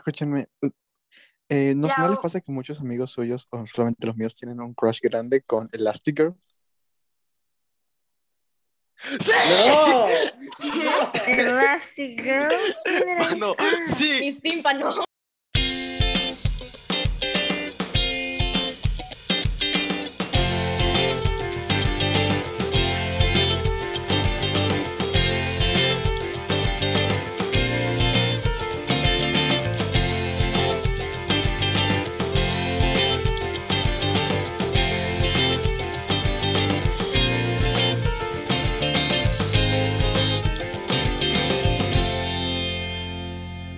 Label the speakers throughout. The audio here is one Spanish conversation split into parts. Speaker 1: escúchenme. u- eh, ¿no,
Speaker 2: Ya,
Speaker 1: no les
Speaker 2: o-
Speaker 1: pasa que muchos amigos suyos, o solamente los míos, tienen un crush grande con Elastigirl? ¡Sí!
Speaker 3: ¡No! ¡No!
Speaker 2: Elastigirl. ¿Quién era
Speaker 1: Mano,
Speaker 2: esa?
Speaker 1: sí.
Speaker 4: Mis tímpanos.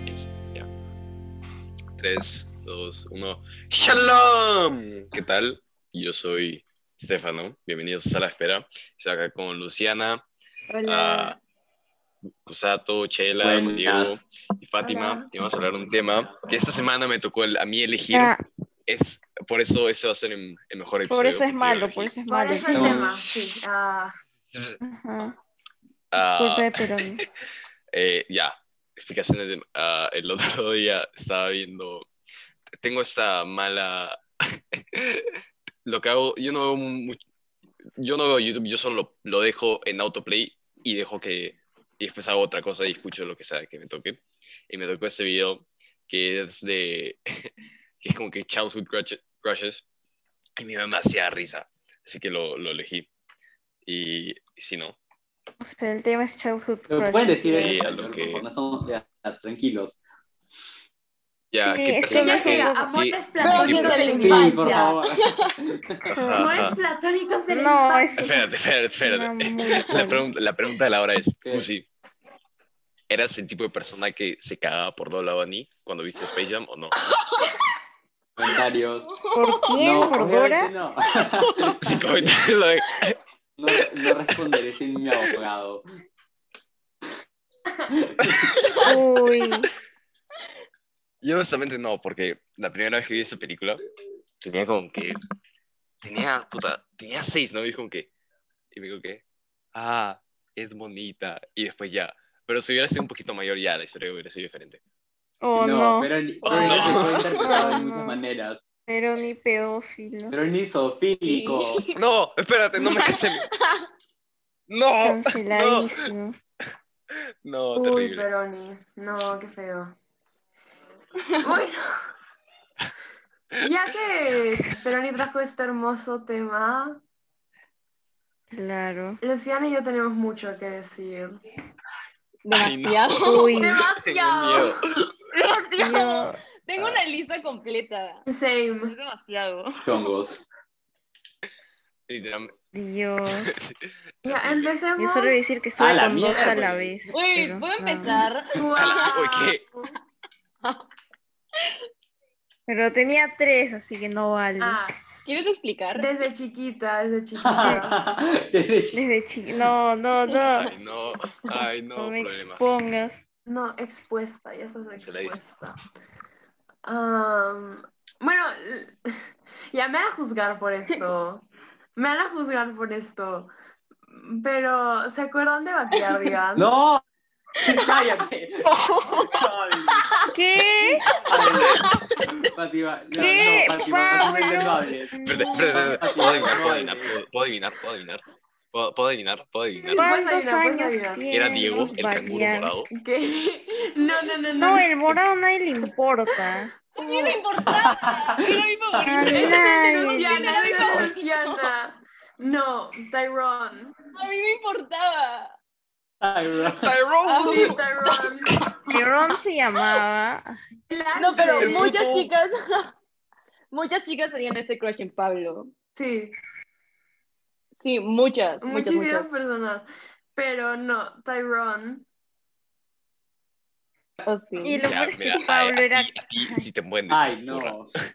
Speaker 3: Yes, ya. 3, 2, 1. ¡Shalom! ¿Qué tal? Yo soy Stefano. Bienvenidos a la espera. Estoy acá con Luciana,
Speaker 4: Hola.
Speaker 3: Cusato, Chela,
Speaker 5: Buenas.
Speaker 3: Diego y Fátima.
Speaker 4: Hola.
Speaker 3: Y vamos a hablar de un tema que esta semana me tocó el- a mí elegir.
Speaker 6: Ah,
Speaker 3: Es, por eso ese va a ser el, el mejor episodio.
Speaker 6: por eso
Speaker 3: porque
Speaker 6: es
Speaker 3: yo
Speaker 6: malo,
Speaker 3: elegí.
Speaker 6: por eso es
Speaker 2: Por
Speaker 6: malo.
Speaker 2: eso el
Speaker 5: No.
Speaker 2: tema, sí. ah,
Speaker 6: Ajá.
Speaker 3: Ah,
Speaker 6: Disculpe, pero
Speaker 3: Eh, ya, explicaciones de- ah, el otro día estaba viendo, tengo esta mala, lo que hago, yo no veo, mu- yo no veo YouTube, yo solo lo dejo en autoplay y dejo que, y después hago otra cosa y escucho lo que sea que me toque. Y me tocó este video que es de, que es como que Childhood Crushes, crushes, y me dio demasiada risa, así que lo, lo elegí. Y si no,
Speaker 6: o sea, el tema es childhood
Speaker 5: Pero
Speaker 6: crush.
Speaker 5: pueden decir
Speaker 3: Sí,
Speaker 5: eh,
Speaker 3: a lo que-
Speaker 5: no estamos ya, tranquilos.
Speaker 3: ya,
Speaker 6: Sí,
Speaker 3: ¿qué
Speaker 6: es que
Speaker 2: sí,
Speaker 6: me
Speaker 2: ya
Speaker 3: personaje?
Speaker 2: sé,
Speaker 6: hace-
Speaker 2: amores
Speaker 3: Y-
Speaker 2: platónicos
Speaker 4: Crushes
Speaker 2: de la
Speaker 4: del
Speaker 5: Sí,
Speaker 4: infancia.
Speaker 5: por favor.
Speaker 3: Ajá,
Speaker 2: Amores
Speaker 3: ajá.
Speaker 2: platónicos de la
Speaker 6: No,
Speaker 2: infancia.
Speaker 6: es
Speaker 3: Espérate, espérate,
Speaker 6: una
Speaker 3: espérate.
Speaker 6: muy
Speaker 3: La
Speaker 6: buena.
Speaker 3: pregunta, la pregunta de la hora es,
Speaker 5: ¿Qué?
Speaker 3: Pussy, ¿eras el tipo de persona que se cagaba por Lola Bunny cuando viste Space Jam o no?
Speaker 5: Comentarios.
Speaker 6: ¿Por quién?
Speaker 5: No,
Speaker 6: ¿Por
Speaker 5: obviamente
Speaker 6: Dora?
Speaker 5: no.
Speaker 3: Sí, como te lo de-
Speaker 5: no. No responderé sin mi abogado.
Speaker 6: Uy,
Speaker 3: Yo honestamente no, porque la primera vez que vi esa película tenía como que... Tenía, puta, tenía seis, ¿no? Y como que... Y me dijo que... Ah, es bonita. Y después ya. Pero si hubiera sido un poquito mayor ya, la historia hubiera sido diferente.
Speaker 6: oh no,
Speaker 5: Pero, ni-
Speaker 3: Oh,
Speaker 5: pero ni
Speaker 3: no.
Speaker 5: se puede interpretar de
Speaker 6: No,
Speaker 5: muchas
Speaker 6: no.
Speaker 5: maneras.
Speaker 6: pero ni pedófilo.
Speaker 5: Pero ni sofílico.
Speaker 3: No, espérate, no me casen. No,
Speaker 6: Canceladísimo.
Speaker 3: no,
Speaker 2: Uy,
Speaker 3: Oh, terrible.
Speaker 2: Peroni. No, Oh, qué feo. Bueno. Ya que Peroni trajo este hermoso tema,
Speaker 6: Claro.
Speaker 2: Luciana y yo tenemos mucho que decir.
Speaker 4: Demasiado.
Speaker 6: Uy,
Speaker 3: Tengo
Speaker 2: Demasiado.
Speaker 3: miedo.
Speaker 4: Demasiado.
Speaker 6: yo,
Speaker 4: Tengo una lista completa. Es
Speaker 2: Same.
Speaker 4: demasiado.
Speaker 5: Chongos.
Speaker 3: Literalmente.
Speaker 6: Dios.
Speaker 3: Terrible.
Speaker 2: Ya,
Speaker 6: Yo
Speaker 2: empecemos.
Speaker 6: solo voy a decir que estuve
Speaker 5: la
Speaker 6: con dos
Speaker 5: mierda,
Speaker 6: a la
Speaker 5: güey.
Speaker 6: vez.
Speaker 4: Uy,
Speaker 6: pero ah.
Speaker 4: ¿puedo
Speaker 6: nada.
Speaker 4: empezar?
Speaker 2: Guau.
Speaker 3: Uy, ¿qué?
Speaker 6: Pero tenía tres, así que no vale.
Speaker 2: Ah,
Speaker 4: ¿Quieres explicar?
Speaker 2: desde chiquita, desde chiquita.
Speaker 6: Desde chiqui... No, no, no.
Speaker 3: Ay, no, ay, no,
Speaker 6: Ah. No me
Speaker 3: problemas.
Speaker 6: expongas.
Speaker 2: No, expuesta, ya estás
Speaker 3: Se la hizo.
Speaker 2: expuesta. Am, bueno, l- ya me van a juzgar por esto. Me van a juzgar por esto. Pero, ¿se acuerdan de Batear Digan?
Speaker 5: ¡No! ¡Cállate! Ay,
Speaker 6: ¿Qué?
Speaker 5: Fátima, no,
Speaker 6: ¿Qué,
Speaker 5: no, Fátima, no
Speaker 6: Pablo?
Speaker 5: me hables.
Speaker 3: Espérate, espérate, espérate, puedo adivinar, puedo adivinar, puedo- puedo adivinar, puedo adivinar, puedo, puedo adivinar, puedo
Speaker 2: pues
Speaker 3: adivinar.
Speaker 6: ¿Cuántos
Speaker 2: Puedes adivinar, puedes
Speaker 6: años
Speaker 2: adivinar.
Speaker 6: tiene?
Speaker 3: Era Diego, el
Speaker 6: Variar?
Speaker 3: canguro morado.
Speaker 2: ¿Qué? No, no, no, no.
Speaker 6: No, el morado a nadie le importa.
Speaker 4: A mí me importaba. Era mi
Speaker 6: A
Speaker 4: favorito.
Speaker 6: nadie.
Speaker 2: Luciana,
Speaker 4: Ay,
Speaker 2: no,
Speaker 4: no.
Speaker 2: Luciana. No, Tyrone.
Speaker 6: Ah,
Speaker 4: A mí me importaba.
Speaker 5: Ay, bro.
Speaker 6: Ah,
Speaker 2: Amo
Speaker 3: Tyrone.
Speaker 2: Tyrone.
Speaker 6: Jerón se llamaba.
Speaker 4: No, pero
Speaker 2: Lance.
Speaker 3: El muy-
Speaker 4: muchas
Speaker 3: puto.
Speaker 4: chicas. Muchas chicas tenían este crush en Pablo.
Speaker 2: Sí,
Speaker 4: Sí, muchas. Muchas,
Speaker 2: muchísimas
Speaker 4: muchas.
Speaker 2: personas. Pero no, Tyrone.
Speaker 4: Oh, sí.
Speaker 6: Y lo
Speaker 3: Ya,
Speaker 6: peor es
Speaker 3: mira,
Speaker 6: que
Speaker 3: ay,
Speaker 6: Pablo era.
Speaker 3: a, ti, a ti sí te mueres.
Speaker 5: Ay, no.
Speaker 2: Pero,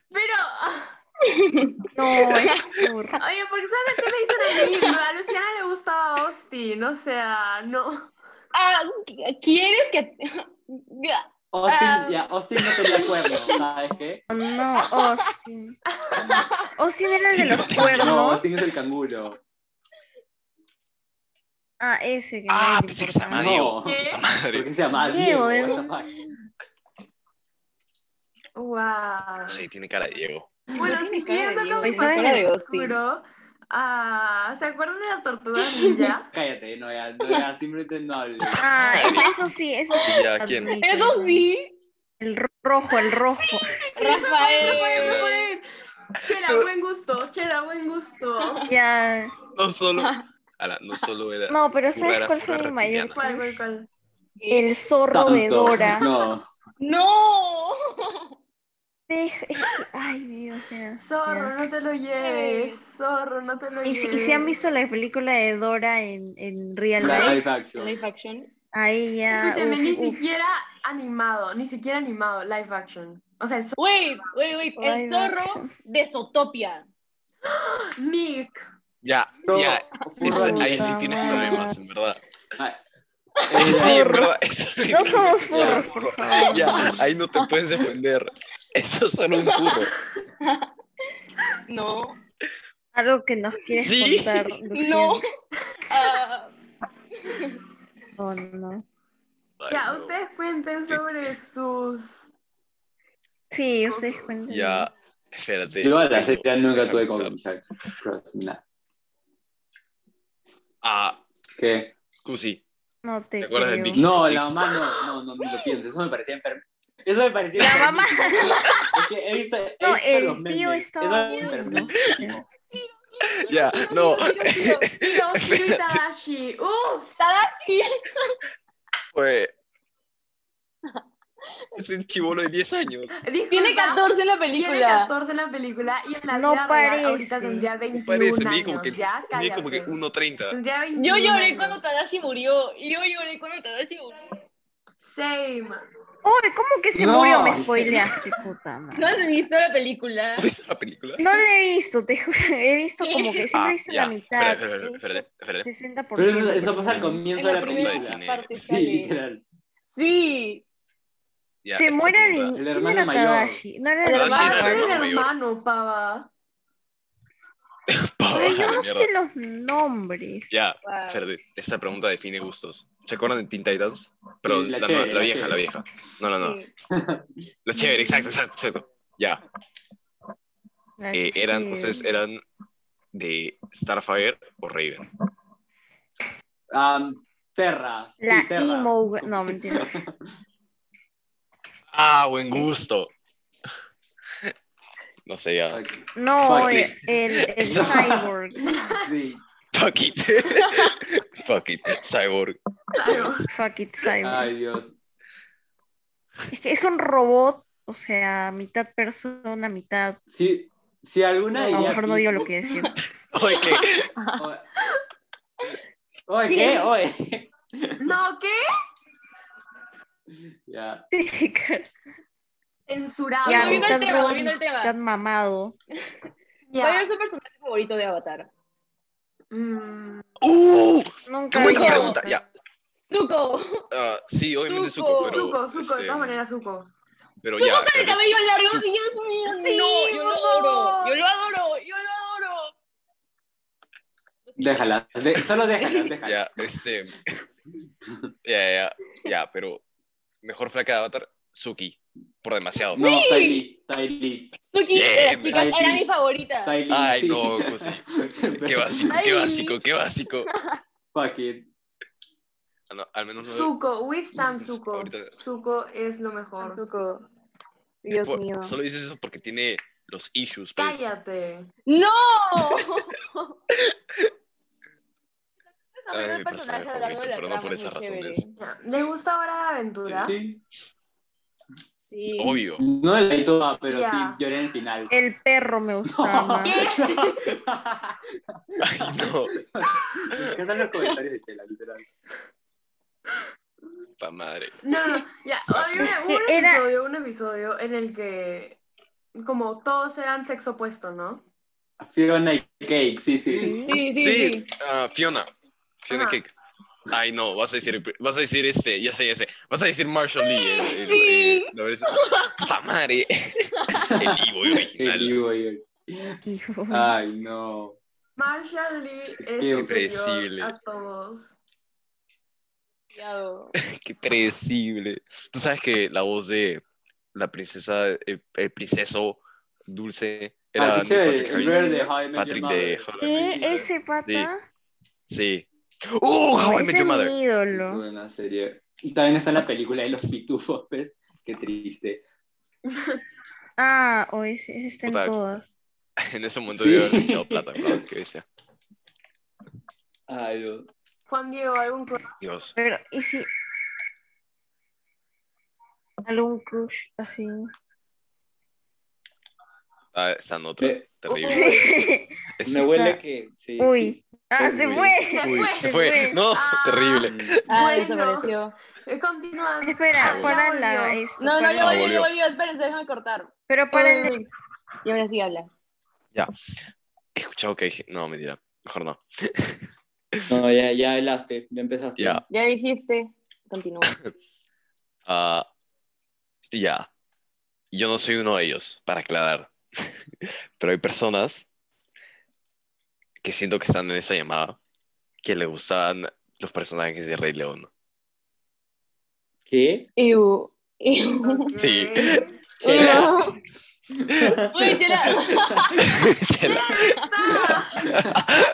Speaker 6: No, es burro.
Speaker 2: oye, ¿por qué sabes qué me hizo reír? A Luciana le gustaba Austin, o sea, no.
Speaker 4: Ah, ¿quieres que.? Ya.
Speaker 6: Ah.
Speaker 5: Austin, ya, Austin no tenía cuernos, ¿sabes qué?
Speaker 6: No, oh, Austin. Austin era el de los
Speaker 5: No,
Speaker 6: cuernos.
Speaker 5: Austin es el canguro.
Speaker 6: Ah, ese que
Speaker 3: Ah,
Speaker 6: nadie le
Speaker 3: pensé que se
Speaker 6: importaba.
Speaker 3: llamaba
Speaker 5: No,
Speaker 3: Diego.
Speaker 2: ¿Qué?
Speaker 5: porque se llama
Speaker 6: Diego,
Speaker 5: Diego. what
Speaker 6: Diego.
Speaker 5: the fuck.
Speaker 2: Wow.
Speaker 3: Sí, tiene cara de Diego.
Speaker 2: Bueno,
Speaker 4: No tiene
Speaker 2: siguiendo
Speaker 4: cara de Diego,
Speaker 2: con
Speaker 6: es
Speaker 2: Paseo
Speaker 6: cara
Speaker 4: de Austin.
Speaker 2: oscuro, ah, ¿se acuerdan de la tortuga ninja?
Speaker 5: Cállate, no ya, no ya, simplemente no hables.
Speaker 6: Ah, eso sí, eso sí.
Speaker 3: ¿Y a quién?
Speaker 6: admito.
Speaker 4: Eso sí,
Speaker 6: El ro- rojo, el rojo.
Speaker 4: Rafael.
Speaker 2: Rafael, Rafael. Chela, buen gusto, chela, buen gusto.
Speaker 6: Ya.
Speaker 3: No solo, ala, no solo era.
Speaker 6: Ah. No, pero
Speaker 3: Furara,
Speaker 6: ¿sabes cuál fue
Speaker 3: furara
Speaker 6: mi mayor?
Speaker 3: reptiliana.
Speaker 2: ¿Cuál,
Speaker 6: crush?
Speaker 2: cuál, cuál?
Speaker 6: El zorro de
Speaker 5: Tanto.
Speaker 6: Dora.
Speaker 5: No.
Speaker 4: No.
Speaker 6: Deja- es que- Ay, Dios mío.
Speaker 2: Zorro, no te lo lleves. Zorro, no te lo
Speaker 6: Y
Speaker 2: lleves.
Speaker 6: si, y si
Speaker 4: Mm.
Speaker 6: han visto la película de Dora en, en Real
Speaker 5: La
Speaker 6: Life,
Speaker 5: live action.
Speaker 4: Live action.
Speaker 6: ahí ya.
Speaker 2: Escúchame,
Speaker 6: uf,
Speaker 2: ni
Speaker 6: uf.
Speaker 2: siquiera animado, ni siquiera animado, live action. O sea, el zorro.
Speaker 4: Wait, wait, wait. El
Speaker 6: Live
Speaker 4: zorro
Speaker 6: action.
Speaker 4: de Zootopia.
Speaker 2: Nick.
Speaker 3: Ya,
Speaker 5: No,
Speaker 3: ya.
Speaker 5: fue
Speaker 3: es-
Speaker 5: horrible.
Speaker 3: ahí sí tienes
Speaker 6: madre.
Speaker 3: problemas, en verdad.
Speaker 5: Ay,
Speaker 3: Ahí sí, en
Speaker 6: Furro.
Speaker 3: verdad. eso
Speaker 6: No somos
Speaker 3: literalmente es un
Speaker 6: furros, por
Speaker 3: furro.
Speaker 6: favor.
Speaker 3: Ya, ahí no te puedes defender. Eso es solo un furro.
Speaker 4: No,
Speaker 6: Algo que nos quieres
Speaker 3: Sí.
Speaker 6: contar.
Speaker 4: no.
Speaker 6: Lucía.
Speaker 4: Ah,
Speaker 6: No, no.
Speaker 3: Ay,
Speaker 2: Ya,
Speaker 3: no.
Speaker 2: ustedes cuenten
Speaker 3: Sí.
Speaker 2: sobre sus.
Speaker 6: Sí, ustedes cuentan.
Speaker 3: Ya, espérate.
Speaker 5: Yo a la serie nunca tuve
Speaker 3: Déjame
Speaker 5: con
Speaker 3: pensar.
Speaker 5: Cross, nada.
Speaker 3: Ah,
Speaker 5: ¿Qué?
Speaker 3: Cusi.
Speaker 6: No te,
Speaker 3: ¿Te acuerdas de
Speaker 6: creo.
Speaker 3: Vicky?
Speaker 5: No,
Speaker 3: Sí.
Speaker 5: la mamá no, no, no, ni lo pienses, eso me parecía enfermo. Eso me parecía
Speaker 6: La
Speaker 5: enfermo.
Speaker 6: mamá.
Speaker 5: Es que he visto, he
Speaker 6: No,
Speaker 5: visto
Speaker 6: el
Speaker 5: los memes.
Speaker 6: tío estaba
Speaker 5: Eso me
Speaker 6: bien,
Speaker 5: pareció
Speaker 6: ¿no?
Speaker 3: Ya, no.
Speaker 2: Kiro, Kiro, Kiro y Tadashi. Uf,
Speaker 4: Tadashi.
Speaker 3: Fue- Es un chivolo de 10 años.
Speaker 2: disculpa,
Speaker 4: Tiene 14 en la
Speaker 2: Tiene
Speaker 4: película.
Speaker 2: 14 en la película y en la
Speaker 6: No
Speaker 2: vida real
Speaker 6: parece.
Speaker 2: ahorita tendría 21
Speaker 3: parece,
Speaker 2: años.
Speaker 3: mide como que-
Speaker 2: ya,
Speaker 3: Mide como que
Speaker 2: cállate.
Speaker 3: 1.30.
Speaker 2: Tendría 21
Speaker 4: Yo lloré
Speaker 2: años.
Speaker 4: cuando Tadashi murió. Yo lloré cuando Tadashi murió.
Speaker 2: Same.
Speaker 6: Oye, ¿cómo que se
Speaker 5: No.
Speaker 6: murió? Me spoileaste, puta madre.
Speaker 4: ¿No has visto la película?
Speaker 3: ¿Has visto la película?
Speaker 6: No lo he visto, te juro. He visto como que siempre
Speaker 3: Ah,
Speaker 6: he visto
Speaker 3: ya.
Speaker 6: la mitad.
Speaker 3: Espérate, espérate, espérate, espérate.
Speaker 6: espérate. 60%.
Speaker 5: Pero eso, eso pasa al
Speaker 4: En
Speaker 5: comienzo de
Speaker 4: la
Speaker 5: la
Speaker 3: pregunta
Speaker 4: primera
Speaker 5: película.
Speaker 3: cine.
Speaker 4: parte
Speaker 5: Sí,
Speaker 4: sale.
Speaker 5: literal.
Speaker 4: Sí.
Speaker 3: Ya,
Speaker 6: se
Speaker 3: esta Ah,
Speaker 6: muere el
Speaker 3: pregunta.
Speaker 6: niño.
Speaker 5: El
Speaker 6: ¿Quién
Speaker 5: hermano
Speaker 6: era
Speaker 5: mayor.
Speaker 6: Tadashi? No era el
Speaker 4: El
Speaker 3: Tadashi
Speaker 6: hermano
Speaker 3: era
Speaker 2: Hermano,
Speaker 3: el
Speaker 6: mayor.
Speaker 2: era el
Speaker 3: mayor.
Speaker 2: hermano, pava.
Speaker 3: Pa,
Speaker 6: Pero yo
Speaker 3: vale,
Speaker 6: no
Speaker 3: mierda.
Speaker 6: sé los nombres.
Speaker 3: Ya,
Speaker 4: Wow.
Speaker 3: espérate. Esta pregunta define gustos. ¿Se acuerdan de Teen Titans? Pero
Speaker 5: Sí,
Speaker 3: la, no,
Speaker 5: la chévere,
Speaker 3: la
Speaker 5: la
Speaker 3: vieja, la
Speaker 5: chévere.
Speaker 3: vieja. No, no, no.
Speaker 4: Sí.
Speaker 3: La chévere, exacto, exacto, exacto. Ya. Eh, eran, ustedes eran de Starfire o Raven.
Speaker 5: Ah, Terra. Sí,
Speaker 6: La
Speaker 5: Terra.
Speaker 6: emo. No, mentira.
Speaker 3: Ah, buen gusto. No sé, ya.
Speaker 5: Ok,
Speaker 6: No,
Speaker 5: Fuck
Speaker 6: el,
Speaker 5: it.
Speaker 6: el, el
Speaker 3: Eso-
Speaker 6: cyborg.
Speaker 5: Sí.
Speaker 3: Fuck it. Fuck it. Cyborg.
Speaker 2: Claro.
Speaker 6: Fuck it, cyborg.
Speaker 5: Ay, Dios.
Speaker 6: Es que es un robot, o sea, mitad persona, mitad.
Speaker 5: Si, si alguna
Speaker 6: a lo
Speaker 5: idea
Speaker 6: mejor no digo lo que decía.
Speaker 3: Oye, ¿qué?
Speaker 5: Oye, Oye, ¿eh, ¿qué? ¿eh? Oye.
Speaker 2: No, ¿qué?
Speaker 5: Ya.
Speaker 2: Censurado.
Speaker 6: ya,
Speaker 4: volviendo al
Speaker 6: mitad
Speaker 4: tema,
Speaker 6: robot,
Speaker 4: volviendo al tema.
Speaker 6: mitad mamado.
Speaker 2: Ya.
Speaker 4: ¿Cuál es tu personaje favorito de Avatar?
Speaker 2: Mm,
Speaker 3: ¡Uh! ¡Qué
Speaker 6: Nunca
Speaker 3: buena
Speaker 6: había-
Speaker 3: pregunta! Ya.
Speaker 4: Zuko.
Speaker 3: Ah, sí, obviamente Zuko,
Speaker 4: Zuko.
Speaker 3: pero.
Speaker 2: Zuko, Zuko, de
Speaker 3: este,
Speaker 2: todas maneras, Zuko.
Speaker 3: Pero
Speaker 4: Zuko
Speaker 3: ya.
Speaker 4: con el
Speaker 3: creo
Speaker 4: cabello largo, Dios mío.
Speaker 2: Sí,
Speaker 4: no, yo lo
Speaker 2: por
Speaker 4: adoro.
Speaker 2: favor.
Speaker 4: Yo lo adoro. Yo lo adoro.
Speaker 5: Déjala. de- solo déjala,
Speaker 3: que-
Speaker 5: déjala.
Speaker 3: Ya, este. Ya, ya, ya, pero. Mejor flaca de Avatar, Suki. Por demasiado.
Speaker 5: No,
Speaker 4: Sí.
Speaker 5: Tylee, Tylee,
Speaker 4: Suki de
Speaker 3: Bien.
Speaker 4: las chicas
Speaker 5: Ay,
Speaker 4: era
Speaker 5: sí.
Speaker 4: mi favorita.
Speaker 5: Tylee.
Speaker 3: Ay,
Speaker 5: sí.
Speaker 3: no, Cusi. Qué básico, qué
Speaker 4: Ay.
Speaker 3: básico, qué básico.
Speaker 5: Fuck it.
Speaker 3: Ah, no, al menos no.
Speaker 2: Zuko, Wistan
Speaker 3: Sí,
Speaker 2: Zuko.
Speaker 3: ahorita-
Speaker 2: Zuko es lo mejor.
Speaker 4: Zuko.
Speaker 3: es
Speaker 4: Dios
Speaker 3: por-
Speaker 4: mío.
Speaker 3: Solo dices eso porque tiene los issues, pues.
Speaker 2: Cállate.
Speaker 4: ¡No!
Speaker 3: Ay, mi personaje favorito, pero no por esas razones.
Speaker 2: Ya, ¿Les gusta Hora de Aventura?
Speaker 5: Sí.
Speaker 3: Es
Speaker 4: Sí.
Speaker 3: obvio.
Speaker 5: No la leí toda, pero
Speaker 2: Ya.
Speaker 5: sí lloré en el final.
Speaker 6: El perro me gustaba. más.
Speaker 3: Ay, no.
Speaker 5: Me encantan los comentarios de Chela, literal.
Speaker 3: Pa madre.
Speaker 2: No, no, ya.
Speaker 3: Sí.
Speaker 2: Había un, un
Speaker 6: Que era-
Speaker 2: episodio, un episodio en el que como todos eran sexo opuesto, ¿no?
Speaker 5: Fiona y Cake, sí, sí.
Speaker 4: Sí, sí,
Speaker 3: Sí,
Speaker 4: sí.
Speaker 3: ah, Fiona. Fiona
Speaker 2: Ajá.
Speaker 3: Cake. Ay, no, vas a decir, vas a decir este, ya sé, ya sé. Vas a decir Marshall Lee. el- el-
Speaker 4: Sí.
Speaker 3: el- la verdad es- Puta madre. El Ivo
Speaker 5: El
Speaker 3: original.
Speaker 5: Ivo y el-
Speaker 6: Hijo.
Speaker 3: Ah,
Speaker 5: Ay, no.
Speaker 2: Marshall Lee es
Speaker 3: Impresible.
Speaker 2: superior a todos.
Speaker 4: Demasiado.
Speaker 3: Qué predecible. Tú sabes que la voz de la princesa, el, el princeso dulce. Era
Speaker 5: Ah,
Speaker 3: Neil
Speaker 5: dije
Speaker 3: Patrick
Speaker 5: el
Speaker 3: Harris,
Speaker 5: verde, How I Met
Speaker 3: Patrick
Speaker 5: Your
Speaker 3: de
Speaker 5: Mother.
Speaker 3: How I
Speaker 6: ¿Qué?
Speaker 3: Met Your Mother.
Speaker 6: ¿Ese pata?
Speaker 3: Sí. ¡Oh, How I
Speaker 6: Ese
Speaker 3: Met Your
Speaker 6: es
Speaker 3: Mother!
Speaker 6: mi ídolo.
Speaker 5: Buena serie. Y también está la película de los pitufos, ¿ves? Qué triste.
Speaker 6: Ah, o ese, ese está en
Speaker 3: Puta.
Speaker 6: todas.
Speaker 3: En ese momento
Speaker 5: Sí.
Speaker 3: yo había demasiado plata, ¿verdad? Qué bestia.
Speaker 5: Ay, Dios.
Speaker 2: Juan Diego, ¿algún crush?
Speaker 3: Dios.
Speaker 6: Pero, ¿y si...? Algún crush así.
Speaker 3: Ah, está en otra.
Speaker 5: Me-
Speaker 2: Oh,
Speaker 3: Terrible.
Speaker 6: Sí.
Speaker 3: Es-
Speaker 5: Me huele que. Sí.
Speaker 6: Uy. Ah, se
Speaker 5: Uy.
Speaker 6: fue.
Speaker 2: Se
Speaker 3: Uy,
Speaker 2: fue.
Speaker 3: se fue. No,
Speaker 2: Ah.
Speaker 3: terrible.
Speaker 4: Ah,
Speaker 2: Bueno.
Speaker 4: desapareció.
Speaker 2: Eh, Continúa.
Speaker 6: Espera,
Speaker 3: Ah,
Speaker 6: para
Speaker 2: ya
Speaker 6: la.
Speaker 2: volvió.
Speaker 6: esto,
Speaker 4: No, no,
Speaker 6: párala.
Speaker 4: ya volvió,
Speaker 3: volvió.
Speaker 4: ya volvió. Espérense, déjame cortar.
Speaker 6: Pero para el.
Speaker 4: Uy, Y ahora sí habla.
Speaker 3: He escuchado que dije. No, mentira. Mejor no.
Speaker 5: No, ya, ya hablaste, ya empezaste.
Speaker 3: Ya.
Speaker 4: Ya dijiste. Continúa.
Speaker 3: Ah, sí, ya. Yo no soy uno de ellos, para aclarar. Pero hay personas que siento que están en esa llamada que le gustan los personajes de Rey León.
Speaker 5: ¿Qué?
Speaker 4: Ew. Ew.
Speaker 2: Ok.
Speaker 3: Sí.
Speaker 5: Chela.
Speaker 4: Uy, chela.
Speaker 3: Chela.
Speaker 2: Ah,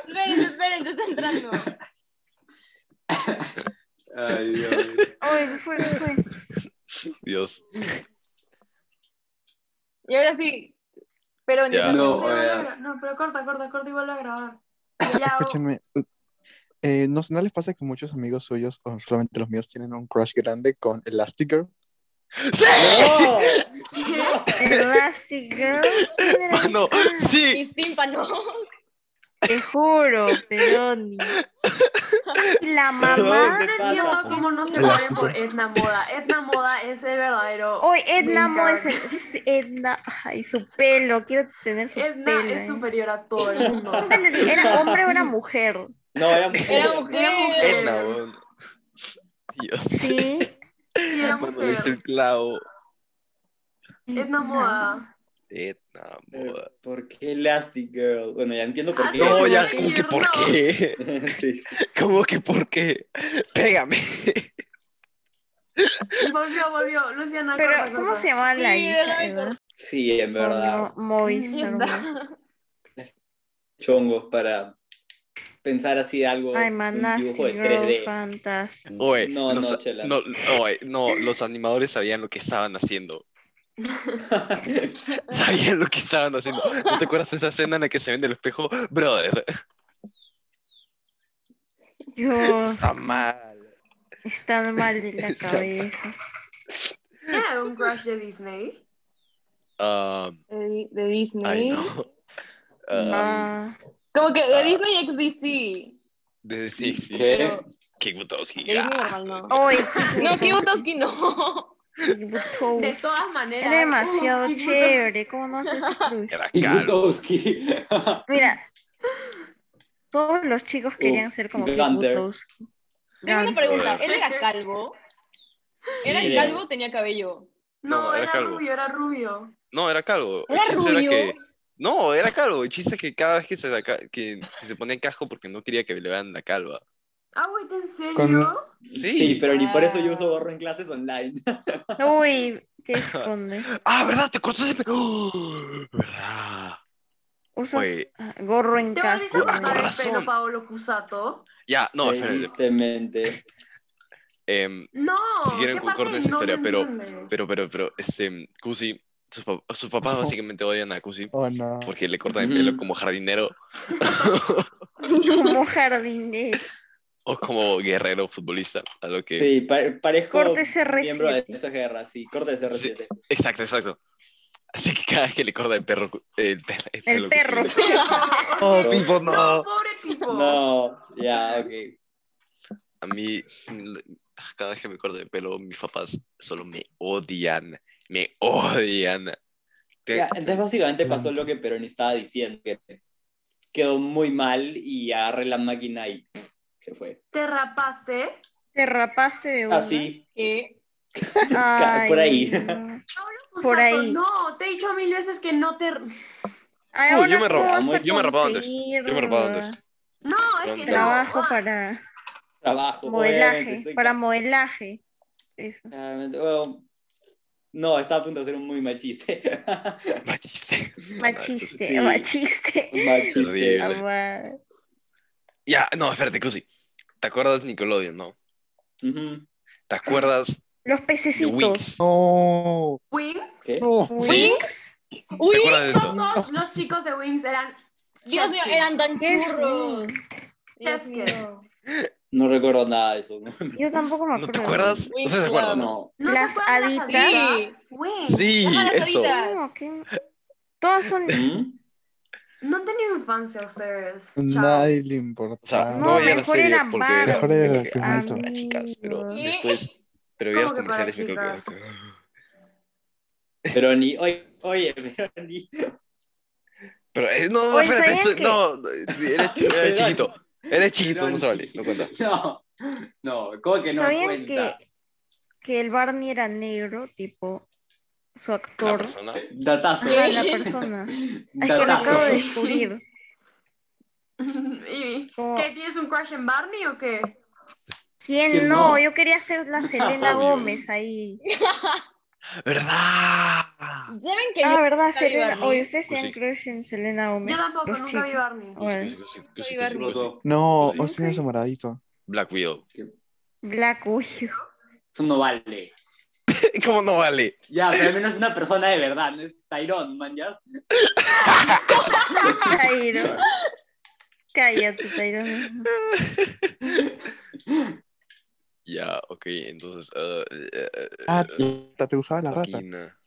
Speaker 4: Espérense, espérense, está entrando.
Speaker 5: Ay, Dios.
Speaker 6: Ay, se fue, se fue.
Speaker 3: Dios.
Speaker 4: Y ahora sí. Pero ni
Speaker 3: Ya.
Speaker 5: No,
Speaker 2: pero
Speaker 5: eh.
Speaker 2: no, no, pero corta, corta, corta y vuelve a grabar. Ya,
Speaker 1: Escúchenme. u- eh, ¿no, ¿No les pasa que muchos amigos suyos, o solamente los míos, tienen un crush grande con Elastigirl?
Speaker 5: ¡No!
Speaker 6: Elastigirl.
Speaker 3: Mano, sí.
Speaker 4: Mis tímpanos.
Speaker 6: Te juro, Peroni. La
Speaker 2: Yo
Speaker 6: mamá.
Speaker 5: ¿Qué
Speaker 2: no
Speaker 5: pasa?
Speaker 2: entiendo cómo no se mueren por Edna Moda. Edna Moda es el verdadero.
Speaker 6: Hoy Edna
Speaker 2: Me
Speaker 6: Mo es el.
Speaker 2: encanta.
Speaker 6: es Edna. Ay, su pelo. Quiero tener su
Speaker 2: Edna
Speaker 6: pelo.
Speaker 2: es
Speaker 6: eh.
Speaker 2: superior a todo el mundo.
Speaker 6: Pregúntale si ¿Era hombre o era mujer?
Speaker 5: No, era mujer.
Speaker 4: Era mujer.
Speaker 2: Era mujer.
Speaker 3: Edna, weón. Dios.
Speaker 6: Sí.
Speaker 2: Sí, era
Speaker 3: Cuando
Speaker 2: mujer.
Speaker 3: viste el clavo.
Speaker 2: Edna Moda.
Speaker 3: Edna,
Speaker 5: Eh,
Speaker 3: moda.
Speaker 5: ¿Por qué Elastic Girl? Bueno, ya entiendo
Speaker 2: Ah,
Speaker 5: por qué.
Speaker 3: No,
Speaker 2: sí,
Speaker 3: ya,
Speaker 2: sí,
Speaker 3: como que por
Speaker 2: no.
Speaker 3: qué.
Speaker 5: sí, sí.
Speaker 3: ¿Cómo que por qué? Pégame.
Speaker 2: Y volvió, volvió. Luciana,
Speaker 6: Pero,
Speaker 2: corta,
Speaker 6: ¿cómo
Speaker 2: corta.
Speaker 6: se llama la
Speaker 4: Sí,
Speaker 6: hija?
Speaker 4: era
Speaker 6: Edna?
Speaker 5: Sí, en verdad.
Speaker 6: No, Mois,
Speaker 4: Ya
Speaker 6: algo.
Speaker 4: está.
Speaker 5: Chongos para pensar así algo.
Speaker 6: Ay,
Speaker 5: un
Speaker 6: Manas,
Speaker 5: dibujo de
Speaker 6: Girl
Speaker 5: 3D.
Speaker 6: Fantas.
Speaker 3: Oye,
Speaker 5: no,
Speaker 3: los,
Speaker 5: no, chela.
Speaker 3: no, oye, no, los animadores sabían lo que estaban haciendo. Sabían lo que estaban haciendo. ¿No te acuerdas de esa escena en la que se vende el espejo? Brother,
Speaker 6: Yo,
Speaker 3: está mal.
Speaker 6: están mal de la cabeza.
Speaker 2: ¿Era un crush de Disney?
Speaker 3: Ah,
Speaker 4: De de
Speaker 3: ay,
Speaker 4: Disney.
Speaker 3: no. Ah,
Speaker 6: Ah,
Speaker 4: Como que de Disney XDC.
Speaker 3: de- sí, sí.
Speaker 5: ¿Qué?
Speaker 4: Pero
Speaker 3: Qué Butowski.
Speaker 4: de Disney normal no.
Speaker 6: Oye,
Speaker 4: No, Kibutoski no.
Speaker 2: De
Speaker 6: Kibutos.
Speaker 2: todas maneras.
Speaker 6: Era demasiado
Speaker 2: Uy, qué puto-
Speaker 6: chévere. ¿Cómo no haces ese crush?
Speaker 3: Era
Speaker 5: Y
Speaker 3: calvo.
Speaker 5: Gutowski.
Speaker 6: Mira, todos los chicos querían ser como
Speaker 5: Gunter.
Speaker 6: Kibutos.
Speaker 4: Tengo una pregunta.
Speaker 3: Joder.
Speaker 4: ¿Él era calvo?
Speaker 3: Sí,
Speaker 4: ¿Era
Speaker 5: Sí.
Speaker 4: calvo o tenía cabello?
Speaker 2: No,
Speaker 3: No, era
Speaker 2: era,
Speaker 3: calvo.
Speaker 2: rubio, era rubio.
Speaker 3: No, era calvo. El
Speaker 4: ¿Era
Speaker 3: chiste
Speaker 4: rubio?
Speaker 3: era que. No, era calvo. El chiste es que cada vez que se, saca, que se ponía el casco porque no quería que le vean la calva.
Speaker 2: Ah, güey, ¿en serio?
Speaker 1: Con-
Speaker 3: Sí.
Speaker 5: Sí, pero ni por eso yo uso
Speaker 6: Ah.
Speaker 5: gorro en clases online.
Speaker 6: Uy, ¿qué esconde?
Speaker 3: Ah, ¿verdad? Te cortaste el pelo. ¡Oh! ¿Verdad?
Speaker 6: Usas
Speaker 3: Oye.
Speaker 6: ah, gorro en
Speaker 2: ¿Te volviste
Speaker 6: casa.
Speaker 2: a
Speaker 3: Con
Speaker 2: cortar el
Speaker 3: razón.
Speaker 2: pelo, Paolo Cusato?
Speaker 3: Ya, no, espérate.
Speaker 5: Tristemente.
Speaker 3: Em,
Speaker 2: No.
Speaker 3: Si quieren,
Speaker 2: ¿qué parte
Speaker 3: corten esa
Speaker 2: no
Speaker 3: historia,
Speaker 2: me
Speaker 3: pero-
Speaker 2: entiendes?
Speaker 3: Pero, pero, pero, este, Cusi, sus, pap- sus papás
Speaker 1: No.
Speaker 3: básicamente odian a Cusi
Speaker 1: Oh, no.
Speaker 3: porque le cortan el
Speaker 5: Ujú.
Speaker 3: pelo como jardinero
Speaker 6: Como jardinero.
Speaker 3: o como guerrero futbolista, a lo que...
Speaker 5: Sí, pa- parezco
Speaker 6: Corte ese
Speaker 5: miembro de
Speaker 6: recién.
Speaker 5: esa guerra, sí, corte ese
Speaker 3: Sí.
Speaker 5: reciente.
Speaker 3: Exacto, exacto. Así que cada vez que le corta el perro, el, pe- el pelo...
Speaker 6: El perro.
Speaker 3: Cusi, Oh, Pipo,
Speaker 2: No,
Speaker 3: no.
Speaker 2: pobre
Speaker 6: Oh.
Speaker 2: Pipo.
Speaker 5: No, ya, ok.
Speaker 3: A mí, ah, cada vez que me cortan el pelo, mis papás solo me odian, me odian. Te-
Speaker 5: Ya, entonces básicamente
Speaker 1: Alan.
Speaker 5: pasó lo que Peroni estaba diciendo, que quedó muy mal y agarré la máquina y pff, se fue.
Speaker 2: ¿Te rapaste?
Speaker 6: Te rapaste de una.
Speaker 4: Ah,
Speaker 5: Así,
Speaker 4: ¿Qué?
Speaker 6: Ay,
Speaker 5: por ahí.
Speaker 6: no.
Speaker 2: Cusato,
Speaker 6: Por ahí.
Speaker 2: No, te he dicho mil veces que no te...
Speaker 6: Ay,
Speaker 3: Uy, yo me
Speaker 6: ahora tú
Speaker 3: robaba,
Speaker 6: vas a
Speaker 3: yo me robaba antes,
Speaker 6: conseguir,
Speaker 3: Yo me robaba antes.
Speaker 2: No, es que no.
Speaker 6: Trabajo
Speaker 2: Ah,
Speaker 6: para
Speaker 5: trabajo. obviamente,
Speaker 6: modelaje,
Speaker 5: soy
Speaker 6: para modelaje. Eso.
Speaker 5: claramente, bueno, No, estaba a punto de hacer un muy mal chiste.
Speaker 3: Machiste.
Speaker 6: Machiste,
Speaker 5: pues Sí.
Speaker 6: machiste.
Speaker 5: Un mal chiste.
Speaker 3: Terrible.
Speaker 6: Amá.
Speaker 3: Ya, no, espérate, Cusi. ¿Te acuerdas Nickelodeon, no?
Speaker 5: Ujú.
Speaker 3: ¿Te acuerdas
Speaker 6: Los
Speaker 3: de
Speaker 6: pececitos.
Speaker 3: Wix?
Speaker 1: No,
Speaker 2: Wings.
Speaker 5: ¿Qué?
Speaker 1: no.
Speaker 3: Sí.
Speaker 2: Wings.
Speaker 3: ¿Te
Speaker 4: Uy,
Speaker 3: acuerdas de eso?
Speaker 2: Todos los chicos de Wings eran.
Speaker 4: Dios mío, eran tan
Speaker 6: Qué
Speaker 4: churros. Dios
Speaker 2: Chasquis.
Speaker 4: mío.
Speaker 5: No recuerdo nada de eso. ¿no?
Speaker 6: Yo tampoco me acuerdo.
Speaker 3: ¿No te acuerdas?
Speaker 4: Wix,
Speaker 3: No se acuerdan, ¿no?
Speaker 5: No.
Speaker 2: ¿No
Speaker 6: Las
Speaker 2: se acuerdan de las
Speaker 6: haditas.
Speaker 2: haditas? Wings.
Speaker 3: Sí,
Speaker 4: Ajá, las
Speaker 3: eso.
Speaker 4: haditas.
Speaker 6: No, ¿qué? Todas son.
Speaker 5: ¿Mm?
Speaker 2: No han tenido infancia ustedes. Chao.
Speaker 1: Nadie le
Speaker 3: O sea,
Speaker 1: importa.
Speaker 3: no,
Speaker 6: No,
Speaker 3: veía la
Speaker 6: Ah, mejor
Speaker 3: serie
Speaker 6: era
Speaker 3: porque
Speaker 6: Barbie.
Speaker 1: Mejor era
Speaker 3: porque-
Speaker 1: Full
Speaker 3: ah,
Speaker 1: Metal.
Speaker 3: para chicas, pero
Speaker 6: Amigo.
Speaker 3: después, pero veía los
Speaker 2: ¿Cómo que para
Speaker 3: comerciales y me
Speaker 2: chicas?
Speaker 3: olvidaba.
Speaker 5: Pero ni, oye, oye, pero ni.
Speaker 3: Pero eh, no,
Speaker 6: Oye,
Speaker 3: espérate,
Speaker 6: ¿sabían
Speaker 3: eso-
Speaker 6: que-
Speaker 3: no, eres, eres chiquito, eres chiquito,
Speaker 5: Pero
Speaker 3: no se
Speaker 5: ni-
Speaker 3: vale, no cuenta.
Speaker 5: No, no, ¿cómo que no
Speaker 6: ¿Sabían que,
Speaker 5: cuenta?
Speaker 6: que el Barney era negro, tipo su
Speaker 3: La
Speaker 6: actor?
Speaker 3: persona.
Speaker 5: Datazo.
Speaker 6: Ajá, la persona. Es que lo acabo
Speaker 5: Datazo.
Speaker 6: de descubrir.
Speaker 2: ¿Y
Speaker 6: Como,
Speaker 2: qué? ¿Tienes un crush en Barney o qué?
Speaker 6: ¿Quién
Speaker 5: ¿Quién
Speaker 6: no?
Speaker 5: no?
Speaker 6: Yo quería ser la Selena
Speaker 3: Obvio.
Speaker 6: Gómez ahí.
Speaker 3: ¿Verdad?
Speaker 4: ¿Saben que
Speaker 6: Ah,
Speaker 4: yo
Speaker 6: ¿verdad?
Speaker 4: vi
Speaker 6: Selena.
Speaker 4: Barney.
Speaker 6: Oye, ustedes
Speaker 3: Pues
Speaker 6: tienen
Speaker 3: sí.
Speaker 6: crush en Selena Gómez.
Speaker 2: Yo tampoco,
Speaker 6: Los
Speaker 2: nunca vi
Speaker 6: chicos.
Speaker 2: Barney.
Speaker 3: Pues,
Speaker 6: Bueno,
Speaker 1: No,
Speaker 3: Sí.
Speaker 1: Austin es amaradito.
Speaker 3: pues, Black Widow.
Speaker 6: Black Widow.
Speaker 5: Eso no vale.
Speaker 3: ¿Cómo no vale?
Speaker 5: Ya, pero al menos es una persona de verdad, no es Tyrone, man, ya.
Speaker 6: Tairo. Cállate, Tairo.
Speaker 3: Ya, ok, entonces. eh, eh, eh,
Speaker 1: Ah,
Speaker 3: eh,
Speaker 1: la- te gustaba la rata.
Speaker 3: Joaquina.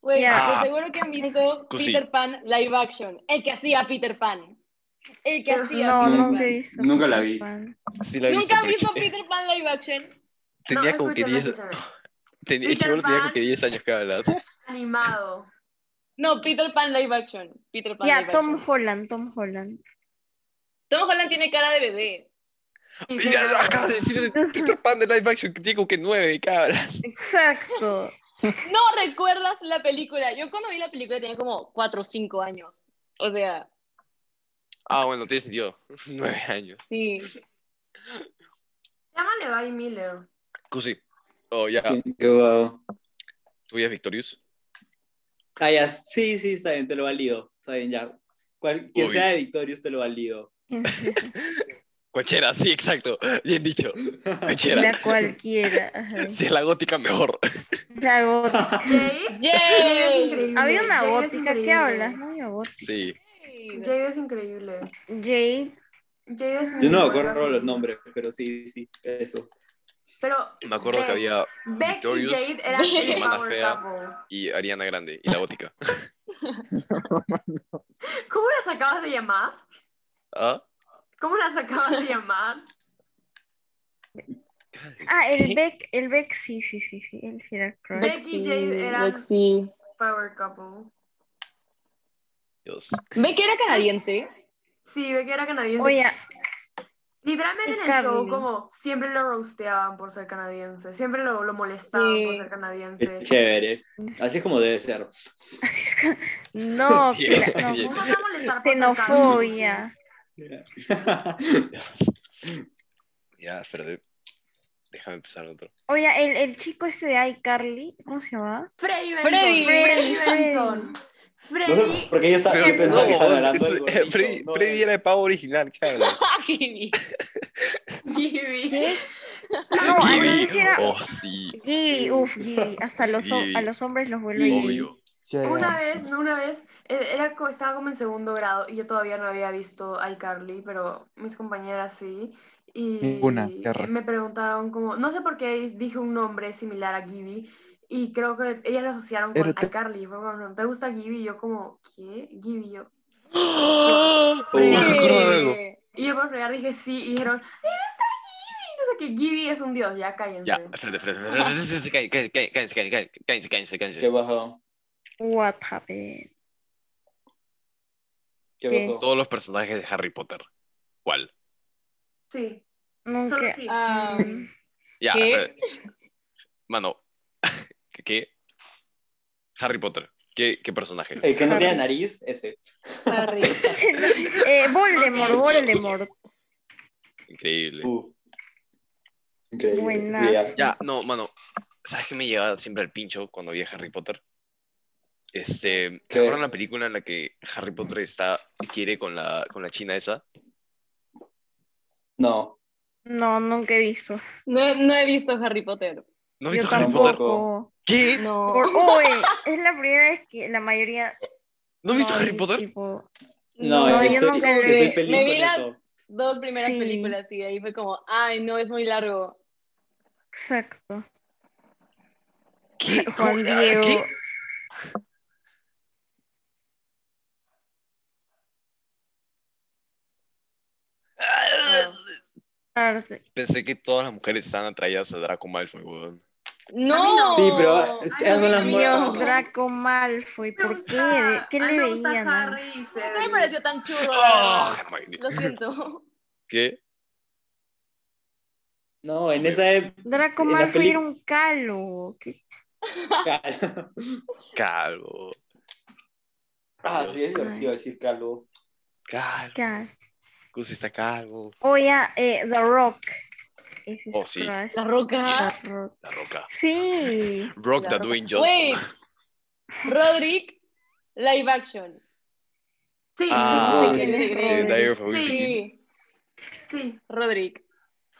Speaker 4: Güey,
Speaker 6: Ya.
Speaker 4: de seguro que han visto
Speaker 3: Cusi.
Speaker 4: Peter Pan live action. El que hacía Peter Pan. El que
Speaker 2: Dios,
Speaker 4: hacía
Speaker 6: Ah, No,
Speaker 4: Peter Pan.
Speaker 5: no,
Speaker 6: nunca he visto.
Speaker 5: nunca la
Speaker 6: Peter
Speaker 5: vi.
Speaker 6: Pan.
Speaker 3: Sí, la he visto,
Speaker 4: ¿Nunca han
Speaker 3: pero
Speaker 4: visto
Speaker 3: chi-
Speaker 4: Peter Pan live action?
Speaker 3: Tenía
Speaker 2: No,
Speaker 3: como que
Speaker 2: escúchame,
Speaker 3: 10.
Speaker 2: escúchame.
Speaker 3: Tenía, el
Speaker 2: Peter
Speaker 3: chibolo tenía
Speaker 2: Pan.
Speaker 3: como que 10 años cada vez.
Speaker 2: Animado.
Speaker 4: No, Peter Pan live action. Peter Pan
Speaker 6: Ya,
Speaker 4: live
Speaker 6: Tom
Speaker 4: action.
Speaker 6: Holland, Tom Holland.
Speaker 4: Tom Holland tiene cara de bebé.
Speaker 2: Sí, sí, sí.
Speaker 3: Mira, acabas de decir de Peter Pan de live action que tiene como que 9 cada vez.
Speaker 6: Exacto.
Speaker 4: No recuerdas la película. Yo cuando vi la película tenía como 4 o 5 años. O sea,
Speaker 3: Ah, bueno, tiene sentido. 9 años.
Speaker 4: sí.
Speaker 2: Llámale Bay Miller.
Speaker 3: Cusi. Oh, ya.
Speaker 5: Qué guau.
Speaker 3: ¿Tú ya Victorious?
Speaker 5: Ah, ya, sí, sí, está bien, te lo valido. Está bien, ya. Cual- quien
Speaker 3: Obvio.
Speaker 5: sea de Victorious, te lo valido.
Speaker 6: Este,
Speaker 3: Cochera, sí, exacto. Bien dicho. Cochera.
Speaker 6: La cualquiera. ajá.
Speaker 3: Si es la gótica, mejor.
Speaker 6: La gótica.
Speaker 2: Jade. Jade es
Speaker 4: ¡Yay!
Speaker 2: increíble.
Speaker 6: Había una
Speaker 2: Jade es
Speaker 6: gótica. ¿Qué
Speaker 2: increíble.
Speaker 6: hablas? No había gótica.
Speaker 3: Sí.
Speaker 2: Jade es increíble.
Speaker 6: Jade.
Speaker 2: Jade es
Speaker 5: Yo
Speaker 2: muy
Speaker 5: no me acuerdo
Speaker 2: buena.
Speaker 5: los nombres, pero sí, sí, eso.
Speaker 2: Pero
Speaker 3: Me acuerdo
Speaker 2: Beck-
Speaker 3: que había
Speaker 2: Beck y
Speaker 3: Victorious,
Speaker 2: Jade eran el
Speaker 3: Samantha
Speaker 2: power
Speaker 3: Fea.
Speaker 2: couple.
Speaker 3: y Ariana Grande y la gótica.
Speaker 2: ¿Cómo las acabas de llamar?
Speaker 3: ¿Ah?
Speaker 2: ¿Cómo las acabas de llamar?
Speaker 6: Ah, el
Speaker 3: ¿Qué?
Speaker 6: Beck. El Beck, sí, sí, sí, sí. Él sí era crush.
Speaker 2: Beck y Jade eran-
Speaker 4: Lexi.
Speaker 2: Power couple.
Speaker 3: Dios.
Speaker 4: ¿Ve que era canadiense?
Speaker 2: Sí, Beck era canadiense.
Speaker 6: Oye,
Speaker 2: Literalmente en el
Speaker 6: Pecable.
Speaker 2: show, como siempre lo roasteaban por ser canadiense, siempre lo, lo molestaban
Speaker 4: Sí.
Speaker 2: por ser
Speaker 5: Qué
Speaker 2: canadiense.
Speaker 5: chévere. Así es como debe ser.
Speaker 6: así es que- No,
Speaker 3: Bien,
Speaker 6: que la-
Speaker 3: bien.
Speaker 2: ¿Cómo
Speaker 6: no,
Speaker 2: te van a molestar por ser canadiense?
Speaker 6: xenofobia.
Speaker 3: Ya, espérate. Déjame empezar otro.
Speaker 6: Oye, el, el chico este de iCarly, ¿cómo se llama?
Speaker 2: Freddy Benson.
Speaker 4: Freddy.
Speaker 2: Freddy
Speaker 6: Freddy.
Speaker 2: Benson.
Speaker 5: No sé
Speaker 2: Freddy.
Speaker 5: por qué yo, estaba, yo
Speaker 3: Pero
Speaker 5: pensaba que
Speaker 3: no,
Speaker 5: estaban hablando
Speaker 3: es- eh,
Speaker 5: del gordito,
Speaker 3: Freddy,
Speaker 5: no
Speaker 3: Freddy
Speaker 5: del-
Speaker 3: era el pavo original, ¿qué hablas?
Speaker 4: Jimmy.
Speaker 2: Gibby.
Speaker 6: No, a
Speaker 3: Gibby.
Speaker 6: mí sí era.
Speaker 3: Oh, sí.
Speaker 6: Gibby, uff, Gibby. Hasta los, hom-
Speaker 3: Gibby.
Speaker 6: a los hombres los vuelve Gibby.
Speaker 3: Obvio.
Speaker 1: Llega.
Speaker 2: Una vez, no, una vez, eh, era, co- estaba como en segundo grado y yo todavía no había visto a iCarly, pero mis compañeras sí. Y eh,
Speaker 1: Ninguna, perra.
Speaker 2: me preguntaron como, no sé por qué dije un nombre similar a Gibby y creo que ellas lo asociaron con
Speaker 1: Pero te-
Speaker 2: iCarly. Fue como, ¿te gusta Gibby? Y yo como, ¿qué? Gibby, yo.
Speaker 3: Oh, me
Speaker 2: Sí.
Speaker 3: acuerdo de algo.
Speaker 2: Y yo por fregar dije sí y dijeron, ¡Eh, está Gibby! No sé qué, Gibby es un dios, ya cállense.
Speaker 3: Ya, espérate, espérate, espérate, espérate. Cállense, cállense, cállense, cállense, cállense, cállense, cállense.
Speaker 5: ¿Qué bajó?
Speaker 6: What happened?
Speaker 5: ¿Qué
Speaker 6: ¿Qué?
Speaker 5: bajó?
Speaker 3: Todos los personajes de Harry Potter. ¿Cuál?
Speaker 2: Sí,
Speaker 6: Nunca.
Speaker 2: solo sí.
Speaker 4: Ah.
Speaker 6: Mm.
Speaker 3: Ya,
Speaker 4: ¿Qué?
Speaker 3: espérate. Mano. ¿Qué? qué? Harry Potter. ¿Qué, qué personaje?
Speaker 5: El que no tiene nariz, ese.
Speaker 4: Harry.
Speaker 6: Eh, Voldemort, Voldemort.
Speaker 3: Increíble.
Speaker 5: Uh. Increíble.
Speaker 6: Buenazo.
Speaker 5: Sí, ya.
Speaker 3: Ya, no, mano. ¿Sabes qué me lleva siempre al pincho cuando vi a Harry Potter? Este,
Speaker 5: ¿Qué?
Speaker 3: ¿te acuerdas la película en la que Harry Potter está, quiere con la, con la china esa?
Speaker 5: No.
Speaker 6: No, nunca he visto.
Speaker 4: No, he- no he visto Harry Potter.
Speaker 3: ¿No has
Speaker 6: Yo
Speaker 3: visto Harry
Speaker 5: tampoco.
Speaker 3: Potter?
Speaker 6: Oh.
Speaker 3: ¿Qué? ¿No,
Speaker 4: No.
Speaker 6: Por- uy, es la primera vez que la mayoría.
Speaker 3: has visto Harry
Speaker 6: es
Speaker 3: Potter?
Speaker 6: tipo-
Speaker 5: No,
Speaker 6: No, yo
Speaker 5: estoy,
Speaker 6: nunca lo
Speaker 5: estoy
Speaker 6: vi.
Speaker 5: feliz
Speaker 4: Me
Speaker 5: con
Speaker 4: vi las-
Speaker 5: eso.
Speaker 4: Dos primeras
Speaker 6: Sí.
Speaker 4: películas y de ahí fue como, ay, no, es muy largo.
Speaker 6: Exacto.
Speaker 3: ¿Qué? ¿Cómo-
Speaker 6: Juan
Speaker 3: ah,
Speaker 6: Diego.
Speaker 3: ¿Qué? Ah,
Speaker 6: Arte.
Speaker 3: Pensé que todas las mujeres estaban atraídas a Draco Malfoy, weón.
Speaker 2: A mí
Speaker 4: No.
Speaker 2: no.
Speaker 5: Sí, pero esas son las
Speaker 4: Dios,
Speaker 6: Dios,
Speaker 5: muertes.
Speaker 6: Draco Malfoy,
Speaker 2: Me
Speaker 6: ¿por qué?
Speaker 2: gusta-
Speaker 6: ¿Qué
Speaker 2: a mí
Speaker 6: le
Speaker 2: me gusta
Speaker 6: veían? ah?
Speaker 2: Harry y
Speaker 4: No me
Speaker 2: Cedric.
Speaker 4: pareció tan chulo. la
Speaker 3: ¡Oh,
Speaker 4: verdad.
Speaker 3: Hermione!
Speaker 4: Lo siento.
Speaker 3: ¿Qué?
Speaker 5: No, en esa
Speaker 6: Draco
Speaker 5: En la
Speaker 6: Malfoy
Speaker 5: peli-
Speaker 6: era un calo. ¿Qué
Speaker 5: época.
Speaker 3: Calvo.
Speaker 5: Ah, sí, es
Speaker 6: Ay.
Speaker 5: divertido decir calvo.
Speaker 3: Calvo.
Speaker 6: calo?
Speaker 3: Cusi está calvo.
Speaker 6: Oye, eh, The Rock. Ese es
Speaker 3: Oh, sí.
Speaker 6: crush.
Speaker 4: La roca.
Speaker 6: The Rock.
Speaker 3: La roca.
Speaker 6: Sí.
Speaker 3: Rock
Speaker 4: La
Speaker 3: the Dwayne Johnson.
Speaker 4: Wait. Roderick, live action.
Speaker 2: Sí,
Speaker 3: Ah,
Speaker 2: sí, sí, sí,
Speaker 3: Eh, Diary of a Wimpy
Speaker 2: Sí.
Speaker 3: Kid.
Speaker 4: Sí,
Speaker 2: sí,
Speaker 4: Roderick.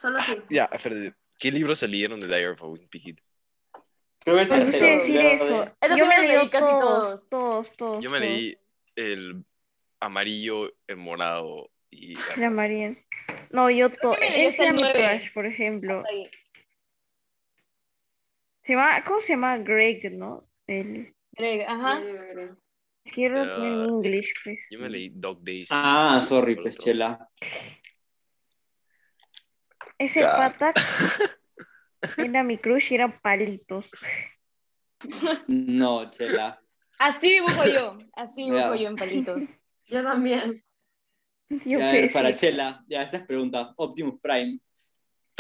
Speaker 2: solo sí.
Speaker 3: Ya, Freddy, ¿qué libros se leyeron de Diary of a Wimpy Kid?
Speaker 5: Creo que es
Speaker 6: Me
Speaker 4: Pues,
Speaker 6: gusta
Speaker 5: tercero.
Speaker 6: decir
Speaker 5: luego
Speaker 6: eso.
Speaker 5: de-
Speaker 4: Eso
Speaker 6: Yo me
Speaker 4: sí me lo
Speaker 6: leí
Speaker 4: leí casi
Speaker 6: todos, todos, todos.
Speaker 3: Yo me
Speaker 6: todos.
Speaker 3: leí el amarillo, el morado y...
Speaker 6: La Marian. No, yo todo.
Speaker 4: que me leí
Speaker 6: Ese
Speaker 4: hasta
Speaker 6: era
Speaker 4: el
Speaker 6: mi
Speaker 4: nueve.
Speaker 6: crush, por ejemplo.
Speaker 4: Hasta ahí.
Speaker 6: Se llama, ¿Cómo se llama? Greg, ¿no? El.
Speaker 4: Greg,
Speaker 6: Ah.
Speaker 4: ajá.
Speaker 6: Quiero en
Speaker 3: Ah,
Speaker 6: inglés, pues.
Speaker 3: Yo me leí Dog Days.
Speaker 5: Ah, sorry, pues chela.
Speaker 6: Ese
Speaker 3: Ya.
Speaker 6: pata era mi crush y eran palitos.
Speaker 5: No, chela.
Speaker 4: Así dibujo yo. Así dibujo
Speaker 5: Ya.
Speaker 4: yo en palitos.
Speaker 2: Yo también.
Speaker 6: Yo
Speaker 5: Ya, eh,
Speaker 6: qué
Speaker 5: para
Speaker 6: sé.
Speaker 5: chela. Ya, esta es pregunta. Optimus Prime.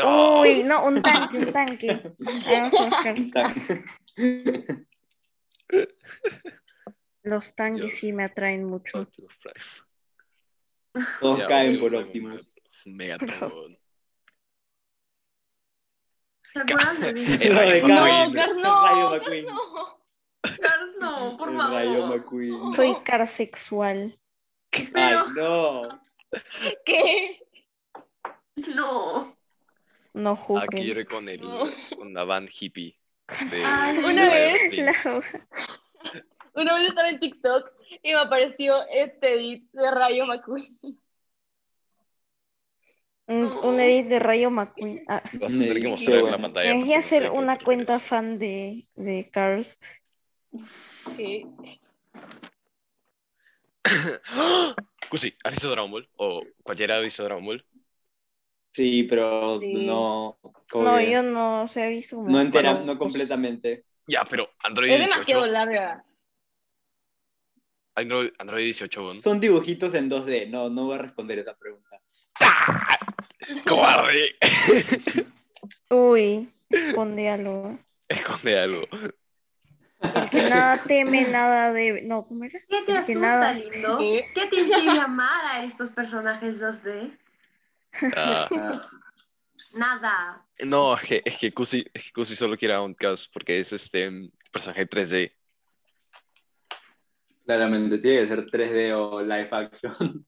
Speaker 3: ¡Oh!
Speaker 6: Uy, no, un tanque, un tanque. Ah, Vamos a buscar. Los tanques
Speaker 3: Dios.
Speaker 6: sí me atraen mucho.
Speaker 3: Optimus Prime.
Speaker 5: Todos
Speaker 3: Ya,
Speaker 5: caen
Speaker 3: Optimus
Speaker 5: por
Speaker 3: Prime,
Speaker 5: Optimus.
Speaker 3: Megatron.
Speaker 6: Bro.
Speaker 3: weón.
Speaker 2: ¿Se acuerdan de mí?
Speaker 3: El
Speaker 5: Lo de
Speaker 3: Rayo
Speaker 5: cada-
Speaker 4: No,
Speaker 3: McQueen.
Speaker 4: Cars
Speaker 2: Charles, no,
Speaker 4: no. Cars no.
Speaker 5: Rayo McQueen.
Speaker 2: por
Speaker 5: El
Speaker 2: favor.
Speaker 5: Rayo McQueen.
Speaker 6: Soy carsexual.
Speaker 5: Ay,
Speaker 2: Pero-
Speaker 5: no.
Speaker 4: ¿Qué?
Speaker 2: No.
Speaker 6: No juzgo.
Speaker 3: Aquí era Ah, con, el,
Speaker 4: No.
Speaker 3: con la van hippie. De,
Speaker 2: Ay,
Speaker 3: de
Speaker 4: una
Speaker 3: Riot
Speaker 4: vez
Speaker 3: Games.
Speaker 6: La-
Speaker 4: Una vez estaba en TikTok y me apareció este edit de Rayo McQueen.
Speaker 6: Un, un edit de Rayo McQueen. Ah,
Speaker 3: Vas a tener que
Speaker 5: Sí,
Speaker 3: mostrar en la
Speaker 5: bueno.
Speaker 3: pantalla.
Speaker 6: tienes
Speaker 3: porque
Speaker 6: que
Speaker 3: no
Speaker 6: hacer
Speaker 3: sé qué
Speaker 6: una
Speaker 3: te
Speaker 6: cuenta
Speaker 3: parece.
Speaker 6: fan de, de Cars.
Speaker 4: Sí.
Speaker 3: ¡Ah! Cusi, ¿has visto Dragon Ball? ¿O cualquiera ha visto Dragon Ball?
Speaker 5: Sí, pero
Speaker 4: Sí.
Speaker 5: no. como
Speaker 6: No,
Speaker 5: que
Speaker 6: yo no, o sea, he visto como
Speaker 5: No entera,
Speaker 6: dos.
Speaker 5: no completamente.
Speaker 3: Ya, pero Android
Speaker 4: Es
Speaker 3: 18.
Speaker 4: demasiado larga.
Speaker 3: Android, Android 18, weón.
Speaker 5: Son dibujitos en 2D. No, no voy a responder esa pregunta.
Speaker 3: ¡Ah! ¡Cobarde!
Speaker 6: Uy, esconde algo.
Speaker 3: Esconde algo.
Speaker 6: El que nada teme, nada debe. No, ¿cómo era?
Speaker 2: ¿Qué te
Speaker 6: Que nada.
Speaker 2: asusta, lindo?
Speaker 4: ¿Qué?
Speaker 2: ¿Qué te impide amar a estos personajes 2D?
Speaker 3: Ah,
Speaker 2: Nada.
Speaker 3: no, es que, es que Cusi, es que Cusi solo quiere a un cast porque es este mm, personaje 3D.
Speaker 7: Claramente, tiene que ser 3D o live action.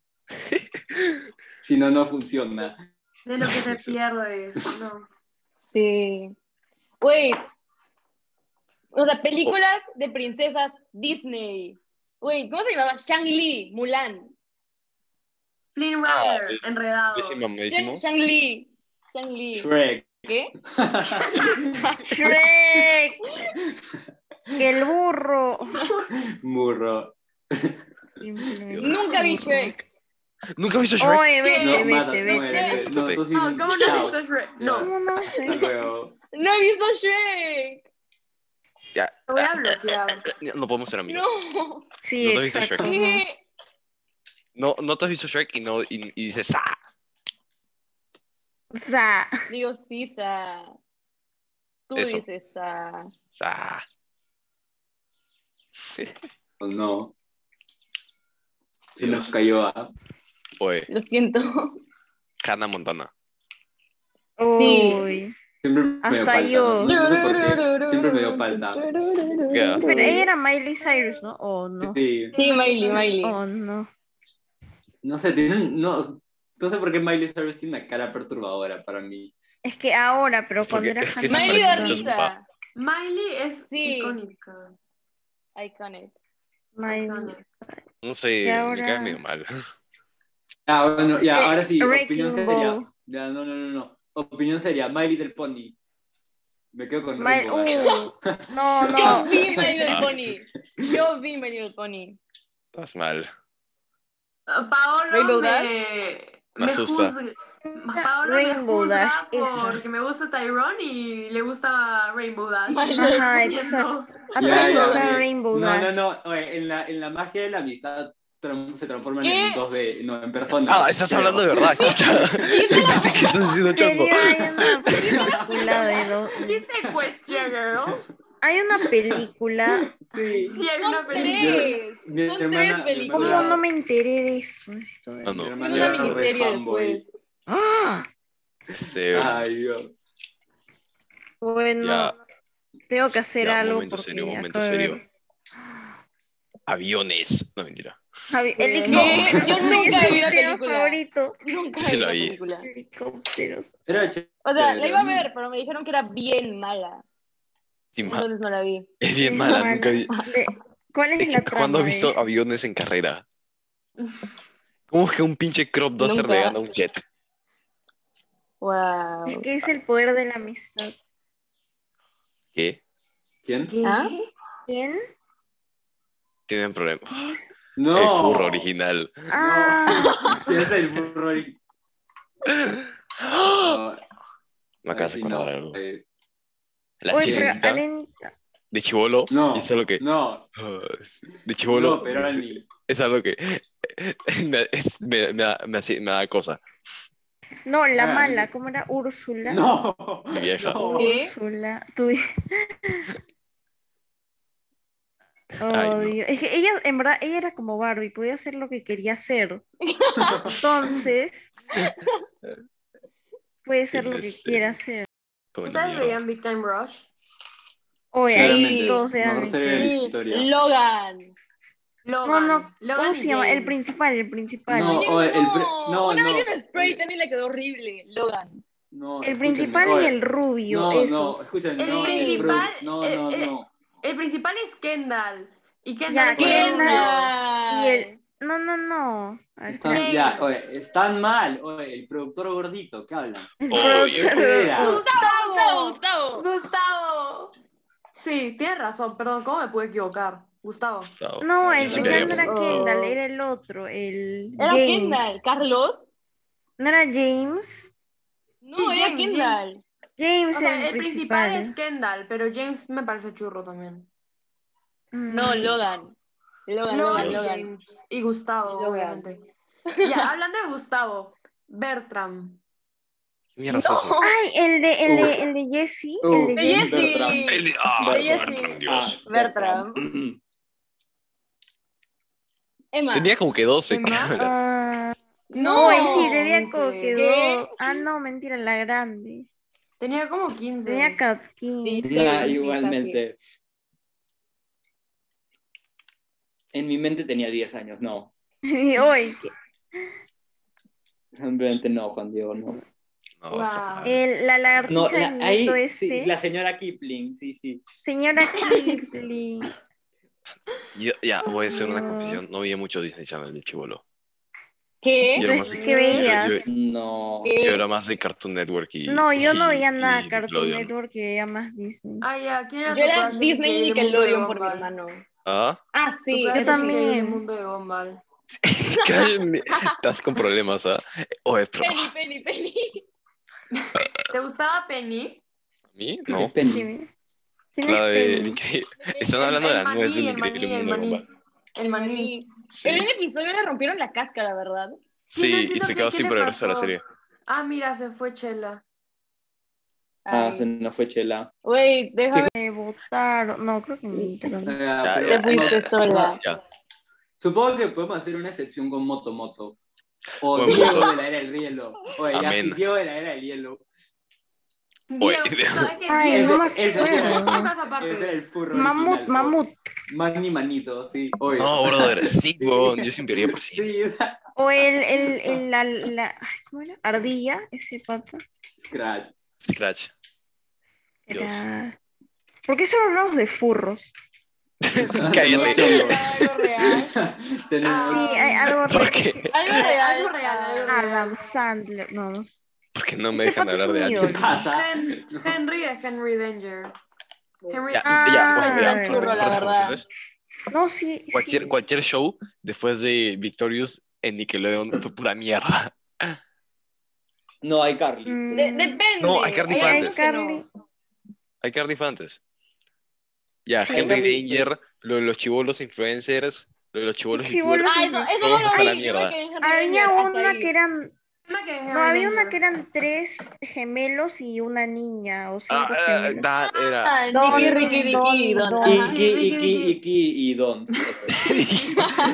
Speaker 7: si no, no funciona.
Speaker 2: De lo que te
Speaker 3: Eso.
Speaker 2: pierdes. No.
Speaker 4: Sí. Güey. O sea, películas de princesas Disney. Güey, ¿cómo se llamaba? Shang-Li, Mulan.
Speaker 2: Flynn
Speaker 3: Ah,
Speaker 2: Rider,
Speaker 3: el-
Speaker 2: enredado.
Speaker 3: Es mamadísimo.
Speaker 4: Shang-Li. Shang-Li.
Speaker 5: Shrek.
Speaker 4: ¿Qué?
Speaker 6: Shrek. El burro.
Speaker 7: Burro.
Speaker 6: Simplemente
Speaker 4: Nunca vi
Speaker 6: burro.
Speaker 4: Shrek.
Speaker 3: Nunca he visto Shrek.
Speaker 6: Oye, vete,
Speaker 7: No, mata,
Speaker 6: vete, vete.
Speaker 7: muérete. No, tú sí.
Speaker 2: No, ¿cómo no has
Speaker 7: Chao.
Speaker 2: visto Shrek? No,
Speaker 6: ¿Cómo no sé?
Speaker 7: Hasta luego.
Speaker 4: No he visto Shrek.
Speaker 2: te voy a bloquear.
Speaker 3: Ya, No podemos ser amigos.
Speaker 4: No.
Speaker 6: Sí,
Speaker 3: No te viste
Speaker 6: exacto.
Speaker 4: ¿Qué?
Speaker 3: No, no, te has visto Shrek y, no, y, y dices, ¡ah!
Speaker 6: O sea,
Speaker 4: Digo, sí, Sa. Tú
Speaker 3: Eso.
Speaker 4: dices Sa.
Speaker 3: ¡ah!
Speaker 7: Oh, no. Se nos cayó ah.
Speaker 3: Oye,
Speaker 4: Lo siento.
Speaker 3: Hannah Montana.
Speaker 4: Sí.
Speaker 6: uy.
Speaker 7: Siempre me dio
Speaker 6: Hasta
Speaker 7: palta.
Speaker 6: yo.
Speaker 7: No sé por qué, Siempre me dio palta.
Speaker 3: Ya.
Speaker 6: Pero ella era Miley Cyrus, ¿no? O no.
Speaker 7: Sí.
Speaker 4: Sí, Miley, Miley.
Speaker 6: O no.
Speaker 7: No sé, tienen. No, no sé por qué Miley Cyrus tiene una cara perturbadora para mí.
Speaker 6: Es que ahora, pero cuando
Speaker 3: Porque
Speaker 6: era
Speaker 3: es que se
Speaker 6: Hannah
Speaker 4: Miley
Speaker 3: parece
Speaker 4: da
Speaker 6: Montana.
Speaker 3: mucho a su papá.
Speaker 4: risa.
Speaker 2: Miley es
Speaker 4: Sí.
Speaker 2: icónica.
Speaker 4: Iconic.
Speaker 6: Miley.
Speaker 3: No sé,
Speaker 6: Y ahora-
Speaker 3: me cae medio mal.
Speaker 7: Ah, bueno, ya,
Speaker 6: Re-
Speaker 7: ahora sí, opinión
Speaker 6: Wrecking Ball.
Speaker 7: seria. Ya, no, no, no, no. Opinión seria, Miley del Pony. Me quedo con
Speaker 6: Miley-
Speaker 7: Rainbow.
Speaker 6: uh, No,
Speaker 4: Yo
Speaker 6: no.
Speaker 4: vi My Little Pony. Yo vi My Little Pony.
Speaker 3: Estás mal.
Speaker 2: Ah, Paolo
Speaker 4: Rainbow
Speaker 2: me,
Speaker 4: Dash?
Speaker 3: Me asusta.
Speaker 2: juzga- Paolo
Speaker 6: Rainbow
Speaker 2: me juzga
Speaker 6: Dash, esa.
Speaker 2: porque me gusta Tyrone y le gusta Rainbow Dash.
Speaker 4: My Little
Speaker 6: Ajá,
Speaker 2: Entiendo.
Speaker 6: exacto. A
Speaker 7: Ya,
Speaker 6: todos
Speaker 7: ya,
Speaker 6: nos da
Speaker 7: ok.
Speaker 6: Rainbow
Speaker 7: No, no,
Speaker 6: Dash.
Speaker 7: no. oye, en, la, en la magia de la amistad tran- se transforman
Speaker 4: ¿Qué?
Speaker 7: en dos de. No, en personas.
Speaker 3: Ah, estás hablando de verdad, chucha. Pensé que estás diciendo
Speaker 6: En serio,
Speaker 3: chongo.
Speaker 6: hay una película de dos.
Speaker 2: ¿Viste Question Girl?
Speaker 6: Hay una película.
Speaker 7: Sí.
Speaker 2: Sí, hay una
Speaker 4: Son
Speaker 2: película.
Speaker 4: tres.
Speaker 7: Mi
Speaker 4: Son
Speaker 7: hermana-
Speaker 4: tres
Speaker 7: mi
Speaker 6: ¿Cómo
Speaker 4: películas.
Speaker 6: no me enteré de eso? Esto de-
Speaker 3: No, Este,
Speaker 7: Mi
Speaker 3: no.
Speaker 4: Fue
Speaker 7: hermana
Speaker 4: una
Speaker 7: era re
Speaker 4: miniserie
Speaker 7: fanboy.
Speaker 4: después.
Speaker 6: Ah,
Speaker 3: Este,
Speaker 7: Ay, Dios.
Speaker 6: bueno.
Speaker 3: Ya.
Speaker 6: Tengo que hacer
Speaker 3: Ya,
Speaker 6: algo.
Speaker 3: momento
Speaker 6: porque
Speaker 3: serio,
Speaker 6: ya
Speaker 3: momento
Speaker 6: acabo de
Speaker 3: serio.
Speaker 6: ver.
Speaker 3: aviones. No, mentira.
Speaker 6: Javi,
Speaker 4: No, yo nunca vi la
Speaker 6: helicóptero
Speaker 4: película.
Speaker 6: favorito.
Speaker 4: Nunca
Speaker 3: Sí
Speaker 4: vi
Speaker 3: la
Speaker 4: la
Speaker 3: vi.
Speaker 4: película.
Speaker 6: Helicópteros.
Speaker 7: Era ch-
Speaker 4: O sea, la
Speaker 7: Pero
Speaker 4: iba a
Speaker 7: no.
Speaker 4: ver, pero me dijeron que era bien mala.
Speaker 3: Sí, ma-
Speaker 4: Entonces no la vi.
Speaker 3: es bien
Speaker 6: es
Speaker 3: mala,
Speaker 6: mala.
Speaker 3: nunca vi. eh,
Speaker 6: De- ¿Cuál es la trama? eh.
Speaker 3: ¿Cuándo has
Speaker 6: de-
Speaker 3: visto aviones en carrera? ¿Cómo es que un pinche crop duster le
Speaker 4: Nunca.
Speaker 3: gana a un jet?
Speaker 4: Wow.
Speaker 6: Es que es el poder de la amistad.
Speaker 3: ¿Qué?
Speaker 7: ¿Quién?
Speaker 4: ¿Ah?
Speaker 6: ¿Quién?
Speaker 3: Tienen problemas.
Speaker 7: No.
Speaker 3: El furro original.
Speaker 6: Ah,
Speaker 7: Sí, es el furro original.
Speaker 3: Me acabas de
Speaker 7: no.
Speaker 3: recordar algo.
Speaker 7: eh,
Speaker 3: La
Speaker 6: uy, pero
Speaker 3: sirenita.
Speaker 6: Arenita.
Speaker 3: De chivolo.
Speaker 7: No.
Speaker 3: Y solo que.
Speaker 7: No,
Speaker 3: De chivolo.
Speaker 7: no, pero ni.
Speaker 3: es algo que. Me, es- me- me da- me hace- me da cosa.
Speaker 6: No, la
Speaker 7: Ah.
Speaker 6: mala. ¿Cómo era? Úrsula.
Speaker 7: No.
Speaker 3: Mi vieja.
Speaker 7: No.
Speaker 4: ¿Qué?
Speaker 6: Úrsula. Tú. Oh,
Speaker 3: Ay, no.
Speaker 6: Dios. Es que ella, en verdad, ella era como Barbie, podía hacer lo que quería hacer. Entonces, puede ser lo que
Speaker 3: Este,
Speaker 6: quiera hacer.
Speaker 3: Como la
Speaker 2: ¿Ustedes
Speaker 3: mierda.
Speaker 2: veían Big Time Rush?
Speaker 6: Oye,
Speaker 7: Sí,
Speaker 6: ahí
Speaker 4: claramente.
Speaker 6: todos se dan
Speaker 7: Mejor sería
Speaker 6: cuenta.
Speaker 4: Y
Speaker 7: Victoria.
Speaker 4: Logan.
Speaker 2: Logan.
Speaker 6: no,
Speaker 2: Logan
Speaker 6: ¿Cómo
Speaker 2: y
Speaker 6: se llama?
Speaker 2: Jane.
Speaker 6: El principal, el principal.
Speaker 7: No,
Speaker 4: Oye,
Speaker 7: oye, el
Speaker 4: no.
Speaker 7: pre- no,
Speaker 4: Una
Speaker 7: no.
Speaker 4: vez en Spray también le quedó horrible. Logan.
Speaker 7: No,
Speaker 6: el
Speaker 7: escúchenme,
Speaker 6: principal y
Speaker 7: oye,
Speaker 6: el rubio,
Speaker 7: No,
Speaker 6: esos.
Speaker 7: no, escúchame,
Speaker 2: El
Speaker 7: no,
Speaker 2: principal,
Speaker 7: pro- no,
Speaker 2: eh,
Speaker 7: no,
Speaker 2: eh,
Speaker 7: no.
Speaker 2: El principal es Kendall. Y Kendall
Speaker 6: Ya,
Speaker 2: es
Speaker 7: ¿qué?
Speaker 2: el malo.
Speaker 4: Kendall.
Speaker 6: Y el- No, no, no. A ver,
Speaker 7: Están,
Speaker 6: espera.
Speaker 2: Snake.
Speaker 7: ya, oye, están mal, oye, el productor gordito, ¿qué hablan?
Speaker 3: Oye,
Speaker 7: Ese era.
Speaker 4: Gustavo,
Speaker 2: ¡Gustavo!
Speaker 4: Gustavo.
Speaker 2: ¡Gustavo! Sí, tienes razón. Perdón, ¿cómo me pude equivocar? Gustavo.
Speaker 3: Gustavo.
Speaker 6: No,
Speaker 3: Yo
Speaker 6: el
Speaker 3: siempre
Speaker 6: principal no
Speaker 3: había
Speaker 6: era
Speaker 3: pensado.
Speaker 6: Kendall, era el otro, el
Speaker 4: Oh. Era
Speaker 6: James.
Speaker 4: Kendall. Carlos.
Speaker 6: ¿No era James?
Speaker 4: No,
Speaker 2: Sí,
Speaker 4: era
Speaker 2: James,
Speaker 4: Kendall.
Speaker 6: James era
Speaker 2: O sea,
Speaker 6: el, ¿eh?
Speaker 2: el principal es Kendall, pero James me parece churro también.
Speaker 6: Mm.
Speaker 4: No, Logan. Logan, Logan,
Speaker 3: Dios.
Speaker 4: Logan.
Speaker 2: James. Y Gustavo,
Speaker 4: Y Logan.
Speaker 2: obviamente. Ya, hablando de Gustavo, Bertram.
Speaker 3: ¿Qué mierda es eso?
Speaker 6: Ay, el de, el de, el de Jesse.
Speaker 7: Uh.
Speaker 6: el de
Speaker 4: De
Speaker 6: Jesse.
Speaker 4: Jesse.
Speaker 3: El- ah,
Speaker 4: Oye, sí.
Speaker 3: Bertram, Dios.
Speaker 7: Ah,
Speaker 4: Bertram. Emma.
Speaker 3: Tenía como que 12
Speaker 2: Emma.
Speaker 3: cámaras.
Speaker 6: Ah,
Speaker 4: No,
Speaker 6: no, él sí, tenía
Speaker 2: once.
Speaker 6: como que
Speaker 4: ¿Qué?
Speaker 6: dos. Ah, no, mentira, la grande.
Speaker 2: Tenía como 15.
Speaker 6: Tenía
Speaker 4: Sí,
Speaker 6: Katkin.
Speaker 4: sí,
Speaker 5: Nah,
Speaker 4: sí,
Speaker 5: igualmente. En mi mente tenía 10 años, no.
Speaker 6: Y hoy, que-
Speaker 5: Realmente no, Juan Diego, no.
Speaker 3: No, eh,
Speaker 2: Wow.
Speaker 3: esa-
Speaker 6: el- la lagartija
Speaker 5: No,
Speaker 6: del
Speaker 5: la, ahí,
Speaker 6: nieto este,
Speaker 5: sí, la señora Kipling, sí, sí.
Speaker 6: señora Kipling.
Speaker 3: Yo- ya, voy a hacer una
Speaker 6: No.
Speaker 3: confesión. No vi mucho Disney Channel de chivolo.
Speaker 4: ¿Qué?
Speaker 3: Yo, era más de-
Speaker 6: ¿Qué veías?
Speaker 3: yo- yo-
Speaker 5: No.
Speaker 4: ¿Qué?
Speaker 3: yo era más de Cartoon Network y.
Speaker 6: No, yo no
Speaker 3: y-
Speaker 6: veía
Speaker 3: y
Speaker 6: nada Cartoon
Speaker 3: Nickelodeon.
Speaker 6: Network, yo veía más Disney.
Speaker 2: Ah, ya, ¿quién
Speaker 4: Yo
Speaker 2: era tu
Speaker 4: era
Speaker 2: crush
Speaker 4: Disney y
Speaker 2: del mundo de
Speaker 4: Nickelodeon por mi
Speaker 2: Gumball?
Speaker 4: hermano.
Speaker 3: ¿Ah?
Speaker 4: Ah, sí,
Speaker 2: Tu crush
Speaker 6: yo
Speaker 2: del
Speaker 6: también.
Speaker 2: mundo de Gumball.
Speaker 3: Cállate. Estás con problemas, ¿ah? Oye, pero.
Speaker 4: Penny, Penny, Penny.
Speaker 2: ¿Te gustaba Penny?
Speaker 3: ¿A mí? No.
Speaker 5: Penny.
Speaker 6: Sí. ¿Quién
Speaker 3: La
Speaker 6: es
Speaker 3: de.
Speaker 6: Penny?
Speaker 3: el increíble- Están hablando de
Speaker 2: el
Speaker 3: las nubes del
Speaker 2: maní, el maní,
Speaker 3: increíble
Speaker 2: el
Speaker 3: mundo de
Speaker 2: maní.
Speaker 3: Gumball.
Speaker 2: El maní.
Speaker 3: Sí.
Speaker 4: En un episodio le rompieron la cáscara, ¿verdad?
Speaker 2: no
Speaker 3: Sí, y
Speaker 2: entiendo
Speaker 3: se
Speaker 2: qué-
Speaker 3: quedó
Speaker 2: qué
Speaker 3: sin
Speaker 2: le
Speaker 3: progreso a la
Speaker 2: pasó.
Speaker 3: serie.
Speaker 2: Ah, mira, se fue Chela.
Speaker 5: Ah,
Speaker 4: Ay.
Speaker 5: se nos fue Chela.
Speaker 4: Güey, déjame.
Speaker 6: Me votaron. No, creo que me votaron.
Speaker 7: Eh,
Speaker 3: Ya,
Speaker 7: pero-
Speaker 4: Te fuiste
Speaker 7: no,
Speaker 4: sola.
Speaker 3: Ya.
Speaker 7: Supongo que podemos hacer una excepción con Moto Moto. O
Speaker 3: Buen
Speaker 7: Diego
Speaker 3: punto.
Speaker 7: de la era del hielo. Oye, ya
Speaker 3: Amén.
Speaker 7: sí, Diego de la era del hielo.
Speaker 3: Oye,
Speaker 2: Dios,
Speaker 3: Dios.
Speaker 2: ¿sabe qué?
Speaker 6: Ay,
Speaker 2: Dios,
Speaker 6: no me
Speaker 7: Ese- ese-
Speaker 6: acuerdo.
Speaker 2: pocas aparte.
Speaker 7: Ese era el furro.
Speaker 6: Mamut,
Speaker 7: original.
Speaker 6: mamut.
Speaker 7: Mani manito, sí. obvio.
Speaker 3: No, brother, sí,
Speaker 7: Sí.
Speaker 3: weón, yo siempre iría por sí.
Speaker 7: Sí, o sea,
Speaker 6: O el, el, el- la, la- ay, ¿cómo era? Ardilla, ese pato.
Speaker 7: Scratch.
Speaker 3: Scratch. Dios.
Speaker 6: Era... ¿Por qué solo hablamos de furros?
Speaker 3: Cállate.
Speaker 4: Algo real.
Speaker 6: Sí,
Speaker 7: Tenemos-
Speaker 6: hay algo
Speaker 3: ¿Por
Speaker 6: re-
Speaker 3: qué?
Speaker 4: Algo real.
Speaker 2: Eh,
Speaker 4: ah,
Speaker 2: Algo real, algo real.
Speaker 6: Adam Sandler, no.
Speaker 3: Porque no me dejan
Speaker 6: Ese pato
Speaker 3: hablar de
Speaker 6: es un
Speaker 3: algo.
Speaker 7: ¿Qué pasa?
Speaker 2: Hen- Henry de Henry Danger. Henry
Speaker 3: Ya,
Speaker 6: Ah,
Speaker 3: ya, oye,
Speaker 6: ya,
Speaker 3: ya, corta,
Speaker 4: la
Speaker 3: corta,
Speaker 4: verdad.
Speaker 3: corta.
Speaker 6: No, sí. sí.
Speaker 3: Cualquier, cualquier show después de Victorious en Nickelodeon fue pura mierda.
Speaker 5: No hay Carly.
Speaker 6: Mm,
Speaker 4: De- depende.
Speaker 3: No, hay carne
Speaker 4: algunos
Speaker 3: antes.
Speaker 4: que no.
Speaker 6: Carly.
Speaker 3: Hay Cardiff antes. Ya,
Speaker 5: Sí,
Speaker 3: Henry
Speaker 5: Cardiff.
Speaker 3: Danger, lo de los chivolos influencers, lo de los chivolos
Speaker 6: Chibolos.
Speaker 3: youtubers.
Speaker 4: Ah, eso, eso
Speaker 3: Todos
Speaker 4: no
Speaker 3: hasta
Speaker 4: lo
Speaker 3: la
Speaker 4: vi. Yo
Speaker 3: mierda.
Speaker 4: me quedé en Henry
Speaker 6: Había
Speaker 4: Danger, hasta
Speaker 6: una
Speaker 4: ahí.
Speaker 6: que eran,
Speaker 2: Una que Henry
Speaker 6: no, había una
Speaker 2: Danger.
Speaker 6: que eran tres gemelos y una niña, o cinco
Speaker 3: Ah, ah,
Speaker 6: gemelos.
Speaker 3: that era.
Speaker 4: Ah,
Speaker 6: Don,
Speaker 4: Nicky, Ricky, Dicky,
Speaker 6: Don,
Speaker 4: Don.
Speaker 6: Don.
Speaker 4: Ajá.
Speaker 5: Iki, Iki, Iki y Don.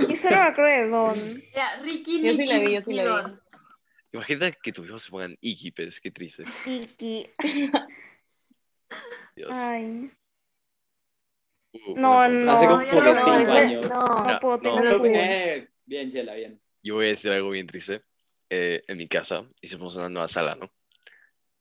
Speaker 6: Y solo me acuerdo de Don.
Speaker 2: Ya, Ricky,
Speaker 4: Yo sí la
Speaker 2: Nicky,
Speaker 4: vi, yo sí la
Speaker 2: Nicky
Speaker 4: vi.
Speaker 2: Don.
Speaker 3: Imagínate que tus hijos se pongan Iggy, pues, qué triste.
Speaker 6: Iki.
Speaker 3: Dios.
Speaker 6: Ay.
Speaker 3: Uh,
Speaker 6: No,
Speaker 3: una
Speaker 6: no.
Speaker 5: Hace como
Speaker 6: yo no,
Speaker 5: cinco
Speaker 6: puedo-
Speaker 5: años.
Speaker 6: No,
Speaker 3: Mira,
Speaker 6: no puedo
Speaker 3: no.
Speaker 6: tener
Speaker 4: No lo
Speaker 6: fútbol.
Speaker 5: Eh, bien, Chela, bien.
Speaker 3: Yo voy a decir algo bien triste. Eh, en mi casa hicimos una nueva sala, ¿no?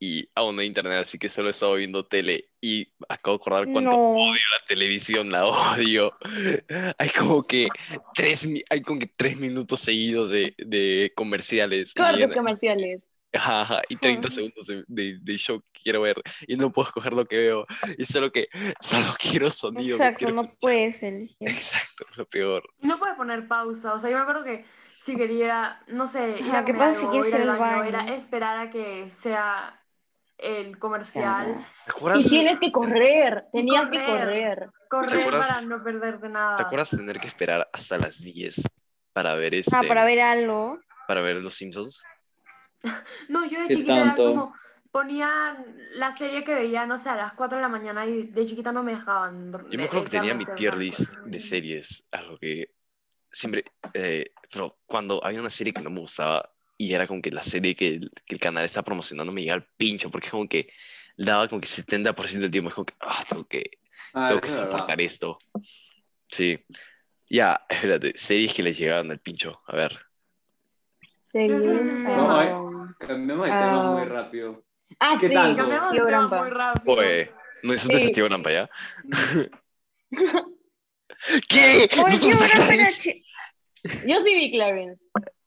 Speaker 3: Y aún no hay internet, así que solo he estado viendo tele. Y acabo de acordar cuánto
Speaker 6: No.
Speaker 3: odio la televisión, la odio. Hay como que tres, mi- hay como que tres minutos seguidos de, de comerciales. Y,
Speaker 4: Cortes
Speaker 3: llegan-
Speaker 4: comerciales.
Speaker 3: ajá, ajá, y 30
Speaker 6: Ajá.
Speaker 3: segundos de, de- de show que quiero ver. Y no puedo escoger lo que veo. Y solo que, solo quiero sonido. no
Speaker 6: Exacto,
Speaker 3: quiero-
Speaker 6: no puedes elegir.
Speaker 3: Exacto, lo peor.
Speaker 2: Y no puede poner pausa. O sea, yo me acuerdo que si quería, no sé, ir
Speaker 6: Ajá,
Speaker 2: a
Speaker 6: ¿qué
Speaker 2: comer
Speaker 6: pasa si
Speaker 2: algo,
Speaker 6: quieres
Speaker 2: ir al
Speaker 6: ir al
Speaker 2: baño,
Speaker 6: baño?
Speaker 2: ir a esperar a que sea el comercial,
Speaker 3: ¿Te
Speaker 4: Y
Speaker 3: acuerdas,
Speaker 4: tienes que correr, tenías que
Speaker 2: correr.
Speaker 4: correr.
Speaker 2: correr
Speaker 3: acuerdas?
Speaker 2: para no perderte nada.
Speaker 3: ¿te acuerdas tener que esperar hasta las 10 para ver este,
Speaker 6: Ah. Ah, para ver algo.
Speaker 3: para ver Los Simpsons?
Speaker 2: No, yo de
Speaker 5: ¿Qué
Speaker 2: chiquita
Speaker 5: tanto?
Speaker 2: era como ponía la serie que veía, no sé, a las 4 de la mañana y de chiquita no me dejaban dormir.
Speaker 3: Yo me acuerdo que tenía mi tier
Speaker 2: despertarme.
Speaker 3: list de series, algo que siempre, eh, pero cuando había una serie que no me gustaba y era como que la serie que el, que el canal estaba promocionando me llegaba al pincho porque es como que daba como que 70% del tiempo, es como que, ah, tengo que,
Speaker 7: Ah,
Speaker 3: tengo que
Speaker 7: es verdad.
Speaker 3: soportar esto. Sí. Ya, espérate, series que les llegaban al pincho, a ver.
Speaker 4: Seguir.
Speaker 2: No,
Speaker 4: Ah.
Speaker 7: Cambiamos de
Speaker 4: Ah.
Speaker 7: tema muy rápido.
Speaker 4: Ah,
Speaker 7: ¿Qué
Speaker 4: sí.
Speaker 7: tal?
Speaker 2: Cambiamos de
Speaker 4: Tío
Speaker 2: tema
Speaker 4: Grampa.
Speaker 2: muy rápido.
Speaker 3: Oye, no insultes
Speaker 4: Sí.
Speaker 3: a Tío Lampa, ¿ya? ¿Qué?
Speaker 6: Oye,
Speaker 3: ¿No te
Speaker 6: yo
Speaker 3: vas a
Speaker 6: una pena
Speaker 3: Clarice?
Speaker 6: chi-
Speaker 4: Yo sí vi Clarence.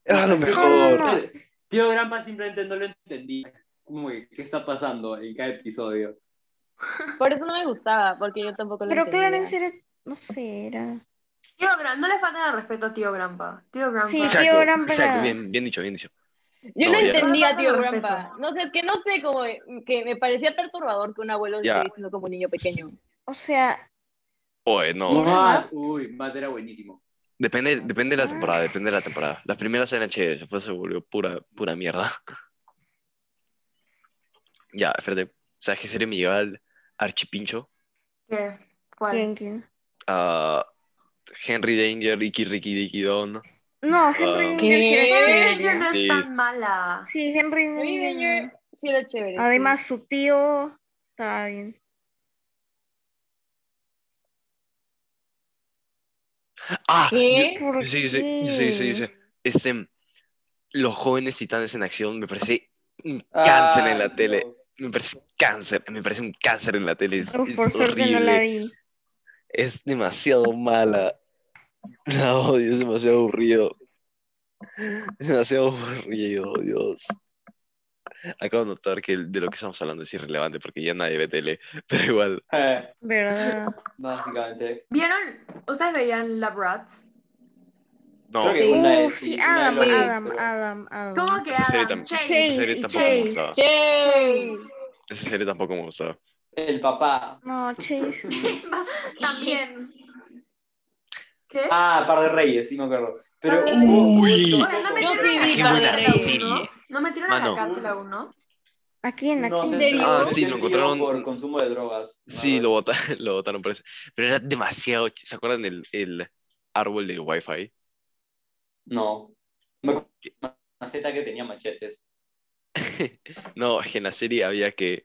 Speaker 3: Ah, lo
Speaker 6: No, no,
Speaker 3: mejor.
Speaker 6: no.
Speaker 7: Tío Grampa simplemente no lo entendí. Como que, ¿qué está pasando en cada episodio?
Speaker 4: Por eso no me gustaba, porque yo tampoco lo
Speaker 6: Pero
Speaker 4: entendía.
Speaker 6: Clarence era, no sé, era.
Speaker 2: Tío Gran- no le falta el respeto a Tío Grampa. Tío Grampa.
Speaker 6: Sí,
Speaker 3: Exacto,
Speaker 6: Tío Lampa era-
Speaker 3: exacto, bien, bien dicho, bien dicho.
Speaker 4: Yo
Speaker 3: No,
Speaker 4: no,
Speaker 3: ya.
Speaker 4: entendía,
Speaker 2: No, no,
Speaker 4: tío
Speaker 2: no,
Speaker 4: Grampa.
Speaker 2: respeto.
Speaker 4: No sé, es que no sé, como que me parecía perturbador que un abuelo se
Speaker 3: Ya.
Speaker 4: esté diciendo como un niño pequeño.
Speaker 6: O sea,
Speaker 3: Oye, no.
Speaker 7: Matt, Ah, uy, Matt era buenísimo.
Speaker 3: Depende, depende de la temporada, depende de la temporada. Las primeras eran chéveres, después se volvió pura, pura mierda. Ya, espérate. ¿Sabes qué serie me lleva al archipincho?
Speaker 2: ¿Qué? ¿Cuál?
Speaker 6: ¿quién, quién?
Speaker 3: A Henry Danger, Ricky Ricky Dicky Don.
Speaker 6: No,
Speaker 3: Ah.
Speaker 6: Henry
Speaker 4: ¿Qué?
Speaker 6: Danger sí era
Speaker 2: Henry
Speaker 6: chévere.
Speaker 2: Danger no es
Speaker 3: Sí.
Speaker 2: tan mala.
Speaker 6: Sí, Henry
Speaker 4: Henry
Speaker 6: Danger.
Speaker 4: Danger sí era chévere. sí.
Speaker 6: Además, su tío estaba bien.
Speaker 3: ¡Ah!
Speaker 4: ¿Qué?
Speaker 6: ¿Por
Speaker 3: Yo- Sí, sí, sí,
Speaker 6: qué?
Speaker 3: sí, sí, sí. Este, los jóvenes titanes en acción me parece un cáncer
Speaker 5: Cáncer
Speaker 3: en la tele. Me parece cáncer, me parece un cáncer en la tele. Es,
Speaker 6: Por
Speaker 3: es
Speaker 6: por suerte no la
Speaker 3: horrible.
Speaker 6: vi.
Speaker 3: Es demasiado mala. La odio, es demasiado aburrido. Es demasiado aburrido, Dios. Acabo de notar que el- de lo que estamos hablando es irrelevante porque ya nadie ve tele, pero igual.
Speaker 5: Eh,
Speaker 6: ¿Verdad?
Speaker 5: básicamente.
Speaker 2: ¿Vieron? ¿Ustedes veían Lab Rats?
Speaker 3: No,
Speaker 5: Creo que
Speaker 6: Uf,
Speaker 5: una de
Speaker 6: sí,
Speaker 5: una de
Speaker 6: Adam,
Speaker 5: los-
Speaker 6: Adam,
Speaker 5: pero-
Speaker 6: Adam, Adam.
Speaker 2: ¿Cómo que
Speaker 3: Esa serie también.
Speaker 2: Adam? Chase.
Speaker 6: Chase
Speaker 3: esa serie
Speaker 6: y
Speaker 3: tampoco me
Speaker 6: Chase.
Speaker 3: gustaba.
Speaker 4: Che.
Speaker 3: Esa serie tampoco me gustaba.
Speaker 5: El papá.
Speaker 6: No, Chase.
Speaker 2: También. ¿Qué?
Speaker 5: Ah, Par de Reyes, sí me acuerdo. Pero uh,
Speaker 2: Par de
Speaker 5: hubo
Speaker 3: Reyes.
Speaker 5: un-
Speaker 2: Oye, ¿no
Speaker 4: Yo
Speaker 2: metieron
Speaker 4: sí
Speaker 2: a la
Speaker 4: vi
Speaker 3: Qué
Speaker 4: Padre
Speaker 3: buena
Speaker 2: cárcel a
Speaker 4: Reyes.
Speaker 3: serie.
Speaker 2: uno? ¿No metieron a
Speaker 3: Mano.
Speaker 2: la cárcel a uno?
Speaker 6: ¿A quién? ¿A
Speaker 5: No,
Speaker 6: quién?
Speaker 5: se
Speaker 4: serio?
Speaker 5: entregó
Speaker 3: Ah, sí, lo encontraron-
Speaker 5: por consumo de drogas.
Speaker 3: Sí,
Speaker 5: Ah,
Speaker 3: lo botaron, lo botaron por eso. Pero era demasiado. ch- ¿Se acuerdan el, el árbol del Wi-Fi?
Speaker 5: No. Me acuerdo de una maceta que tenía machetes.
Speaker 3: No, es que en la serie había que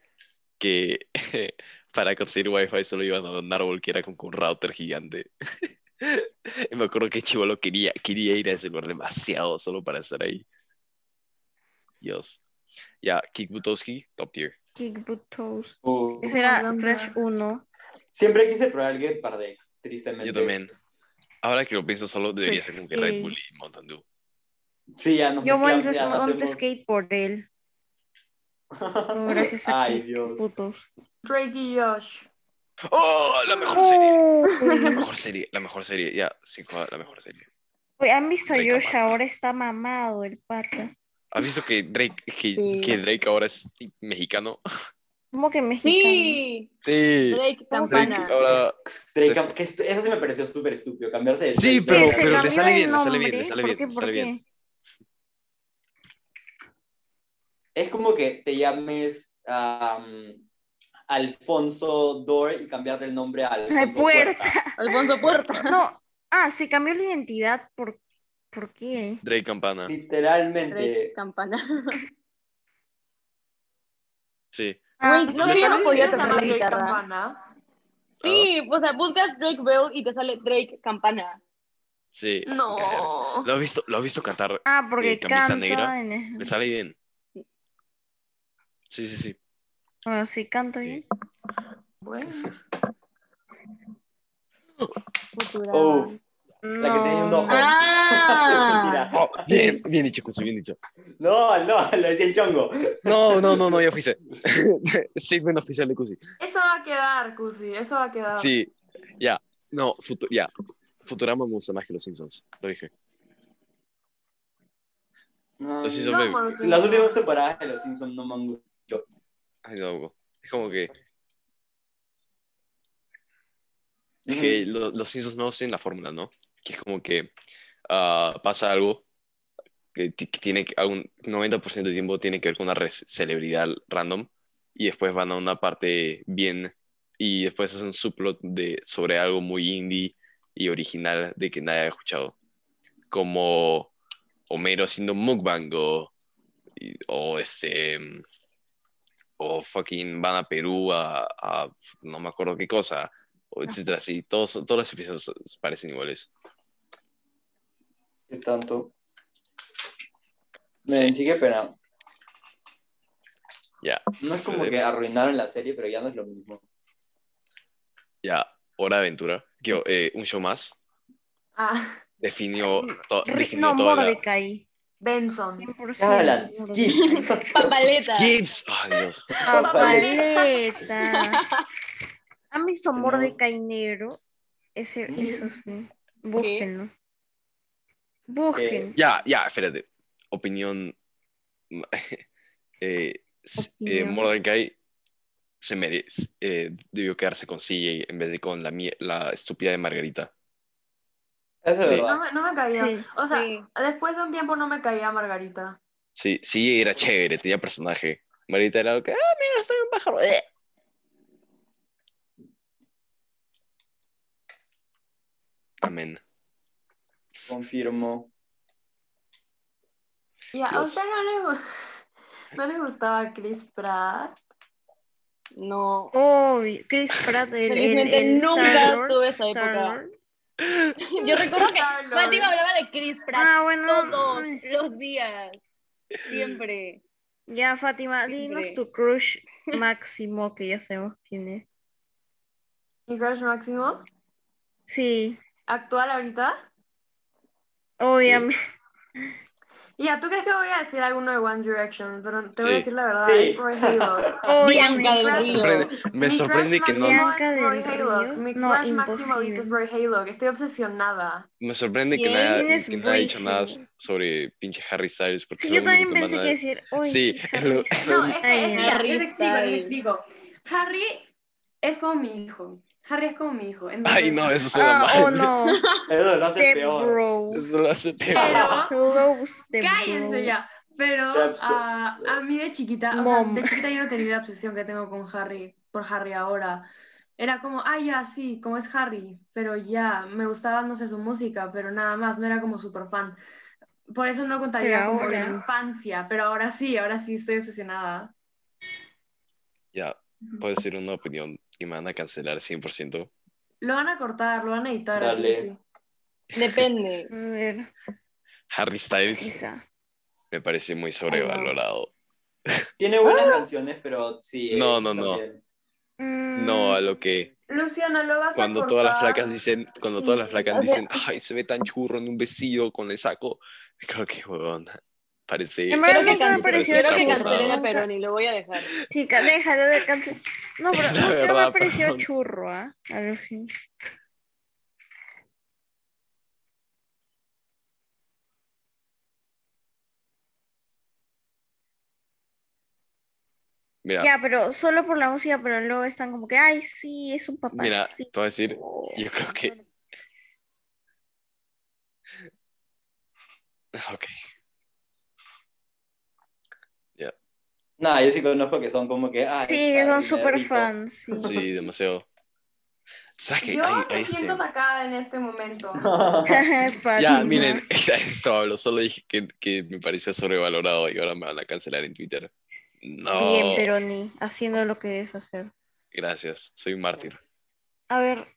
Speaker 3: que para conseguir wifi solo iban a un árbol que era como un router gigante. Y me acuerdo que Chivolo quería, quería ir a ese lugar demasiado solo para estar ahí. Dios. Ya, Kick Butowski, top tier.
Speaker 6: Kick Boot Toes.
Speaker 7: Oh.
Speaker 6: Ese era
Speaker 2: Hablando.
Speaker 6: Rush 1.
Speaker 5: Siempre quise probar el Get Pardex, tristemente.
Speaker 3: Yo también. Ahora que lo pienso solo debería
Speaker 6: Pues
Speaker 3: ser como que
Speaker 6: sí.
Speaker 3: Red Bull y Mountain Dew.
Speaker 5: Sí, ya no
Speaker 6: Yo monto, monto skate por él. Pero gracias a
Speaker 5: Ay,
Speaker 6: Kick
Speaker 5: Dios.
Speaker 6: Putos.
Speaker 2: Drake y Josh.
Speaker 3: ¡Oh! La mejor serie. La mejor serie, la mejor serie. Ya, sin joder, la mejor serie.
Speaker 6: Uy, ¿Han visto a
Speaker 3: Rica
Speaker 6: Josh?
Speaker 3: pata.
Speaker 6: Ahora está mamado el pata.
Speaker 3: ¿Has visto que Drake, que,
Speaker 4: Sí.
Speaker 3: que Drake ahora es mexicano?
Speaker 6: ¿Cómo que mexicano?
Speaker 4: Sí,
Speaker 3: Sí.
Speaker 4: Drake
Speaker 3: Drake
Speaker 4: Campana.
Speaker 3: ahora
Speaker 5: Drake, cam- que esto- eso sí me pareció súper estúpido, cambiarse de
Speaker 3: Sí,
Speaker 5: skate.
Speaker 3: pero-
Speaker 6: Que se
Speaker 3: pero le
Speaker 6: cambió
Speaker 3: sale
Speaker 6: el
Speaker 3: bien, le sale bien,
Speaker 6: nombre.
Speaker 3: le sale
Speaker 6: ¿Por
Speaker 3: bien,
Speaker 6: qué?
Speaker 3: le
Speaker 6: ¿Por
Speaker 3: sale bien.
Speaker 6: qué?
Speaker 5: Es como que te llames am, Alfonso Dor y cambiarte el nombre a Alfonso
Speaker 6: Puerta.
Speaker 5: Puerta.
Speaker 4: Alfonso Puerta.
Speaker 6: No, ah, se cambió la identidad. ¿Por, ¿por qué?
Speaker 3: Drake Campana.
Speaker 5: Literalmente.
Speaker 4: Drake Campana.
Speaker 3: Sí.
Speaker 6: Ah,
Speaker 4: Güey, No,
Speaker 3: yo
Speaker 4: no podía
Speaker 2: ¿Sabes
Speaker 4: tocar la
Speaker 2: que se llama
Speaker 4: guitarra.
Speaker 2: Drake Campana?
Speaker 4: Sí, o sea, buscas Drake Bell y te sale Drake Campana.
Speaker 3: Sí. es un cagadero.
Speaker 2: No.
Speaker 3: ¿Lo has visto, lo has visto cantar?
Speaker 6: ah, porque
Speaker 3: eh, camisa
Speaker 6: canta
Speaker 3: negra.
Speaker 6: en-
Speaker 3: Le sale bien. Sí, sí, sí.
Speaker 6: Bueno, sí, canta
Speaker 3: Sí.
Speaker 6: bien.
Speaker 2: Bueno.
Speaker 5: Uf, la que
Speaker 6: No,
Speaker 5: tenía un
Speaker 6: no.
Speaker 5: ojo.
Speaker 4: Ah,
Speaker 5: Mentira.
Speaker 3: Oh, bien, bien dicho, Cusi, bien dicho.
Speaker 5: No, no, lo decía el chongo.
Speaker 3: No, no, no, no, ya oficial. Statement oficial de Cusi.
Speaker 2: Eso va a quedar, Cusi. Eso va a quedar.
Speaker 3: Sí, ya. No, Futu- ya. Futurama me gusta más que los Simpsons. Lo dije. Los
Speaker 5: Mm,
Speaker 3: hizo
Speaker 2: No,
Speaker 3: baby.
Speaker 2: por los
Speaker 5: Las
Speaker 2: Simpsons.
Speaker 5: últimas temporadas de Los Simpsons no me han gustado.
Speaker 3: Ay, no, Hugo. Es como que, que lo- los Simpsons no tienen la fórmula, ¿no? Que es como que ah, pasa algo que, ti- que tiene que- algún 90% del tiempo tiene que ver con una res- celebridad random y después van a una parte bien y después hacen un subplot de, sobre algo muy indie y original de que nadie ha escuchado. Como Homero haciendo mukbang o, y- o este... O fucking van a Perú a, a no me acuerdo qué cosa, o etcétera. Así, todos, todos los episodios parecen iguales.
Speaker 5: ¿Qué tanto?
Speaker 3: Sí.
Speaker 5: Me sí. que pena.
Speaker 3: Ya.
Speaker 5: No es como que arruinaron la serie, pero ya no es lo mismo.
Speaker 3: Ya, Hora de Aventura, que, eh, un show más,
Speaker 2: Ah,
Speaker 3: definió, to-
Speaker 6: Ri-
Speaker 3: definió
Speaker 6: no,
Speaker 3: toda la...
Speaker 6: Mordecai.
Speaker 2: Benson.
Speaker 6: 100%.
Speaker 5: Alan,
Speaker 6: Mordecai.
Speaker 5: Skips.
Speaker 4: Papaleta.
Speaker 3: Skips. Ay, Dios.
Speaker 6: ¿eh? Papaleta. ¿Han visto
Speaker 5: Tenemos-
Speaker 6: Mordecai Negro? Ese,
Speaker 3: Mm.
Speaker 6: eso sí. Búsquenlo. Búsquenlo.
Speaker 3: Ya, ya, espérate. Opinión. eh, s- eh,
Speaker 6: Opinión.
Speaker 3: Mordecai se merece, eh, debió quedarse con CJ en vez de con la, mie- la estúpida de Margarita.
Speaker 5: Eso es
Speaker 3: Sí.
Speaker 2: No
Speaker 5: verdad.
Speaker 2: me, no me caía.
Speaker 6: Sí.
Speaker 2: O sea,
Speaker 4: Sí.
Speaker 2: después de un tiempo no me caía Margarita.
Speaker 3: Sí, CJ era chévere, tenía personaje. Margarita era lo que, ah, mira, soy un pájaro. eh". Amén.
Speaker 5: Confirmo.
Speaker 2: Y a- a
Speaker 3: Dios.
Speaker 2: usted no le, gu- no le gustaba Chris Pratt.
Speaker 4: No.
Speaker 6: Oh, Chris Pratt, el, el,
Speaker 4: Felizmente
Speaker 6: el
Speaker 4: nunca
Speaker 6: Star-Lord,
Speaker 4: tuve esa época.
Speaker 6: Star-Lord.
Speaker 4: Yo recuerdo que
Speaker 2: Star-Lord.
Speaker 4: Mati me hablaba de Chris Pratt
Speaker 6: Ah, bueno.
Speaker 4: todos los días. Siempre.
Speaker 6: Ya, Fátima, dinos
Speaker 4: Siempre.
Speaker 6: tu crush máximo, que ya sabemos quién es.
Speaker 2: ¿Y Crush Máximo?
Speaker 6: Sí,
Speaker 2: ¿Actual ahorita?
Speaker 6: obviamente.
Speaker 2: Y ya, ¿tú crees que voy a decir alguno de One Direction? Pero te voy a
Speaker 3: Sí.
Speaker 2: decir la verdad.
Speaker 5: Sí.
Speaker 2: es Roy Haydock.
Speaker 4: Bianca
Speaker 3: Me
Speaker 2: Claro.
Speaker 4: del Río.
Speaker 3: sorprende, me
Speaker 2: Mi
Speaker 3: sorprende
Speaker 2: crush
Speaker 3: que no,
Speaker 2: máximo
Speaker 6: Bianca
Speaker 2: es Roy
Speaker 6: del
Speaker 2: Haydock.
Speaker 6: Río.
Speaker 2: Mi
Speaker 6: No,
Speaker 2: crush máximo ahorita
Speaker 6: imposible.
Speaker 2: es Roy Haydock. Estoy obsesionada.
Speaker 3: me sorprende que
Speaker 4: ¿Quién
Speaker 3: nadie
Speaker 6: es
Speaker 3: que nadie ha dicho nada
Speaker 6: Britney?
Speaker 3: sobre pinche Harry Styles porque
Speaker 6: Sí,
Speaker 3: es
Speaker 6: yo
Speaker 3: lo
Speaker 6: también
Speaker 3: único que
Speaker 6: pensé
Speaker 3: van
Speaker 6: que
Speaker 3: a-
Speaker 6: decir, uy,
Speaker 3: Sí, es lo- es lo-
Speaker 2: No, es que es, mira,
Speaker 4: Harry
Speaker 2: les explico, les
Speaker 4: Styles.
Speaker 2: explico. Harry es como mi hijo. Harry es como mi hijo. entonces-
Speaker 3: Ay, no, eso suena
Speaker 6: Ah, oh
Speaker 3: mal.
Speaker 6: no,
Speaker 5: Eso lo hace
Speaker 6: the
Speaker 5: peor.
Speaker 6: bro.
Speaker 3: Eso lo hace peor.
Speaker 2: Pero,
Speaker 6: Close the bro.
Speaker 2: cállense ya. Pero
Speaker 5: Está absurdo.
Speaker 2: ah, a mí de chiquita, o
Speaker 6: Mom.
Speaker 2: sea, de chiquita yo no tenía la obsesión que tengo con Harry, por Harry ahora. Era como, ay, ya, sí, como es Harry, pero ya, me gustaba, no sé, su música, pero nada más, no era como súper fan. Por eso no contaría
Speaker 6: Pero
Speaker 2: como de
Speaker 6: ahora.
Speaker 2: infancia, pero ahora sí, ahora sí estoy obsesionada.
Speaker 3: Ya, Puedo decir una opinión y me van a cancelar 100%.
Speaker 2: Lo van a cortar, lo van a editar. así,
Speaker 5: Dale.
Speaker 2: así.
Speaker 4: Depende.
Speaker 6: A ver,
Speaker 3: Harry Styles
Speaker 6: quizá.
Speaker 3: me parece muy sobrevalorado.
Speaker 5: Tiene buenas canciones, pero sí. eh,
Speaker 3: No, no, no.
Speaker 5: también.
Speaker 6: Mm,
Speaker 3: No, a lo que
Speaker 2: Luciana, lo vas a
Speaker 3: cuando
Speaker 2: cortar.
Speaker 3: todas las flacas dicen, cuando todas las
Speaker 2: Sí,
Speaker 3: flacas
Speaker 4: o sea-
Speaker 3: dicen, ay, se ve tan churro en un vestido con el saco. Creo que, huevón, parece.
Speaker 6: En verdad
Speaker 4: Quiero
Speaker 6: no
Speaker 4: que,
Speaker 6: se me
Speaker 4: can-
Speaker 3: parece
Speaker 6: pareció
Speaker 4: quiero que
Speaker 3: tramposo.
Speaker 4: cancelen a Peroni, lo voy a dejar.
Speaker 6: Chica, déjalo de cancelar. No, pero
Speaker 3: Es la
Speaker 6: nunca me
Speaker 3: verdad,
Speaker 6: ha parecido
Speaker 3: perdón.
Speaker 6: churro, ¿ah? A ver si.
Speaker 3: Mira,
Speaker 6: Ya, pero solo por la música, pero luego están como que, ay, sí, es un papá.
Speaker 3: mira,
Speaker 6: sí.
Speaker 3: te voy a decir, yo creo que. Ok.
Speaker 5: No, yo sí conozco que son como que. ay,
Speaker 6: Sí,
Speaker 5: Harry,
Speaker 6: son
Speaker 5: me
Speaker 6: súper
Speaker 5: rico.
Speaker 6: fans. Sí.
Speaker 3: Sí, demasiado. ¿Sabes qué?
Speaker 2: Yo
Speaker 3: Ay,
Speaker 2: me
Speaker 3: ay, sí.
Speaker 2: siento atacada en este momento.
Speaker 3: Ya,
Speaker 6: Fácil,
Speaker 3: miren, esto hablo. Solo dije que, que me parecía sobrevalorado y ahora me van a cancelar en Twitter.
Speaker 6: ¿no?
Speaker 3: No.
Speaker 6: Bien, Peroni, haciendo lo que debes hacer.
Speaker 3: Gracias, soy un mártir.
Speaker 6: A ver,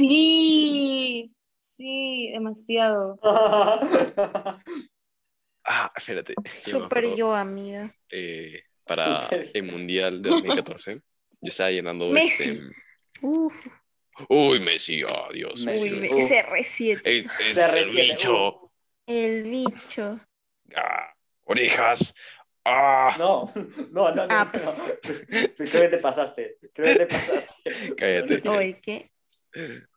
Speaker 4: Sí, sí, demasiado.
Speaker 3: Ah, espérate. ya me
Speaker 6: super
Speaker 3: acuerdo.
Speaker 6: yo, amiga.
Speaker 3: Eh, para
Speaker 5: Súper.
Speaker 3: el Mundial de 2014, yo estaba llenando
Speaker 6: Messi.
Speaker 3: este.
Speaker 6: Uf,
Speaker 3: Uy, Messi, oh Dios.
Speaker 5: Messi.
Speaker 3: Messi.
Speaker 6: uy, me-
Speaker 5: Uf.
Speaker 6: ese R7.
Speaker 3: Es, es el
Speaker 5: CR7,
Speaker 3: Este bicho.
Speaker 5: uh,
Speaker 6: El bicho.
Speaker 3: Ah, orejas. Ah,
Speaker 5: No, no, no, no.
Speaker 6: Ah,
Speaker 5: no.
Speaker 6: pues.
Speaker 5: Creo que te pasaste. Creo que te pasaste.
Speaker 3: Cállate.
Speaker 6: Oye, ¿qué?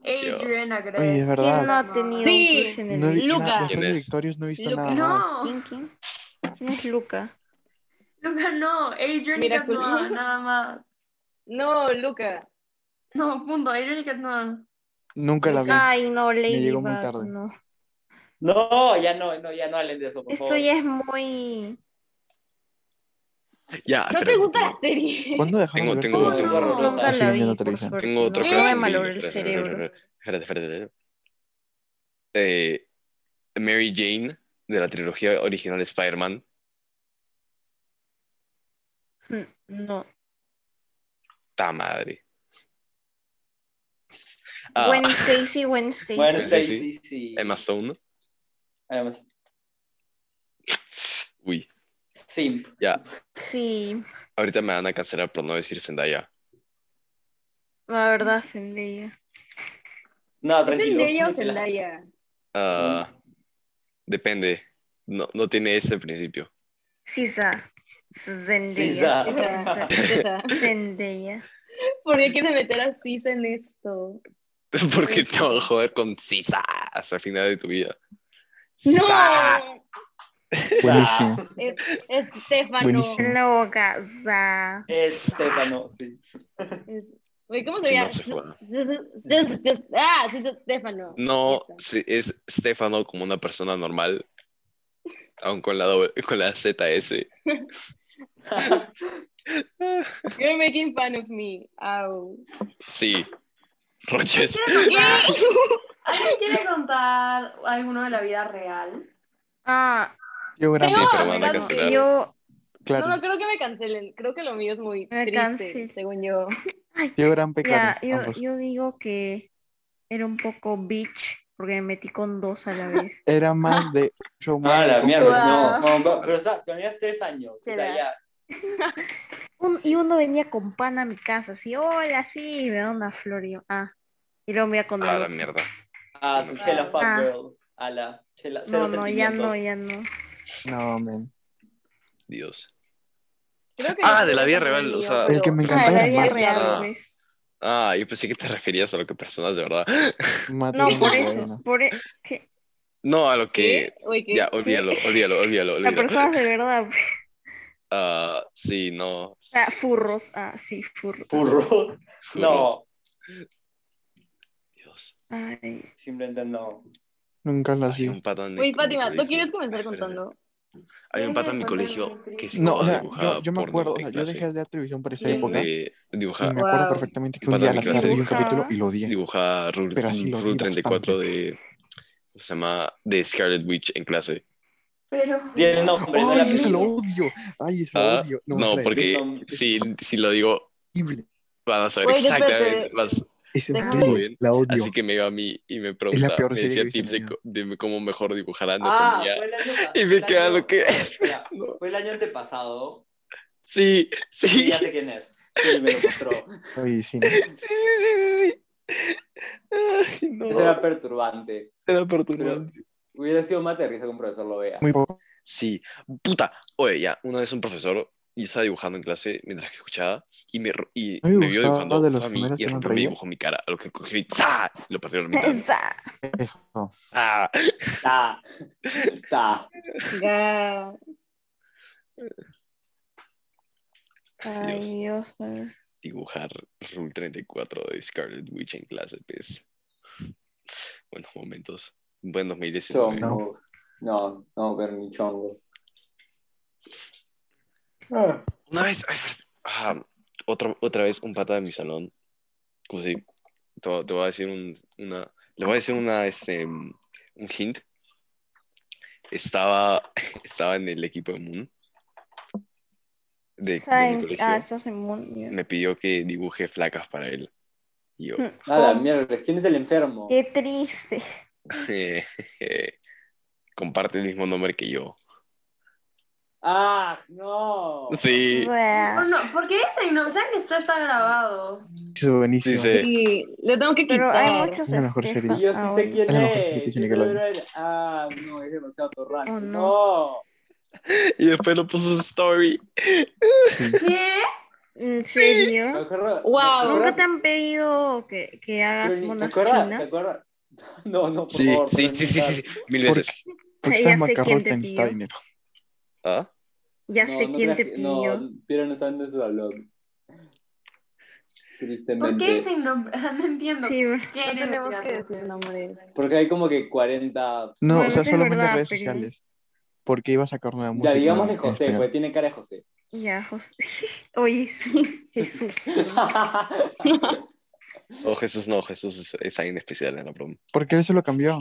Speaker 2: Adrian Agre.
Speaker 1: Oye, es verdad.
Speaker 6: ¿Quién no ha tenido
Speaker 4: Sí.
Speaker 6: un crush en el
Speaker 1: No he vi-
Speaker 6: Luca?
Speaker 4: Luca.
Speaker 1: na- después de
Speaker 3: ¿Quién es?
Speaker 1: Victorious no he visto
Speaker 4: Lu-
Speaker 1: nada más.
Speaker 2: No,
Speaker 6: ¿Quién, quién? ¿Quién es Luca?
Speaker 2: Luca, no. Adrian y
Speaker 4: Mira,
Speaker 2: Katnoa,
Speaker 4: Julio.
Speaker 2: nada más.
Speaker 4: No, Luca.
Speaker 2: No, punto. Adrian y Katnoa.
Speaker 1: Nunca la vi.
Speaker 6: Ay, no, Lady
Speaker 1: llegó muy
Speaker 6: Bug,
Speaker 1: tarde.
Speaker 6: no.
Speaker 5: No, ya no, no, ya no hablen de eso, por
Speaker 6: Esto
Speaker 5: favor.
Speaker 6: ya es muy...
Speaker 1: Ah,
Speaker 3: Ya,
Speaker 4: No
Speaker 3: espérate,
Speaker 4: te gusta la
Speaker 3: tengo-
Speaker 4: serie.
Speaker 1: ¿Cuándo dejaron
Speaker 3: Tengo-
Speaker 1: de ver
Speaker 3: tengo-
Speaker 1: televisión?
Speaker 5: tengo-
Speaker 6: No, nunca
Speaker 1: Sí,
Speaker 6: la
Speaker 1: viendo
Speaker 6: vi, por
Speaker 1: televisión.
Speaker 6: suerte,
Speaker 3: Tengo otro
Speaker 6: no
Speaker 3: crash
Speaker 6: me
Speaker 3: en
Speaker 6: malogró
Speaker 3: vivo.
Speaker 6: el
Speaker 3: Espérate,
Speaker 6: cerebro.
Speaker 3: espérate, espérate, espérate. Espérate. Eh, Mary Jane de la trilogía original de Spider-Man.
Speaker 6: Mm, No.
Speaker 3: Ta madre. Ah,
Speaker 6: Wednesday, sí, Wednesday.
Speaker 5: Bueno,
Speaker 3: Sí,
Speaker 5: Stacy,
Speaker 3: sí.
Speaker 5: sí, sí.
Speaker 3: Emma Stone.
Speaker 5: Además,
Speaker 3: Uy,
Speaker 5: simp.
Speaker 3: ya.
Speaker 6: Sí,
Speaker 3: Ahorita me van a cancelar por no decir Zendaya.
Speaker 6: la verdad, Zendaya.
Speaker 5: No,
Speaker 4: ¿Es
Speaker 5: tranquilo.
Speaker 4: Zendaya o
Speaker 5: que la-
Speaker 4: Zendaya?
Speaker 6: Mm.
Speaker 3: Ah, depende. No, no tiene ese principio.
Speaker 6: Sisa.
Speaker 5: Sisa.
Speaker 6: Zendaya.
Speaker 4: Esa, esa.
Speaker 6: Zendaya.
Speaker 4: ¿Por qué hay que me meter a Sisa en esto?
Speaker 3: Porque te van a joder con Sisa hasta el final de tu vida. Sisa.
Speaker 4: ¡No!
Speaker 1: Buenísimo.
Speaker 4: Es, Estefano.
Speaker 1: Buenísimo.
Speaker 6: En la boca, za.
Speaker 5: Estefano, sí.
Speaker 4: Es- Oye, ¿Cómo se
Speaker 3: Sí,
Speaker 4: veía?
Speaker 3: no se joda.
Speaker 4: Ah, sí, Estefano.
Speaker 3: No,
Speaker 4: Listo.
Speaker 3: sí, es Stefano como una persona normal, aun con la, doble- con la ZS.
Speaker 5: Ah,
Speaker 4: You're making fun of me. Au.
Speaker 3: Sí, Roches. Ah, pues,
Speaker 2: ¿Alguien quiere contar alguno de la vida real?
Speaker 6: Ah,
Speaker 1: Tío grande.
Speaker 4: Tengo-
Speaker 3: pero van a
Speaker 4: Claro.
Speaker 3: cancelar.
Speaker 6: yo...
Speaker 1: Claro.
Speaker 4: No, no creo que me cancelen. Creo que lo mío es muy
Speaker 6: Me
Speaker 4: triste,
Speaker 6: cancel-
Speaker 4: según yo.
Speaker 1: Tío Gran Pecaris,
Speaker 6: Ya, yo,
Speaker 1: ambos.
Speaker 6: yo digo que era un poco bitch porque me metí con dos a la vez.
Speaker 1: Era más de showman.
Speaker 5: Ah, la
Speaker 4: Wow.
Speaker 5: mierda. No, no, pero o sea, tenías tres años. O sea,
Speaker 4: Será.
Speaker 5: ya.
Speaker 6: Un- y uno venía con pan a mi casa, así, hola, sí, y me da una flor y yo, ah. Y luego me iba con el
Speaker 3: A Ah, la
Speaker 6: otro.
Speaker 3: mierda.
Speaker 5: A su chela
Speaker 4: Ah.
Speaker 5: fangirl. A la chela.
Speaker 6: No,
Speaker 5: Cero
Speaker 6: no, ya no,
Speaker 5: sentimientos.
Speaker 6: ya no.
Speaker 1: No, man.
Speaker 3: Dios.
Speaker 4: Creo que
Speaker 3: Ah, de la vida real, o sea-
Speaker 1: El que me
Speaker 6: Ah,
Speaker 1: encantaba
Speaker 6: la
Speaker 1: era
Speaker 6: vida
Speaker 1: Matt.
Speaker 6: real,
Speaker 3: Ah.
Speaker 6: pues.
Speaker 3: Ah, yo pensé que te referías a lo que personas de verdad.
Speaker 1: Matt
Speaker 6: No,
Speaker 1: era
Speaker 6: por
Speaker 1: muy
Speaker 6: eso,
Speaker 1: bueno.
Speaker 6: por e- que-
Speaker 3: No, a lo que.
Speaker 4: ¿Qué? Oye, ¿qué?
Speaker 3: eh, Ya, olvídalo, olvídalo, olvídalo.
Speaker 6: la
Speaker 3: olvídalo.
Speaker 6: persona de verdad, pues.
Speaker 3: Ah, sí, no.
Speaker 6: O sea, furros, ah, sí, furros.
Speaker 5: Burro.
Speaker 3: Furros.
Speaker 5: No,
Speaker 3: Dios.
Speaker 6: Ay,
Speaker 5: simplemente no.
Speaker 1: Nunca las
Speaker 3: Hay
Speaker 1: vi.
Speaker 3: un pata en mi-
Speaker 4: Oye,
Speaker 3: en mi
Speaker 4: Fátima, ¿tú
Speaker 3: colegio-
Speaker 4: quieres comenzar
Speaker 3: Ay, espérate.
Speaker 4: contando?
Speaker 3: Hay un pata en mi
Speaker 2: Cuéntame,
Speaker 3: colegio
Speaker 2: cuéntame.
Speaker 3: que sí
Speaker 1: No, o sea,
Speaker 3: dibujaba
Speaker 1: yo, yo me
Speaker 3: porno
Speaker 1: acuerdo, o
Speaker 3: en
Speaker 1: sea, yo
Speaker 3: clase. Eh,
Speaker 1: dejé de la televisión para esa
Speaker 4: Sí.
Speaker 1: época. Y
Speaker 3: De-
Speaker 1: me
Speaker 3: dibujaba,
Speaker 4: Wow.
Speaker 1: acuerdo perfectamente que un
Speaker 3: Para
Speaker 1: día a
Speaker 3: mi
Speaker 1: la
Speaker 3: clase.
Speaker 1: tarde vi un capítulo y lo odié.
Speaker 3: dibujaba Rule,
Speaker 1: Pero así lo vi
Speaker 3: 34 de. ¿Cómo se llama? De Scarlet Witch en clase.
Speaker 2: Pero.
Speaker 5: Tiene el nombre de la
Speaker 1: ¡Ay, eso lo
Speaker 5: película.
Speaker 1: odio! ¡Ay, eso lo
Speaker 3: Ah,
Speaker 1: odio!
Speaker 3: No,
Speaker 1: Fred,
Speaker 3: porque
Speaker 5: Son-
Speaker 3: si, si lo digo,
Speaker 1: Es horrible.
Speaker 3: van a saber
Speaker 4: Oye,
Speaker 3: exactamente.
Speaker 4: espérate.
Speaker 3: vas-
Speaker 1: Es
Speaker 4: Déjame-
Speaker 1: horrible. La odio.
Speaker 3: así que me iba a mí y me preguntaba,
Speaker 1: peor
Speaker 3: me
Speaker 1: serie que
Speaker 3: decía
Speaker 1: he visto en
Speaker 3: tips
Speaker 1: mi
Speaker 3: de,
Speaker 1: vida.
Speaker 3: co- de cómo mejorar dibujar
Speaker 5: Ah,
Speaker 3: anatomía.
Speaker 5: fue el año pasado.
Speaker 3: y me queda lo que-
Speaker 5: Fue el año antepasado.
Speaker 3: sí, sí,
Speaker 5: Sí,
Speaker 3: sí,
Speaker 5: ya sé quién es. Sí, me lo mostró.
Speaker 1: Ay, sí, no.
Speaker 3: sí, sí, sí. Ay, no,
Speaker 7: Eso era perturbante.
Speaker 1: Era perturbante.
Speaker 7: Hubiera sido más de risa que un profesor lo vea.
Speaker 1: Muy poco.
Speaker 3: Sí, puta. Oye, ya, una vez un profesor y estaba dibujando en clase mientras que escuchaba y me, ro- y
Speaker 1: A mí me
Speaker 3: me vio
Speaker 1: gustaba
Speaker 3: dibujando
Speaker 1: de los
Speaker 3: fue a mí
Speaker 1: primeros
Speaker 3: y
Speaker 1: que eran
Speaker 3: rompió mi
Speaker 1: reyes.
Speaker 3: dibujo en mi cara, a lo que cogió y ¡za! lo partió a la mitad.
Speaker 6: Esa.
Speaker 1: Eso.
Speaker 3: ¡Ah!
Speaker 5: Ta. Ta.
Speaker 3: Eh.
Speaker 4: Ya.
Speaker 6: Ay, Dios. mío.
Speaker 3: Dibujar Rule 34 de Scarlet Witch en clase, pues. Buenos momentos. Buen 2019.
Speaker 7: Chongo. No, no, pero ni chongo.
Speaker 5: Ah.
Speaker 3: Una vez, ay, espérate. Ah, otra, otra vez un pata de mi salón. Como si, te, voy- te voy a decir un, una, le voy a decir una, este, un hint. Estaba, estaba en el equipo de Moon. De, de mi
Speaker 6: ¿Saben qué?
Speaker 3: colegio.
Speaker 6: Ah, estás en mundo.
Speaker 3: Me pidió que dibuje flacas para él. Y yo,
Speaker 7: A la mierda, ¿quién es el enfermo?
Speaker 6: Qué triste.
Speaker 3: eh, comparte el mismo nombre que yo.
Speaker 5: Ah, no.
Speaker 3: Sí,
Speaker 2: No,
Speaker 6: Buah.
Speaker 2: Oh, no, ¿Por qué ese? No, ¿Saben que esto está grabado?
Speaker 1: Es buenísimo.
Speaker 3: Sí, sí.
Speaker 4: Sí, lo tengo que
Speaker 6: Pero hay
Speaker 4: quitar.
Speaker 6: muchos
Speaker 1: Es la mejor
Speaker 6: Estefan
Speaker 5: Y yo sí
Speaker 6: ahora.
Speaker 5: sé quién
Speaker 1: Es la mejor
Speaker 5: es.
Speaker 1: serie que hizo
Speaker 5: Yo
Speaker 1: Nickelodeon.
Speaker 5: seguro era- Ah, no, es demasiado torrante.
Speaker 6: Oh,
Speaker 5: no.
Speaker 3: Y después lo puso su story.
Speaker 2: ¿Qué?
Speaker 6: ¿En
Speaker 5: ¿Te
Speaker 6: serio?
Speaker 5: acuerdas?
Speaker 4: Wow.
Speaker 5: ¿Te
Speaker 6: ¿Nunca
Speaker 5: acuerdas?
Speaker 6: te han pedido que, que hagas
Speaker 5: Pero ni- ¿Te
Speaker 6: monas
Speaker 5: acuerdas? ¿Te
Speaker 6: chinas?
Speaker 5: acuerdas? No, no, por
Speaker 3: Sí,
Speaker 5: favor.
Speaker 3: sí,
Speaker 5: pero
Speaker 3: sí, sí,
Speaker 5: no
Speaker 3: sí,
Speaker 5: sabes.
Speaker 3: sí, mil
Speaker 1: ¿Por
Speaker 3: veces.
Speaker 1: qué? Porque
Speaker 6: Ya
Speaker 1: estás
Speaker 6: sé quién
Speaker 1: macarrón
Speaker 6: te
Speaker 1: te
Speaker 6: pidió.
Speaker 1: necesita dinero.
Speaker 3: ¿Ah?
Speaker 6: Ya
Speaker 5: No,
Speaker 6: sé
Speaker 5: no
Speaker 6: quién
Speaker 5: creas
Speaker 6: te
Speaker 5: que-
Speaker 6: pidió.
Speaker 5: No, pero no saben de su valor.
Speaker 2: ¿Por qué
Speaker 7: Tristemente.
Speaker 2: ese nombre? O sea, no entiendo.
Speaker 6: Sí, bro.
Speaker 2: ¿Qué eres
Speaker 4: tenemos que
Speaker 2: investigando?
Speaker 4: decir nombres.
Speaker 5: Porque hay como que 40.
Speaker 1: No, o
Speaker 6: Bueno,
Speaker 1: sea,
Speaker 6: eso es
Speaker 1: solamente
Speaker 6: verdad,
Speaker 1: redes
Speaker 6: pero-
Speaker 1: sociales. Porque iba a sacar nueva música.
Speaker 5: Ya, digamos de
Speaker 1: en
Speaker 5: José,
Speaker 1: español.
Speaker 5: pues tiene cara de José.
Speaker 6: Ya, José. Oye, sí. Jesús.
Speaker 3: Oh, Jesús no, Jesús es, es alguien especial en la prom.
Speaker 1: ¿Por qué eso lo cambió?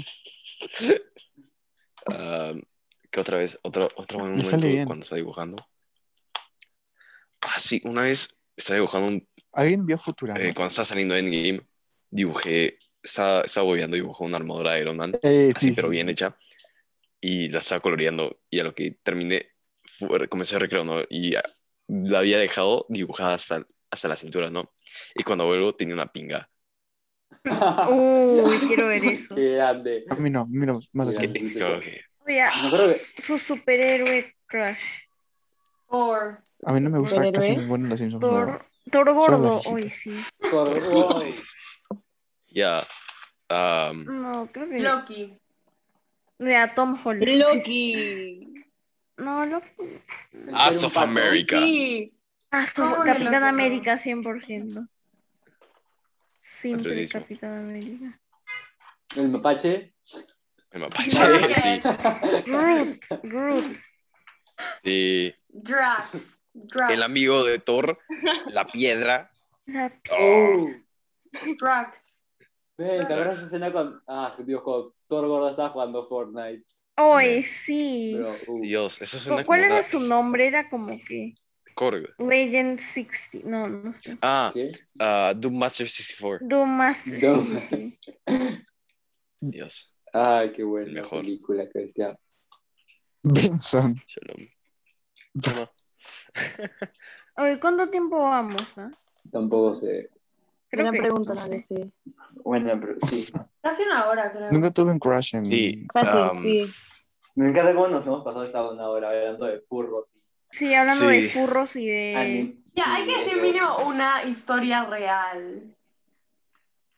Speaker 3: Ah, ¿Qué otra vez? Otro, otro buen
Speaker 1: Le sale
Speaker 3: momento
Speaker 1: bien.
Speaker 3: cuando está dibujando. Ah, sí, una vez estaba dibujando un-
Speaker 1: Alguien vio Futurama.
Speaker 3: eh, cuando estaba saliendo Endgame, dibujé, estaba, estaba bobeando, dibujó una armadura de Iron Man,
Speaker 1: Eh,
Speaker 3: así
Speaker 1: sí,
Speaker 3: pero
Speaker 1: sí,
Speaker 3: bien
Speaker 1: sí.
Speaker 3: hecha, y la estaba coloreando, y a lo que terminé, fue- comencé el recreo, ¿no? Y ah, la había dejado dibujada hasta, hasta la cintura, ¿no? Y cuando vuelvo tenía una pinga.
Speaker 6: Uy, quiero ver eso.
Speaker 5: Qué grande.
Speaker 1: A mí no, a mí no, malas
Speaker 5: Sí.
Speaker 3: Que-
Speaker 1: ideas.
Speaker 5: dices
Speaker 3: yo-
Speaker 5: eso.
Speaker 3: que-
Speaker 6: Oye,
Speaker 5: Me acuerdo que
Speaker 6: su superhéroe crush.
Speaker 2: Por.
Speaker 1: A mí no me gusta
Speaker 4: Superhéroe.
Speaker 1: casi ninguno de los Simpsons. nuevos.
Speaker 6: Thor, Thor gordo.
Speaker 1: las
Speaker 6: Oye,
Speaker 1: chiquitas.
Speaker 6: sí.
Speaker 5: Thor- wow.
Speaker 3: Oh, Sí. Ya. am,
Speaker 6: No, creo que.
Speaker 2: Loki.
Speaker 6: Ya, Tom Holland.
Speaker 4: Loki.
Speaker 6: No, lo...
Speaker 3: As of America.
Speaker 4: Sí.
Speaker 6: Ah, su
Speaker 2: ¿Cómo que
Speaker 6: Capitán
Speaker 2: Loki no?
Speaker 6: América 100%. Siempre
Speaker 3: Atletismo.
Speaker 6: Capitán América.
Speaker 5: El mapache.
Speaker 3: El mapache.
Speaker 2: Ya.
Speaker 3: Sí,
Speaker 6: Groot, Groot.
Speaker 3: sí.
Speaker 2: Drax. Drax.
Speaker 3: El amigo de Thor, la piedra.
Speaker 6: La
Speaker 3: Oh,
Speaker 2: Drax.
Speaker 5: Ven, ¿te acuerdas esa escena con. Ah, Dios, cuando Thor Gordo estaba jugando Fortnite.
Speaker 6: Oye, sí.
Speaker 5: Pero, uh.
Speaker 3: Dios, eso suena
Speaker 6: ¿Cuál
Speaker 3: como
Speaker 6: era
Speaker 3: una-
Speaker 6: su nombre? Era como que
Speaker 3: Korg.
Speaker 6: Legend 60. No, no sé.
Speaker 3: Ah,
Speaker 5: ¿Qué?
Speaker 3: ah, Doom Master 64.
Speaker 6: Doom Master.
Speaker 5: Doom.
Speaker 6: sí, sí.
Speaker 3: Dios,
Speaker 5: Ay, qué buena
Speaker 3: Mejor.
Speaker 5: película que decía.
Speaker 1: Benson.
Speaker 3: shalom. Toma.
Speaker 6: Oye, ¿cuánto tiempo vamos? ah?
Speaker 5: Tampoco sé.
Speaker 6: Creo
Speaker 4: Buena
Speaker 6: que-
Speaker 4: pregunta, la vez, sí.
Speaker 5: Bueno, pero sí.
Speaker 2: Casi una hora, creo.
Speaker 1: Nunca tuve un crush en
Speaker 3: Sí.
Speaker 4: Fácil,
Speaker 3: Um,
Speaker 4: sí.
Speaker 5: Me encanta cómo nos hemos pasado esta una hora hablando de furros. y
Speaker 6: Sí, hablando
Speaker 3: Sí.
Speaker 6: de furros y de.
Speaker 5: anime. eh,
Speaker 2: Ya, hay que
Speaker 5: Y
Speaker 2: decir
Speaker 5: eso.
Speaker 2: mínimo una historia real.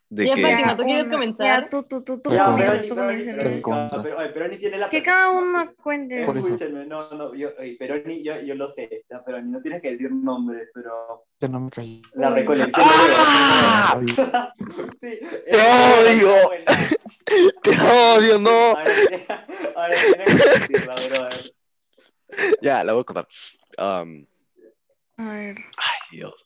Speaker 3: De
Speaker 4: Ya,
Speaker 3: que-
Speaker 4: Fátima, ¿tú quieres
Speaker 6: una-
Speaker 4: comenzar?
Speaker 6: Ya, tú, tú, tú, tú
Speaker 5: Ya,
Speaker 1: Comienza,
Speaker 6: comienzas,
Speaker 5: Peroni,
Speaker 6: tú
Speaker 5: Peroni,
Speaker 6: comienzas.
Speaker 5: Peroni,
Speaker 1: Comienza.
Speaker 5: no, pero, oye, Peroni tiene la
Speaker 6: Que cada uno cuente.
Speaker 1: Por eso.
Speaker 5: Escúchenme, no, no, yo, oye, Peroni, yo, yo lo sé, ya, Peroni, no tienes que decir nombres, pero
Speaker 1: Ya no me callé.
Speaker 5: la recolección
Speaker 3: ¡Ah!
Speaker 1: Ay,
Speaker 5: de sí,
Speaker 3: ¡Te odio! ¡Te odio, ¡Oh, no!
Speaker 5: Ahora, ahora tienes que eh. decirla, brother.
Speaker 3: Ya, la voy a contar. Um,
Speaker 6: A ver.
Speaker 3: ay, Dios.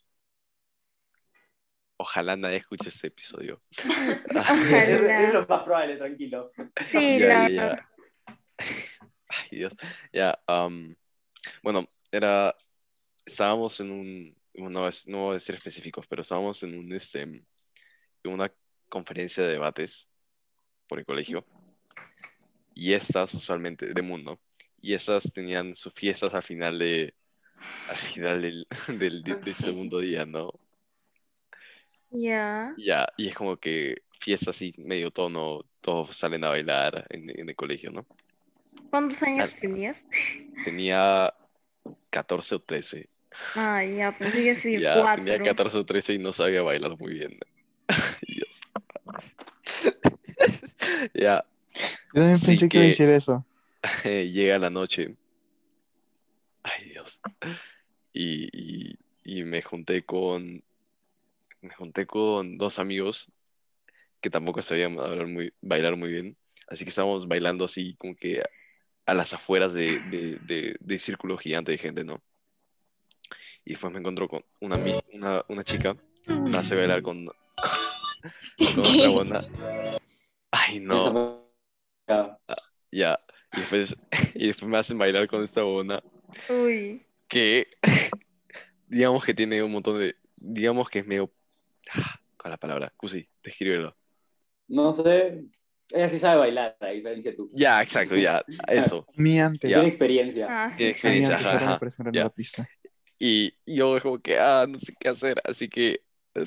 Speaker 3: Ojalá nadie escuche este episodio.
Speaker 5: Es,
Speaker 6: Ojalá.
Speaker 5: es lo más probable, tranquilo.
Speaker 6: Sí,
Speaker 3: Ya,
Speaker 6: la
Speaker 3: ya, ya. Ay, Dios. Ya, am, bueno, era, estábamos en un, bueno, no, es- no voy a decir específicos, pero estábamos en un, este, en una conferencia de debates por el colegio. Y estas, usualmente, de mundo. Y estas tenían sus fiestas al final de, al final del, del, del segundo día, ¿no?
Speaker 6: Ya.
Speaker 3: Ya, y es como que fiesta así, medio tono, todos salen a bailar en, en el colegio, ¿no?
Speaker 6: ¿Cuántos años
Speaker 3: Claro.
Speaker 6: tenías?
Speaker 3: Tenía 14 o 13.
Speaker 6: Ah, ya, pensé que sí,
Speaker 3: ya,
Speaker 6: cuatro.
Speaker 3: tenía 14 o 13 y no sabía bailar muy bien. Dios. ya,
Speaker 1: Yo también
Speaker 3: Sí
Speaker 1: pensé que iba a
Speaker 3: que-
Speaker 1: decir eso.
Speaker 3: eh, llega la noche. Ay, Dios. Y, y- y me junté con, me junté con dos amigos que tampoco sabían hablar muy, bailar muy bien. Así que estábamos bailando así como que a, a las afueras de, de, de- de círculo gigante de gente, ¿no? Y después me encontró con una, mi- una, una chica, me hace bailar con, con otra buena. Ay, no.
Speaker 7: Ya.
Speaker 3: Ya, y después, y después me hacen bailar con esta bona
Speaker 6: Uy.
Speaker 3: que, digamos que tiene un montón de, digamos que es medio, ah, ¿cuál es la palabra? Cusi, descríbelo.
Speaker 7: No sé.
Speaker 5: Ella sí sabe bailar, a diferencia de tú.
Speaker 3: Ya, exacto, ya, eso.
Speaker 1: Mi antes.
Speaker 3: Ya.
Speaker 5: Tiene experiencia.
Speaker 6: Ah,
Speaker 3: Tiene
Speaker 6: sí.
Speaker 1: A mí
Speaker 3: experiencia,
Speaker 1: antes
Speaker 3: ajá,
Speaker 1: ahora me
Speaker 3: ajá.
Speaker 1: parece un gran
Speaker 3: ya.
Speaker 1: artista.
Speaker 3: Y y yo como que, ah, no sé qué hacer, así que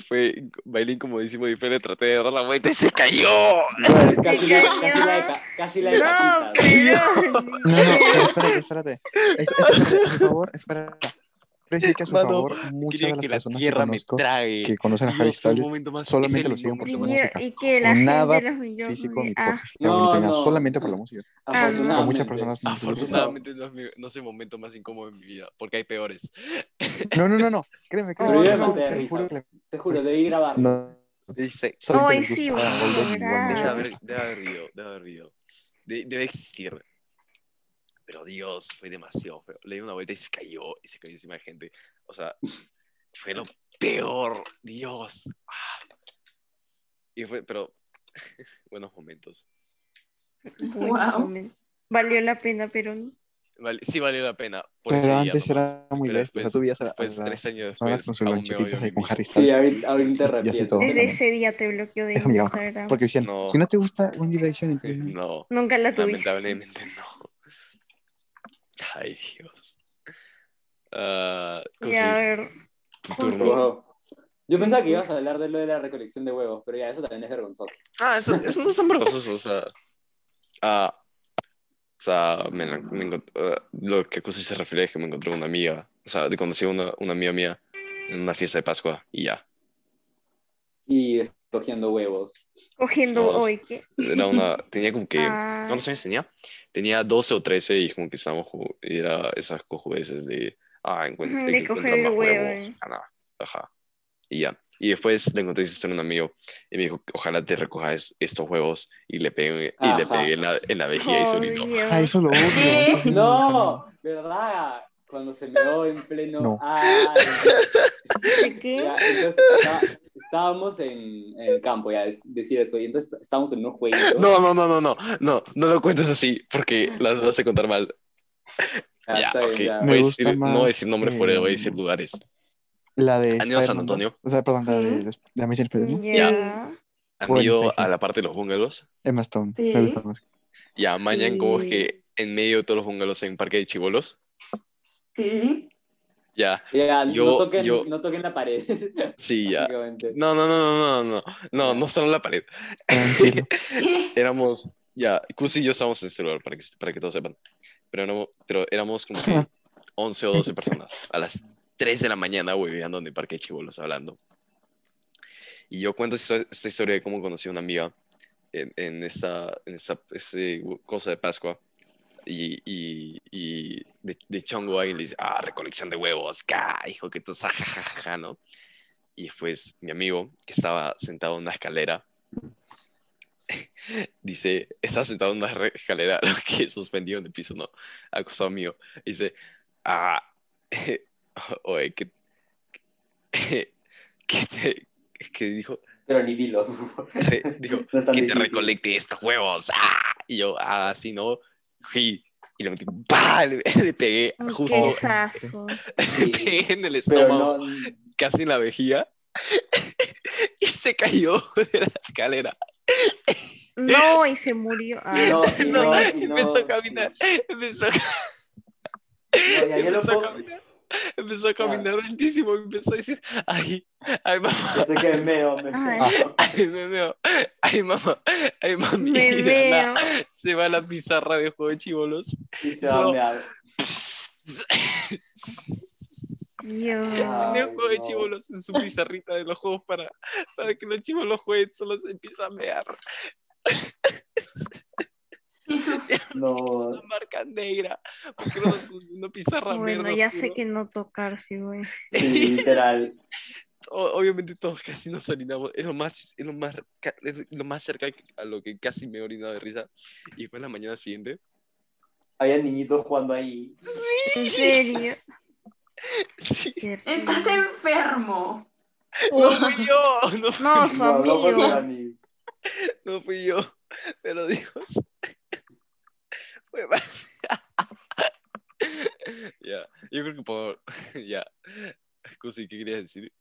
Speaker 3: fue inc- bailé incomodísimo y le traté de dar la vuelta y se cayó.
Speaker 5: Casi, la,
Speaker 6: Sí,
Speaker 5: casi la de, ca- casi la de
Speaker 6: No,
Speaker 5: cachitas.
Speaker 6: pero.
Speaker 1: No, no, pero espérate, espérate. Es- espérate, a su favor, espera. Quiero decir que a su
Speaker 3: Mano,
Speaker 1: favor, muchas
Speaker 3: Quería
Speaker 1: de las
Speaker 3: que la
Speaker 1: personas que
Speaker 3: tierra me
Speaker 1: conozco
Speaker 3: trague.
Speaker 1: que conocen a
Speaker 3: Dios,
Speaker 1: Harry
Speaker 3: fue un
Speaker 1: Styles
Speaker 3: momento más,
Speaker 1: solamente
Speaker 3: es el
Speaker 1: lo siguen por su
Speaker 3: momento-
Speaker 1: música.
Speaker 6: Y que la
Speaker 1: Nada
Speaker 6: gente los milló.
Speaker 1: físico ni
Speaker 6: Ah,
Speaker 1: porque sea
Speaker 5: No,
Speaker 1: bonito, ni nada,
Speaker 5: no.
Speaker 1: solamente por la música.
Speaker 5: Afortunadamente.
Speaker 1: A muchas personas no les gusta.
Speaker 3: Afortunadamente no es, mi- no es el momento más incómodo de mi vida, porque hay peores.
Speaker 1: No, no, no, no. Créeme,
Speaker 6: Oh,
Speaker 1: créeme.
Speaker 6: no.
Speaker 1: te lo juro que le-
Speaker 5: Te juro, debí grabar.
Speaker 1: No,
Speaker 3: Dice,
Speaker 1: solamente
Speaker 6: Ay,
Speaker 1: les
Speaker 6: sí,
Speaker 1: gusta
Speaker 6: bueno,
Speaker 1: Ah, Golden y One
Speaker 3: debe
Speaker 6: ¿verdad?
Speaker 1: Direction.
Speaker 3: haber, debe haber ido, debe haber ido. De- debe existir. Pero Dios, fue demasiado feo. Le di una vuelta y se cayó, y se cayó encima de gente. O sea, fue lo peor. Dios. Ah. Y fue, pero, buenos momentos.
Speaker 6: bueno, Valió la pena, pero.
Speaker 3: Vale- sí valió la pena. por ese
Speaker 1: Pero
Speaker 3: día
Speaker 1: antes
Speaker 3: nomás.
Speaker 1: era muy
Speaker 3: Pero
Speaker 1: bestia. O sea,
Speaker 3: después-
Speaker 1: tú veías a, a
Speaker 3: Después,
Speaker 1: las
Speaker 3: pues, tres años
Speaker 1: personas con
Speaker 3: después,
Speaker 1: sus
Speaker 3: aún me odio
Speaker 1: loncheritas
Speaker 3: a
Speaker 1: ahí
Speaker 3: mí
Speaker 1: con
Speaker 3: mismo.
Speaker 1: Harry
Speaker 5: Sí,
Speaker 1: Styles.
Speaker 5: ahorita, ahorita
Speaker 1: Ya
Speaker 5: te
Speaker 1: sé
Speaker 5: arrepiento.
Speaker 1: todo.
Speaker 6: Desde ese día te bloqueó de
Speaker 1: Eso me llama,
Speaker 6: Instagram.
Speaker 1: Porque decían,
Speaker 3: No.
Speaker 1: si no te gusta One Direction, entonces
Speaker 3: No,
Speaker 6: Nunca la tuviste.
Speaker 3: lamentablemente no. Ay, Dios. Ah, Cusi,
Speaker 6: Ya, a ver.
Speaker 3: tu
Speaker 6: Cusi.
Speaker 3: turno.
Speaker 5: Wow. Yo pensaba que ibas a hablar de lo de la recolección de huevos, pero ya, eso también es vergonzoso.
Speaker 3: Ah, eso, eso no es vergonzoso, o sea. Ah, o sea, me, la- me encont- ah, lo que Cusi se refiere es que me encontré una amiga, o sea, de- conocí a una, una amiga mía en una fiesta de Pascua y ya.
Speaker 5: Y cogiendo huevos.
Speaker 6: Cogiendo
Speaker 3: Somos-
Speaker 6: hoy, ¿qué?
Speaker 3: Era una, tenía como que,
Speaker 6: Ah,
Speaker 3: ¿cuántos años tenía? Tenía 12 o 13 y como que estábamos, ju- era esas cojudeces de, ah, encuentra,
Speaker 6: Ujú,
Speaker 3: hay
Speaker 6: de
Speaker 3: que
Speaker 6: coger
Speaker 3: encontrar
Speaker 6: el
Speaker 3: más
Speaker 6: huevo,
Speaker 3: huevos.
Speaker 6: eh.
Speaker 3: Ah, no, ajá. Y ya. Y después le encontré esto en un amigo y me dijo, ojalá te recojas estos huevos y le pegué, y le
Speaker 5: Ajá.
Speaker 3: pegué en la, en la vejiga y se orinó.
Speaker 6: Dios.
Speaker 1: Ah, eso lo odio. eso sí me
Speaker 5: ¡No!
Speaker 1: encanta.
Speaker 5: ¿Verdad? Cuando se meó en pleno.
Speaker 1: No.
Speaker 5: Ah,
Speaker 6: ¿De qué?
Speaker 5: ya, entonces está- estábamos en, en el campo, ya, es decir eso. Y entonces estábamos en unos jueguitos.
Speaker 3: No, no, no, no, no, no, no lo cuentes así porque
Speaker 6: Ah.
Speaker 3: las vas a contar mal.
Speaker 5: Ya,
Speaker 3: Ya,
Speaker 5: Ah, está bien,
Speaker 3: ok.
Speaker 5: ya.
Speaker 3: Voy a
Speaker 1: Me gusta
Speaker 3: decir- no voy a
Speaker 1: más,
Speaker 3: decir nombres fuera, voy a
Speaker 1: eh,
Speaker 3: decir lugares.
Speaker 1: La de
Speaker 3: ¿Han ido a San
Speaker 1: Spider-Man
Speaker 3: Antonio?
Speaker 1: dos. O sea, perdón, la de, la Mission Spider-Man.
Speaker 6: Ya.
Speaker 3: ¿Han
Speaker 1: Bueno,
Speaker 3: ido
Speaker 1: está
Speaker 3: a
Speaker 1: bien.
Speaker 3: la parte de los bungalows?
Speaker 1: Emma Stone.
Speaker 2: Sí.
Speaker 1: Me gusta más.
Speaker 3: Ya, mañan como es
Speaker 2: Sí.
Speaker 3: que en medio de todos los bungalows hay un parque de chibolos.
Speaker 2: Sí.
Speaker 3: Ya,
Speaker 5: Ya,
Speaker 3: Yo-
Speaker 5: no, toquen,
Speaker 3: yo-
Speaker 5: no toquen la pared.
Speaker 3: sí, ya.
Speaker 5: básicamente.
Speaker 3: No, no, no, no, no, no, no, no, no solo la pared.
Speaker 1: Tranquilo.
Speaker 3: Éramos, ya, Cusi y yo estábamos en celular para que, para que todos sepan. Pero, éramos- pero éramos como que 11 o 12 personas a las 3 de la mañana hueveando en el parque de chibolos hablando. Y yo cuento esta, esta historia de cómo conocí a una amiga en, en esta, en esta ese cosa de Pascua. Y, y, y de, de chongo ahí le dice, ah, recolección de huevos, ca, hijo que tú, jajajaja, ¿no? Y después mi amigo, que estaba sentado en una escalera, dice, estaba sentado en una re- escalera, lo que suspendido en el piso, ¿no? Acostado mío. Dice, ah, oye, ¿qué, qué, qué te, qué dijo?
Speaker 5: Pero ni dilo.
Speaker 3: Re- dijo,
Speaker 5: No es tan
Speaker 3: que te
Speaker 5: difícil.
Speaker 3: recolecte estos huevos. ¡Ah! Y yo, ah, sí, ¿no? Y, y y le metí, ¡pah! Le, le pegué
Speaker 6: Un
Speaker 3: justo,
Speaker 6: quesazo.
Speaker 3: le
Speaker 5: Sí,
Speaker 3: pegué en el
Speaker 5: pero
Speaker 3: estómago,
Speaker 5: no,
Speaker 3: casi en la vejiga, y se cayó de la escalera.
Speaker 6: No, y se murió. Ah, Ay,
Speaker 5: no, y
Speaker 3: No,
Speaker 5: no, y no,
Speaker 3: empezó a caminar, empezó a
Speaker 5: No, ya, yo lo
Speaker 3: empezó a
Speaker 5: puedo-
Speaker 3: caminar, empezó a caminar lentísimo y empezó a decir, ay, ay mamá,
Speaker 5: Yo sé que meo, me
Speaker 6: Ay.
Speaker 3: ay me veo, ay mamá, ay mami,
Speaker 6: me
Speaker 3: y de la
Speaker 6: veo.
Speaker 3: nada se va a la pizarra de juego de chivolos.
Speaker 5: y se va a
Speaker 3: Solo-
Speaker 5: mear.
Speaker 6: Dios.
Speaker 3: Tiene un juego de
Speaker 5: no.
Speaker 3: chivolos en su pizarrita de los juegos para, para que los chivolos jueguen, solo se empieza a mear.
Speaker 5: No,
Speaker 3: La marca negra. Porque no están una pizarra
Speaker 6: Bueno,
Speaker 3: verde
Speaker 6: ya
Speaker 3: oscuro?
Speaker 6: sé que no tocarse, güey.
Speaker 5: sí, literal.
Speaker 3: O- obviamente todos casi nos orinamos. Es lo más, es lo más, ca- es lo más cerca a lo que casi me he orinado de risa. Y fue en la mañana siguiente.
Speaker 5: Había niñitos jugando ahí.
Speaker 6: En serio.
Speaker 3: Sí.
Speaker 6: Qué
Speaker 2: Estás
Speaker 6: rico.
Speaker 2: enfermo.
Speaker 3: No fui yo, no,
Speaker 6: No, su
Speaker 5: No, no fue
Speaker 6: amigo.
Speaker 5: para mí.
Speaker 3: no fui yo. Pero Dios. Fue mal. Ya, yo creo que por. Ya. Cusi, ¿qué querías decir?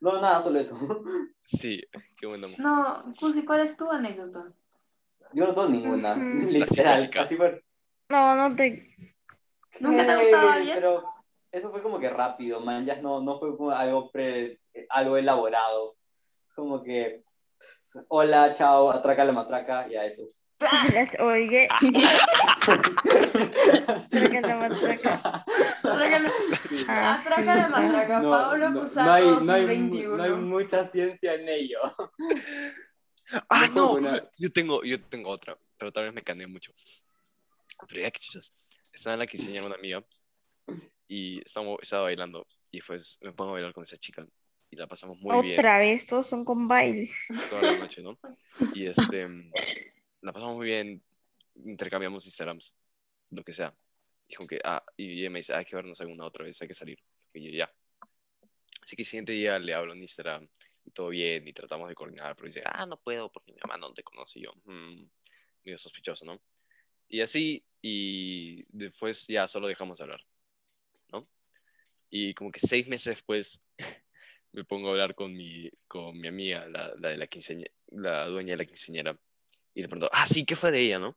Speaker 5: No, nada, solo eso.
Speaker 3: Sí, qué buena mujer.
Speaker 2: No, Cusi, ¿cuál es tu anécdota?
Speaker 5: Yo no tengo ninguna.
Speaker 6: Ujú.
Speaker 5: Literal.
Speaker 3: simpática.
Speaker 5: Así fue.
Speaker 6: No, no te.
Speaker 2: ¿Nunca te ha
Speaker 5: Ey,
Speaker 2: gustado alguien?
Speaker 5: Pero eso fue como que rápido, man. Ya no, no fue como algo, pre- eh, algo elaborado. Como que. Hola, chao, atraca la matraca, ya eso.
Speaker 6: Oye.
Speaker 3: Ah.
Speaker 6: Traca la matraca.
Speaker 2: Trágale-
Speaker 6: Ah, sí.
Speaker 2: Atraca la matraca, Pablo Cusano,
Speaker 7: no, hay, no, hay, mu-
Speaker 2: 2021.
Speaker 7: no hay mucha ciencia en ello.
Speaker 3: ¡Ah,
Speaker 7: Yo
Speaker 3: no!
Speaker 7: tengo una-
Speaker 3: Yo tengo, yo tengo otra, pero tal vez me cansé mucho. Pero ya que chuchas. Estaba en la quinceañera una amiga y estábamos, estaba bailando y pues me pongo a bailar con esa chica y la pasamos muy bien
Speaker 6: Otra vez, todos son con baile.
Speaker 3: toda la noche, ¿no? Y este, la pasamos muy bien, intercambiamos Instagrams, lo que sea. Y como que, ah, y ella me dice, "Ah, hay que vernos alguna otra vez, hay que salir. Y yo, ya. Así que el siguiente día le hablo en Instagram y todo bien y tratamos de coordinar, pero dice, ah, no puedo porque mi mamá no te conoce. Y yo, "Mm, medio sospechoso, ¿no? Y así, y después ya solo dejamos de hablar, ¿no? Y como que seis meses después me pongo a hablar con mi, con mi amiga, la, la de la quinceañera, la dueña de la quinceañera, y le pregunto, ah, sí, ¿qué fue de ella, no?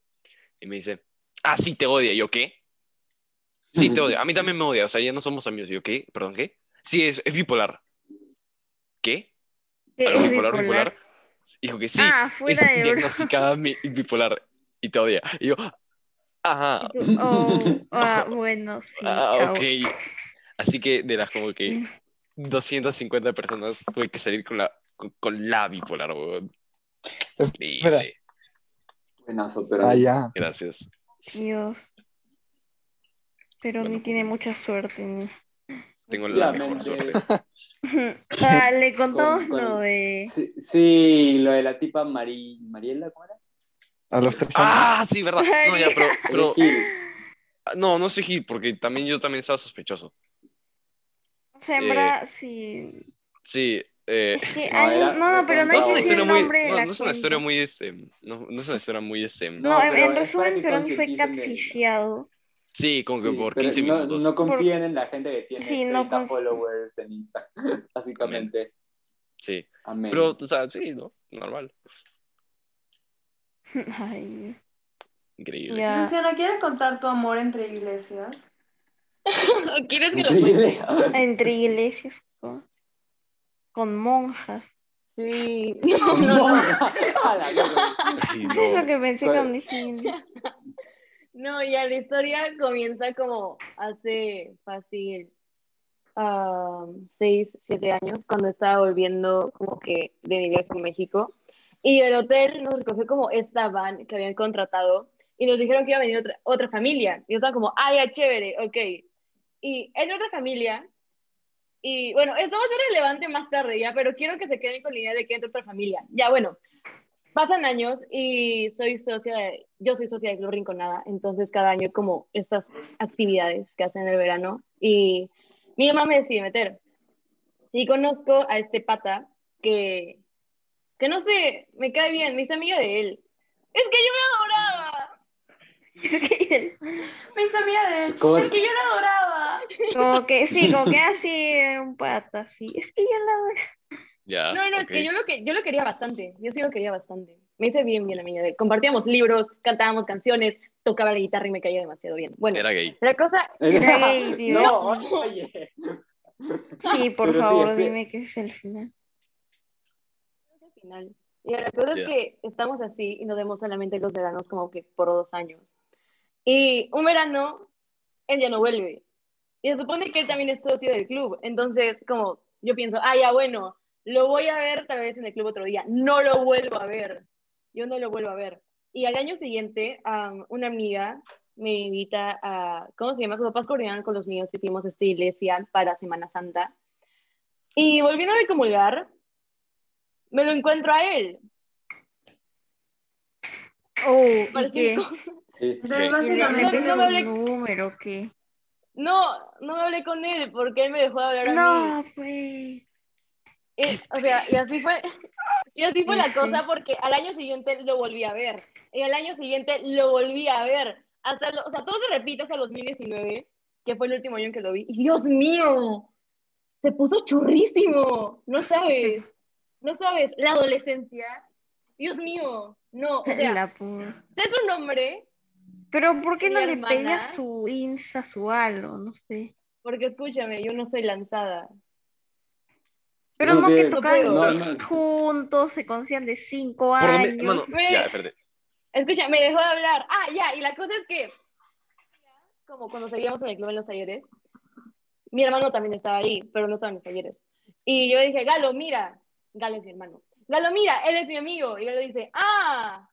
Speaker 3: Y me dice, ah, sí, te odia. Y yo, ¿qué? Sí, te odia. A mí también me odia. O sea, ya no somos amigos. Y yo, ¿qué? ¿Perdón, qué? Sí, es, es bipolar. ¿Qué?
Speaker 6: ¿Qué
Speaker 3: ¿Algo
Speaker 6: es
Speaker 3: bipolar,
Speaker 6: Eh, bipolar?
Speaker 3: bipolar? Dijo que sí,
Speaker 6: ah,
Speaker 3: es
Speaker 6: fuera de broma.
Speaker 3: diagnosticada mi- bipolar y te odia. Y yo, ajá,
Speaker 6: Oh, ah, bueno, sí.
Speaker 3: ah,
Speaker 6: chao.
Speaker 3: ok. Así que de las como que 250 personas tuve que salir con la, con, con la bipolar, weón.
Speaker 1: Espera.
Speaker 3: Horrible.
Speaker 7: Buenazo, pero.
Speaker 1: Ah, ya.
Speaker 3: Gracias.
Speaker 6: Dios. Pero
Speaker 3: Bueno.
Speaker 6: ni tiene mucha suerte. ni-
Speaker 3: Tengo la mejor
Speaker 7: Efectivamente.
Speaker 3: suerte.
Speaker 6: Ah, le contamos
Speaker 7: Con- con-
Speaker 6: lo de.
Speaker 7: Sí, sí, lo de la tipa Mari... Mariela, ¿cómo era?
Speaker 1: A los tres años.
Speaker 3: Ah, sí, verdad. No, ya, pero, pero-
Speaker 7: El Gil.
Speaker 3: no, no sé Gil, porque también yo también estaba sospechoso.
Speaker 6: O sea, en
Speaker 3: eh,
Speaker 6: verdad, sí.
Speaker 3: Sí, eh,
Speaker 6: Es que
Speaker 7: no,
Speaker 6: hay
Speaker 7: era-
Speaker 6: un- No, no, pero no
Speaker 3: no
Speaker 6: hay
Speaker 3: es
Speaker 6: que
Speaker 3: una
Speaker 6: decir
Speaker 3: historia
Speaker 6: el
Speaker 3: muy,
Speaker 6: nombre de
Speaker 3: no,
Speaker 6: la
Speaker 3: no es una historia
Speaker 6: cuenta.
Speaker 3: muy, este, no, no es una historia muy, este,
Speaker 7: No,
Speaker 6: No, en-
Speaker 7: pero
Speaker 6: en
Speaker 7: es para
Speaker 6: resumen,
Speaker 7: que
Speaker 6: Perón fue
Speaker 7: concienticen de-
Speaker 6: catfishado.
Speaker 3: sí, como que
Speaker 7: Sí,
Speaker 3: por
Speaker 7: pero
Speaker 3: 15
Speaker 7: no,
Speaker 3: minutos.
Speaker 7: No confíen en la gente que tiene
Speaker 6: Sí,
Speaker 7: 30
Speaker 6: no conf-
Speaker 7: followers en Instagram, básicamente.
Speaker 3: Sí,
Speaker 7: Amén.
Speaker 3: pero, o sea, sí, ¿no? Normal.
Speaker 6: Ay,
Speaker 3: Increíble.
Speaker 6: ya.
Speaker 2: Luciana, ¿quieres contar tu amor entre iglesias?
Speaker 4: ¿O quieres que lo cuente?
Speaker 7: Increíble.
Speaker 6: Entre iglesias. Con, con monjas.
Speaker 4: Sí.
Speaker 7: No,
Speaker 4: No, no, no.
Speaker 7: a la mierda.
Speaker 3: Y
Speaker 6: Eso es
Speaker 3: no,
Speaker 6: lo que pensé
Speaker 7: Pero-
Speaker 6: cuando dije. iglesias.
Speaker 4: No, ya la historia comienza como hace fácil ah, seis, siete años, cuando estaba volviendo como que de mi viaje a México. Y el hotel nos recogió como esta van que habían contratado y nos dijeron que iba a venir otra, otra familia. Y yo estaba como, ay, ya chévere, ok. Y era otra familia. Y bueno, esto va a ser relevante más tarde ya, pero quiero que se queden con la idea de que entra otra familia. Ya, bueno, pasan años y soy socia de, yo soy socia de Club Rinconada, entonces cada año hay como estas actividades que hacen en el verano y mi mamá me decide meter. Y conozco a este pata que, que no sé, me cae bien, me hice amiga de él. Es que yo me adoraba.
Speaker 2: Me sabía de él.
Speaker 7: ¿Cómo?
Speaker 2: Es que yo lo adoraba.
Speaker 6: Como que sí, como que así, un pata así. Es que yo la adoro.
Speaker 3: Ya.
Speaker 4: No, no, es
Speaker 3: Ah, ok.
Speaker 4: que yo lo, que, yo lo quería bastante. Yo sí lo quería bastante. Me hice bien, bien amiga de él. Compartíamos libros, cantábamos canciones, tocaba la guitarra y me caía demasiado bien. Bueno,
Speaker 3: Era gay.
Speaker 4: la cosa.
Speaker 6: Era gay, tío.
Speaker 4: No.
Speaker 5: oye.
Speaker 6: Sí, por
Speaker 7: Pero sí,
Speaker 6: favor,
Speaker 7: es que-
Speaker 6: dime que es el final.
Speaker 4: al final. Y la cosa
Speaker 3: Ya.
Speaker 4: es que estamos así y nos vemos solamente los veranos como que por dos años. Y un verano, él ya no vuelve. Y se supone que él también es socio del club. Entonces, como yo pienso, ah, ya bueno, lo voy a ver tal vez en el club otro día. No lo vuelvo a ver. Yo no lo vuelvo a ver. Y al año siguiente, am, una amiga me invita a, ¿cómo se llama? Sus papás coordinaron con los míos y fuimos a esta iglesia para Semana Santa. Y volviendo de comulgar, me lo encuentro a él.
Speaker 6: Oh, ¿y
Speaker 4: Para
Speaker 6: qué?
Speaker 4: cinco-
Speaker 7: Sí.
Speaker 2: Entonces,
Speaker 3: Sí.
Speaker 6: ¿Y le- le
Speaker 4: no,
Speaker 2: básicamente,
Speaker 4: no
Speaker 6: pides
Speaker 4: me
Speaker 6: un
Speaker 4: hablé-
Speaker 6: número qué?
Speaker 4: No, no me hablé con él porque él me dejó de hablar a mí.
Speaker 6: No, pues.
Speaker 4: Eh, o sea, y así fue, y así fue la
Speaker 6: Sí, sí.
Speaker 4: cosa porque al año siguiente lo volví a ver. Y al año siguiente lo volví a ver. Hasta lo- o sea, todo se repite hasta 2019, que fue el último año en que lo vi. Y Dios mío, se puso churrísimo. No sabes, no sabes, la adolescencia. Dios mío, no, o sea,
Speaker 6: pues, La pu-
Speaker 4: sé su nombre
Speaker 6: Pero ¿por qué
Speaker 4: mi
Speaker 6: no le
Speaker 4: hermana-
Speaker 6: pedías su Insta, su algo? No sé.
Speaker 4: porque escúchame, yo no soy lanzada.
Speaker 6: Pero
Speaker 7: no
Speaker 6: no que
Speaker 7: tiene-
Speaker 6: tocaban
Speaker 4: no,
Speaker 7: no.
Speaker 6: juntos, se conocían de cinco
Speaker 3: ¿Por
Speaker 6: años.
Speaker 3: dónde? Mano,
Speaker 4: Güey.
Speaker 3: ya, espérate.
Speaker 4: Escucha, me dejó de hablar. Ah, ya, y la cosa es que, como cuando seguíamos en el club en los talleres, mi hermano también estaba ahí, pero no estaba en los talleres. Y yo dije, Galo, mira, Galo es mi hermano. Galo, mira, él es mi amigo. Y Galo dice, ah,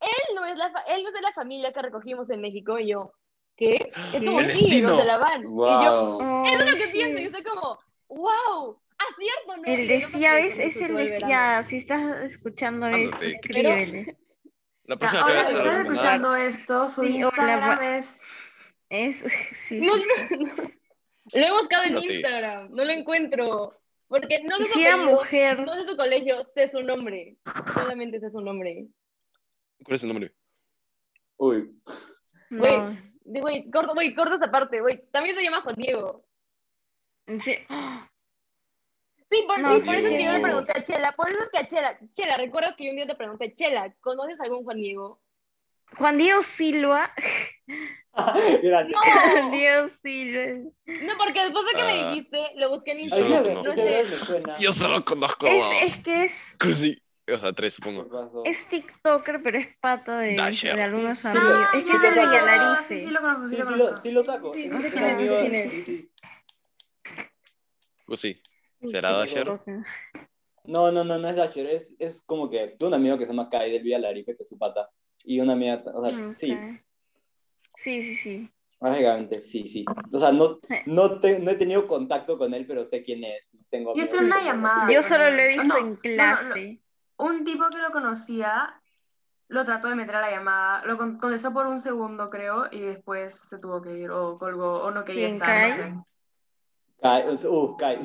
Speaker 4: él no es, la fa- él no es de la familia que recogimos en México. Y yo, ¿qué? Es como,
Speaker 3: El
Speaker 4: sí,
Speaker 3: destino.
Speaker 4: los de la van. Y yo,
Speaker 7: Wow.
Speaker 6: Oh,
Speaker 4: eso es lo que
Speaker 6: sí.
Speaker 4: pienso. Y yo estoy como, wow, acierto, ¿no?
Speaker 6: El
Speaker 4: Y yo
Speaker 6: des- ya
Speaker 4: porque
Speaker 6: ves, es
Speaker 4: conozco
Speaker 6: el
Speaker 4: todo
Speaker 6: des-
Speaker 4: verano.
Speaker 6: ya, si estás escuchando esto,
Speaker 3: Ándate, ¿qué
Speaker 4: te pasa?
Speaker 6: escríbele.
Speaker 3: La
Speaker 2: Ya,
Speaker 3: próxima que
Speaker 2: ahora,
Speaker 3: vayas
Speaker 2: si
Speaker 3: a
Speaker 2: estás
Speaker 3: recomendar-
Speaker 2: escuchando esto, su
Speaker 6: Sí, hola,
Speaker 2: Instagram
Speaker 6: va-
Speaker 2: es...
Speaker 6: Es, sí,
Speaker 4: No,
Speaker 6: sí.
Speaker 4: no, no. Lo he buscado en
Speaker 3: No te-
Speaker 4: Instagram, no lo encuentro. Porque no sé
Speaker 6: Y
Speaker 4: su
Speaker 6: si era
Speaker 4: apellido,
Speaker 6: mujer,
Speaker 4: no sé su colegio, sé su nombre. Solamente sé su nombre.
Speaker 3: ¿Cuál es el nombre?
Speaker 7: Uy.
Speaker 6: no.
Speaker 4: De- Güey, corto, güey, corto esa parte, güey. También se llama Juan Diego.
Speaker 6: Sí.
Speaker 4: Sí, por,
Speaker 6: No,
Speaker 4: sí, por eso es que yo le
Speaker 3: Diego.
Speaker 4: pregunté a Chela. Por eso es que a Chela, Chela, ¿recuerdas que yo un día te pregunté, Chela, ¿conoces algún Juan Diego?
Speaker 6: Juan Diego Silva.
Speaker 5: Gracias.
Speaker 6: Juan
Speaker 4: No,
Speaker 6: Diego Silva.
Speaker 4: no porque después de que
Speaker 3: Ah.
Speaker 4: me dijiste, lo busqué en
Speaker 3: Y
Speaker 5: Ay,
Speaker 3: solo-
Speaker 4: Instagram.
Speaker 5: ya ve,
Speaker 3: no.
Speaker 5: ese brother me suena.
Speaker 3: Yo solo conozco
Speaker 6: Es, es
Speaker 3: dos.
Speaker 6: que es,
Speaker 3: Pues Sí. O sea, tres, supongo.
Speaker 5: ¿Qué pasó?
Speaker 6: es TikToker, pero es pata de,
Speaker 3: Dasher.
Speaker 6: de algunos
Speaker 5: Sí,
Speaker 6: amigos.
Speaker 2: Ah,
Speaker 5: sí,
Speaker 6: es
Speaker 5: sí,
Speaker 6: que es de
Speaker 5: sí, sí,
Speaker 2: ya,
Speaker 6: Villalarice.
Speaker 2: sí, sí lo conozco, sí
Speaker 5: Sí,
Speaker 2: lo
Speaker 5: sí lo,
Speaker 2: conozco.
Speaker 5: sí lo saco.
Speaker 4: Sí, sí
Speaker 5: Es
Speaker 4: sé quién
Speaker 5: un
Speaker 4: es, sí
Speaker 5: amigo-
Speaker 4: sé quién es.
Speaker 5: sí, sí.
Speaker 3: Pues sí. ¿Será Dasher?
Speaker 6: TikToker.
Speaker 5: No, no, no, no es Dasher. Es, es como que de un amigo que se llama Kai del Villa Laripe, que es su pata. Y una amiga,
Speaker 3: Ah,
Speaker 5: o sea,
Speaker 6: Mm,
Speaker 5: sí,
Speaker 6: ok. Sí, sí, sí.
Speaker 5: básicamente, sí, sí. O sea, no, no, te- no he tenido contacto con él, pero sé quién es. Tengo
Speaker 2: Yo
Speaker 5: amigos
Speaker 2: estoy en
Speaker 5: que
Speaker 2: una
Speaker 5: lo conocen.
Speaker 2: llamada.
Speaker 6: Yo solo lo he visto
Speaker 2: Ah, No, no,
Speaker 6: en
Speaker 2: no.
Speaker 6: clase.
Speaker 2: Un tipo que lo conocía lo trató de meter a la llamada, lo con- contestó por un segundo, creo, y después se tuvo que ir, o colgó, o no quería
Speaker 6: ¿Quién
Speaker 2: estar. no
Speaker 6: cae?
Speaker 2: sé.
Speaker 5: Kai, es- uf, Kai.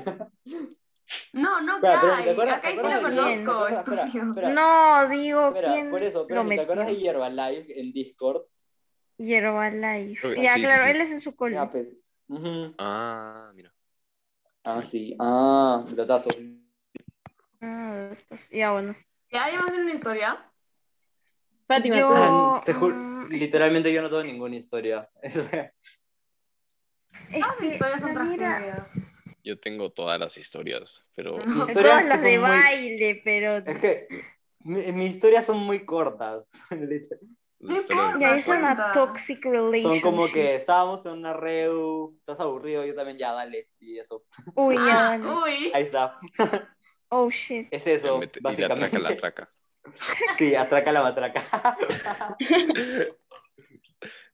Speaker 2: No, no,
Speaker 5: Espera, pero
Speaker 2: Kai.
Speaker 5: ¿te acuerdas-
Speaker 2: a
Speaker 5: te
Speaker 2: Kai sí
Speaker 5: acuerdas
Speaker 2: lo
Speaker 6: de quién?
Speaker 2: conozco,
Speaker 5: Espera, espera,
Speaker 2: estúpido.
Speaker 5: espera.
Speaker 6: No, digo,
Speaker 5: Espera,
Speaker 6: ¿quién
Speaker 5: por eso,
Speaker 6: lo
Speaker 5: pero ¿te
Speaker 6: metió?
Speaker 5: acuerdas de Hierba Live en Discord?
Speaker 6: Hierba Life.
Speaker 3: Creo que-
Speaker 6: Ya,
Speaker 3: sí, sí,
Speaker 6: claro,
Speaker 3: sí.
Speaker 6: él es en su cole.
Speaker 5: Ya, pues. Ujú.
Speaker 3: Ah, mira.
Speaker 5: Ah, sí. Ah, datazo.
Speaker 6: Ah, pues, ya, bueno.
Speaker 2: ¿Ya hay más una historia?
Speaker 4: Fátima,
Speaker 6: Yo-
Speaker 4: tú.
Speaker 6: Ah, te juro, mm.
Speaker 5: Literalmente yo no tengo ninguna historia.
Speaker 6: Es
Speaker 2: Ah, mis
Speaker 6: que,
Speaker 2: historias son
Speaker 6: mira,
Speaker 2: tragedias.
Speaker 3: yo tengo todas las historias, pero
Speaker 2: No.
Speaker 5: Mis historias
Speaker 6: todas
Speaker 5: que
Speaker 6: las
Speaker 5: son
Speaker 6: de
Speaker 5: muy-
Speaker 6: baile, pero...
Speaker 5: Es que mi- mis historias son muy cortas.
Speaker 3: las
Speaker 2: importa.
Speaker 6: Ya,
Speaker 3: no
Speaker 2: me
Speaker 6: es
Speaker 3: fueron.
Speaker 6: una
Speaker 2: cuenta.
Speaker 6: toxic relationship.
Speaker 5: Son como que estábamos en una reu, estás aburrido, yo también ya dale. Y eso.
Speaker 6: Uy, ya,
Speaker 2: Ah,
Speaker 6: vale.
Speaker 2: uy.
Speaker 5: Ahí está.
Speaker 6: Oh, shit.
Speaker 5: Es eso,
Speaker 3: Mete- Y la
Speaker 5: básicamente.
Speaker 3: traca, la traca.
Speaker 5: Sí, atraca la matraca.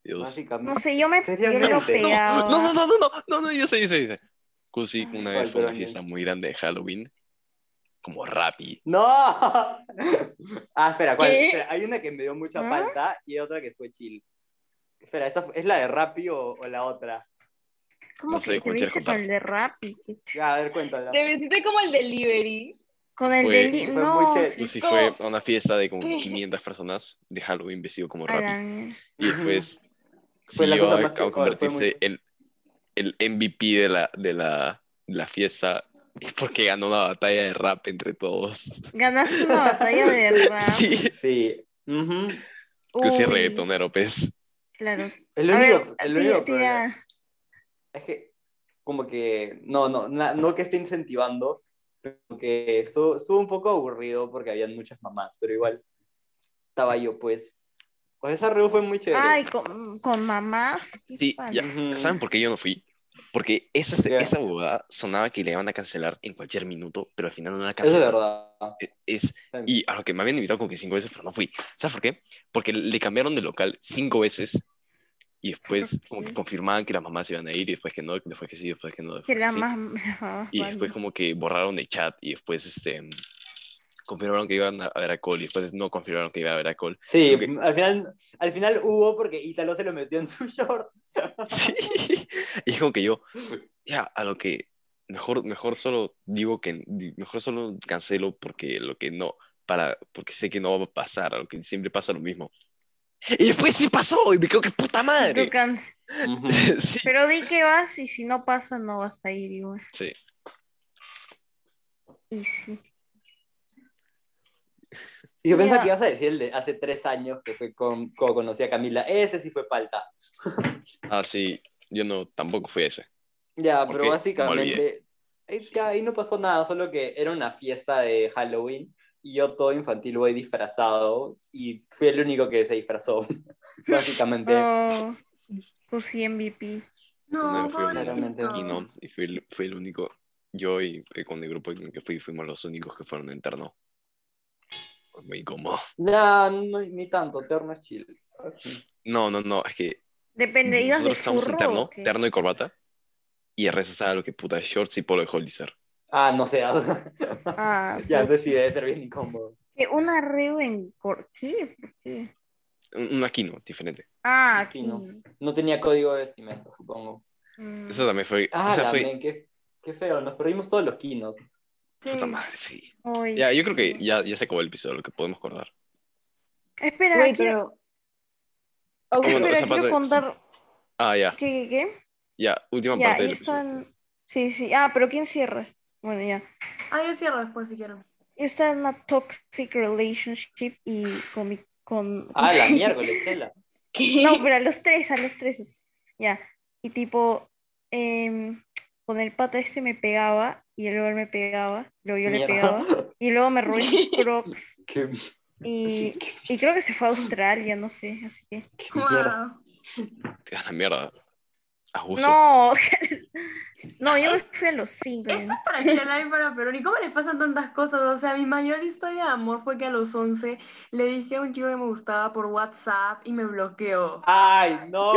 Speaker 3: Dios.
Speaker 6: No
Speaker 5: básicamente.
Speaker 6: sé, yo me yo
Speaker 5: Seriamente.
Speaker 6: lo
Speaker 5: No,
Speaker 6: pegaba.
Speaker 3: No, no, no, no, no, no, no, yo sé, yo sé, yo sé. Cusi una
Speaker 5: ¿Cuál,
Speaker 3: vez fue a una
Speaker 5: Brandon?
Speaker 3: fiesta muy grande de Halloween, como Rappi.
Speaker 5: ¡No! Ah, espera, ¿cuál?
Speaker 4: ¿Qué?
Speaker 5: Espera, hay una que me dio mucha
Speaker 6: ¿Ah?
Speaker 5: falta y otra que fue chill. Espera, ¿esa fue- ¿es la de Rappi o, o la otra?
Speaker 6: ¿Cómo
Speaker 3: No sé,
Speaker 6: que te
Speaker 3: ¿cómo quieres
Speaker 6: viste con el de Rappi?
Speaker 5: Ya, a ver, cuéntala.
Speaker 4: Te vestiste como el delivery.
Speaker 6: Con el
Speaker 3: Fue-
Speaker 6: de... Li-
Speaker 5: fue
Speaker 6: No,
Speaker 5: muy chévere.
Speaker 3: Cusi
Speaker 4: No.
Speaker 3: fue a una fiesta de como
Speaker 4: ¿Qué?
Speaker 3: 500 personas de Halloween vestido como
Speaker 6: a la
Speaker 3: Rappi.
Speaker 6: mierda.
Speaker 3: Y después
Speaker 5: Fue la
Speaker 3: sí,
Speaker 5: cosa
Speaker 3: a-
Speaker 5: más
Speaker 3: a
Speaker 5: que-
Speaker 3: convertirse
Speaker 5: fue muy-
Speaker 3: en el MVP de la, de la, de la fiesta porque ganó una batalla de rap entre todos.
Speaker 6: Ganaste una batalla de verdad.
Speaker 5: Ah,
Speaker 3: Sí,
Speaker 5: Sí. Ujú.
Speaker 3: que sí,
Speaker 6: Uy,
Speaker 3: reggaetonero, pues.
Speaker 6: Claro.
Speaker 5: El
Speaker 6: A
Speaker 5: único,
Speaker 6: ver,
Speaker 5: el
Speaker 6: tira-
Speaker 5: único problema
Speaker 6: tira-
Speaker 5: es que, como que, no, no, na- no que esté incentivando, pero que estuvo, estuvo un poco aburrido porque habían muchas mamás, pero igual estaba yo, pues. Pues esa reunión fue muy chévere.
Speaker 6: Ay, con, con mamás. qué
Speaker 3: Sí,
Speaker 6: padre.
Speaker 3: ya.
Speaker 5: Ujú.
Speaker 3: ¿Saben por qué yo no fui? Porque esa,
Speaker 5: Ya.
Speaker 3: esa bobada sonaba que la iban a cancelar en cualquier minuto, pero al final no la
Speaker 5: Eso es
Speaker 3: cancelaron.
Speaker 5: verdad.
Speaker 3: Es, Y a lo que me habían invitado como que cinco veces, pero no fui. ¿Sabes por qué? Porque le cambiaron de local cinco veces y después como que
Speaker 6: Ok.
Speaker 3: confirmaban que las mamás iban a ir y después que no, después que sí, después que no.
Speaker 6: Que
Speaker 3: Después
Speaker 6: la
Speaker 3: sí.
Speaker 6: mam- la mamá
Speaker 3: Y
Speaker 6: van.
Speaker 3: después como que borraron el chat y después este, confirmaron que iban a haber alcohol y después no confirmaron que iba a haber alcohol.
Speaker 5: Sí,
Speaker 3: Creo
Speaker 5: al final, al final hubo porque Italo se lo metió en su short.
Speaker 3: Sí. Y es como que yo, ya, a lo que mejor, mejor solo digo que, di- mejor solo cancelo porque lo que no, para, porque sé que no va a pasar, a lo que siempre pasa lo mismo. Y después sí pasó y me quedo que puta
Speaker 6: Tú
Speaker 3: madre.
Speaker 6: can-
Speaker 3: Sí,
Speaker 6: Pero di que vas y si no pasa, no vas a ir igual.
Speaker 3: sí.
Speaker 6: Y sí.
Speaker 5: Y yo pensaba
Speaker 6: Ya.
Speaker 5: que ibas a decir el de hace tres años que fue con, cuando conocí a Camila. Ese sí fue palta.
Speaker 3: Ah, sí, yo no, tampoco fui a ese.
Speaker 5: Ya,
Speaker 3: Ok,
Speaker 5: pero básicamente. eh, ya, ahí no pasó nada, solo que era una fiesta de Halloween y yo todo infantil voy disfrazado y fui el único que se disfrazó. Básicamente.
Speaker 6: Oh, tú sí MVP.
Speaker 3: No,
Speaker 2: No,
Speaker 3: fui a uno.
Speaker 2: pobrecito.
Speaker 3: Y no, y fui el, fui el único, yo y eh, con el grupo en el que fui, fuimos los únicos que fueron en terno. Fue Muy incómodo.
Speaker 5: No, no, ni tanto, terno es chile.
Speaker 3: No, no, no, es que
Speaker 6: Depende, ibas de
Speaker 3: Nosotros estamos en
Speaker 6: churro o
Speaker 3: terno,
Speaker 6: qué?
Speaker 3: terno y corbata. Y el resto estaba lo que puta, shorts y polo de Hollister.
Speaker 5: Ah, no sé.
Speaker 6: Ah,
Speaker 5: ya, entonces sí debe ser bien incómodo.
Speaker 6: que una reo en cor... ¿Qué? ¿Por qué?
Speaker 3: Un un aquino, diferente.
Speaker 6: Ah,
Speaker 5: Aquí
Speaker 6: aquí.
Speaker 5: no. No tenía código de vestimenta, supongo.
Speaker 6: Mm.
Speaker 3: Eso también fue.
Speaker 5: Ah,
Speaker 3: o sea,
Speaker 5: la
Speaker 3: fue.
Speaker 5: men, qué, qué feo, nos perdimos todos los quinos.
Speaker 3: Puta
Speaker 2: Sí.
Speaker 3: madre, sí.
Speaker 6: Ay,
Speaker 3: Ya, yo creo que
Speaker 6: sí.
Speaker 3: ya, ya se acabó el episodio, lo que podemos acordar.
Speaker 6: Espera,
Speaker 4: Güey,
Speaker 6: quiero,
Speaker 4: pero.
Speaker 3: ¿Cómo no?
Speaker 6: espera,
Speaker 3: Esa
Speaker 6: quiero
Speaker 3: parte-
Speaker 6: contar.
Speaker 3: Ah, ya,
Speaker 6: ¿Qué, qué, qué?
Speaker 3: ya, última
Speaker 6: Ya,
Speaker 3: parte
Speaker 6: y
Speaker 3: del episodio.
Speaker 6: están. Sí, sí. Ah, pero ¿quién cierra? Bueno, ya.
Speaker 2: Ah, yo cierro después si quieren.
Speaker 6: Yo estaba en una toxic relationship y con mi. Con...
Speaker 5: Ah, la miércoles, chela.
Speaker 4: ¿Qué?
Speaker 6: No, pero a los tres, a los tres. Ya. Y tipo, em, con el pata este me pegaba y luego él me pegaba, luego yo le
Speaker 5: Mierda.
Speaker 6: pegaba y luego me robé mis crocs
Speaker 7: Qué-
Speaker 6: y, y creo que se fue a Australia, no sé, así que...
Speaker 2: Wow.
Speaker 3: Te das la mierda. Abuso.
Speaker 6: No, no, yo me fui a los cinco.
Speaker 2: Esto es para Chela y para Perón. ¿Y cómo les pasan tantas cosas? O sea, mi mayor historia de amor fue que a los 11 le dije a un chico que me gustaba por WhatsApp y me bloqueó.
Speaker 5: Ay, no.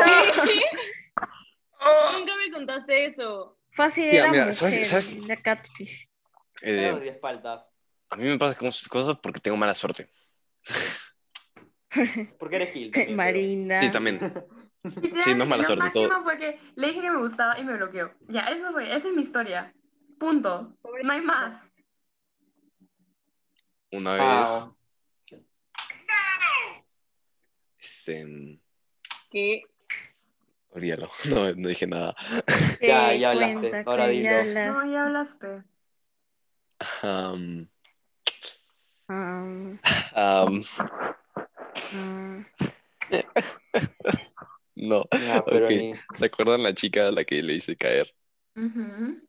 Speaker 4: Nunca me contaste eso.
Speaker 6: Fácil
Speaker 3: Ya,
Speaker 6: era
Speaker 3: mira, ¿sabes-
Speaker 6: mujer,
Speaker 3: sabes?
Speaker 6: la catfish.
Speaker 3: Eh,
Speaker 5: Claro, sí, es falta.
Speaker 3: a mí me pasa con esas cosas porque tengo mala suerte.
Speaker 5: Porque eres Gil. también,
Speaker 6: Marina.
Speaker 3: Sí, también.
Speaker 2: Literalmente,
Speaker 3: no es mala
Speaker 2: lo
Speaker 3: suerte, todo.
Speaker 2: máximo fue que le dije que me gustaba y me bloqueó. Ya, eso fue, esa es mi historia. Punto. No hay más.
Speaker 3: Una vez.
Speaker 5: pero- Ah,
Speaker 3: Este.
Speaker 4: ¿Qué?
Speaker 3: Olvídalo. No, no dije nada.
Speaker 5: Ya,
Speaker 6: Sí,
Speaker 5: ya hablaste,
Speaker 6: cuenta,
Speaker 5: ahora
Speaker 6: que
Speaker 5: dilo.
Speaker 6: ya hablaste.
Speaker 2: No, ya hablaste.
Speaker 3: Um,
Speaker 6: Ah,
Speaker 3: um,
Speaker 6: ah.
Speaker 3: no.
Speaker 5: ya, pero
Speaker 3: Ok.
Speaker 5: ni-
Speaker 3: ¿Se acuerdan la chica a la que le hice caer?
Speaker 2: Ujú.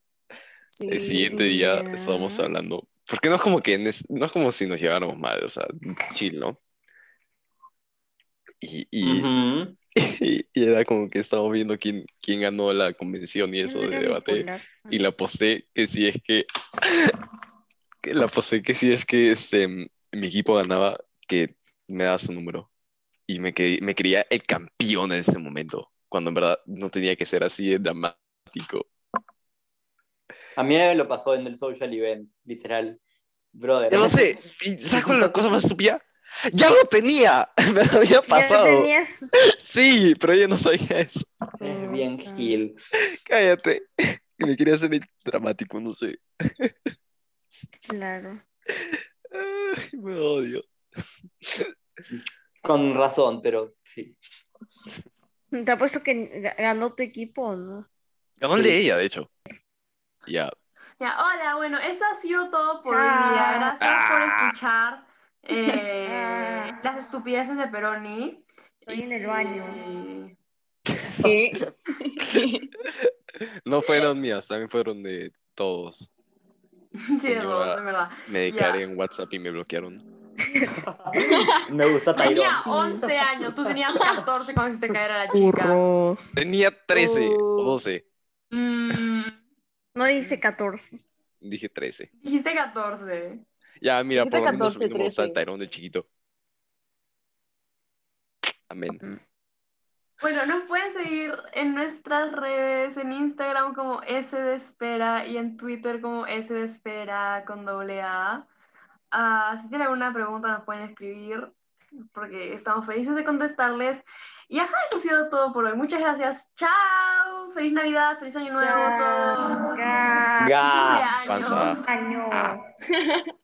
Speaker 4: Sí.
Speaker 3: El siguiente día
Speaker 6: Ya.
Speaker 3: estábamos hablando. Porque no es como que en es- no es como si nos lleváramos mal, o sea, chill, ¿no? Y, y,
Speaker 5: Ujú.
Speaker 3: y- y era como que estábamos viendo quién, quién ganó la convención y eso
Speaker 6: Yo no
Speaker 3: de
Speaker 6: era
Speaker 3: debate.
Speaker 6: bipolar.
Speaker 3: Y la posté que si es que. que la posté que si es que este, mi equipo ganaba, que me daba su número. Y me, quedé- me creía el campeón en ese momento. Cuando en verdad no tenía que ser así de dramático.
Speaker 5: A mí me lo pasó en el social event, literal. Brother.
Speaker 3: Ya lo sé. ¿Y sabes cuál es la cosa más estúpida? ¡Ya lo tenía! Me lo había
Speaker 6: Ya
Speaker 3: pasado.
Speaker 6: tenías
Speaker 3: Sí, pero ella no sabía eso.
Speaker 5: Es bien
Speaker 6: Ah.
Speaker 5: Gil.
Speaker 3: Cállate. Que Me quería hacer el dramático, no sé.
Speaker 6: Claro.
Speaker 3: Ay, me odio.
Speaker 5: Con razón, pero sí.
Speaker 6: Te apuesto que ga- ganó tu equipo, ¿no?
Speaker 3: Ganó el de ella, de hecho. Ya.
Speaker 2: Ya, hola, bueno, eso ha sido todo por hoy
Speaker 6: Ah.
Speaker 2: día. Gracias por
Speaker 3: Ah.
Speaker 2: escuchar eh,
Speaker 6: Ah.
Speaker 2: las estupideces de Peroni.
Speaker 6: Estoy en el baño.
Speaker 2: Y-
Speaker 4: ¿Qué?
Speaker 3: No fueron mías, también fueron de todos.
Speaker 2: Sí, de
Speaker 3: Señora.
Speaker 2: dos, de verdad.
Speaker 3: Me declaré en WhatsApp y me bloquearon.
Speaker 5: Me gusta Tyron.
Speaker 2: Tenía 11 años, tú tenías 14 cuando hiciste caer a la chica.
Speaker 6: Burros.
Speaker 3: Tenía 13 o
Speaker 4: Uh.
Speaker 3: 12.
Speaker 2: Mm,
Speaker 6: No dice 14.
Speaker 3: Dije 13.
Speaker 2: dijiste 14.
Speaker 3: Ya, mira,
Speaker 4: Dijiste
Speaker 3: por lo menos
Speaker 4: 14,
Speaker 3: no me gusta el
Speaker 4: 13.
Speaker 3: Tyrone de chiquito. Amén.
Speaker 2: Bueno, nos pueden seguir en nuestras redes, en Instagram como S de Espera y en Twitter como S de Espera con doble A. Ah, si tienen alguna pregunta nos pueden escribir porque estamos felices de contestarles. Y ajá, eso ha sido todo por hoy. Muchas gracias. Chao. Feliz Navidad, feliz Año Nuevo a todos.
Speaker 6: Ga-
Speaker 5: Ga.
Speaker 2: Feliz cumpleaños.
Speaker 3: Panza.
Speaker 6: Año.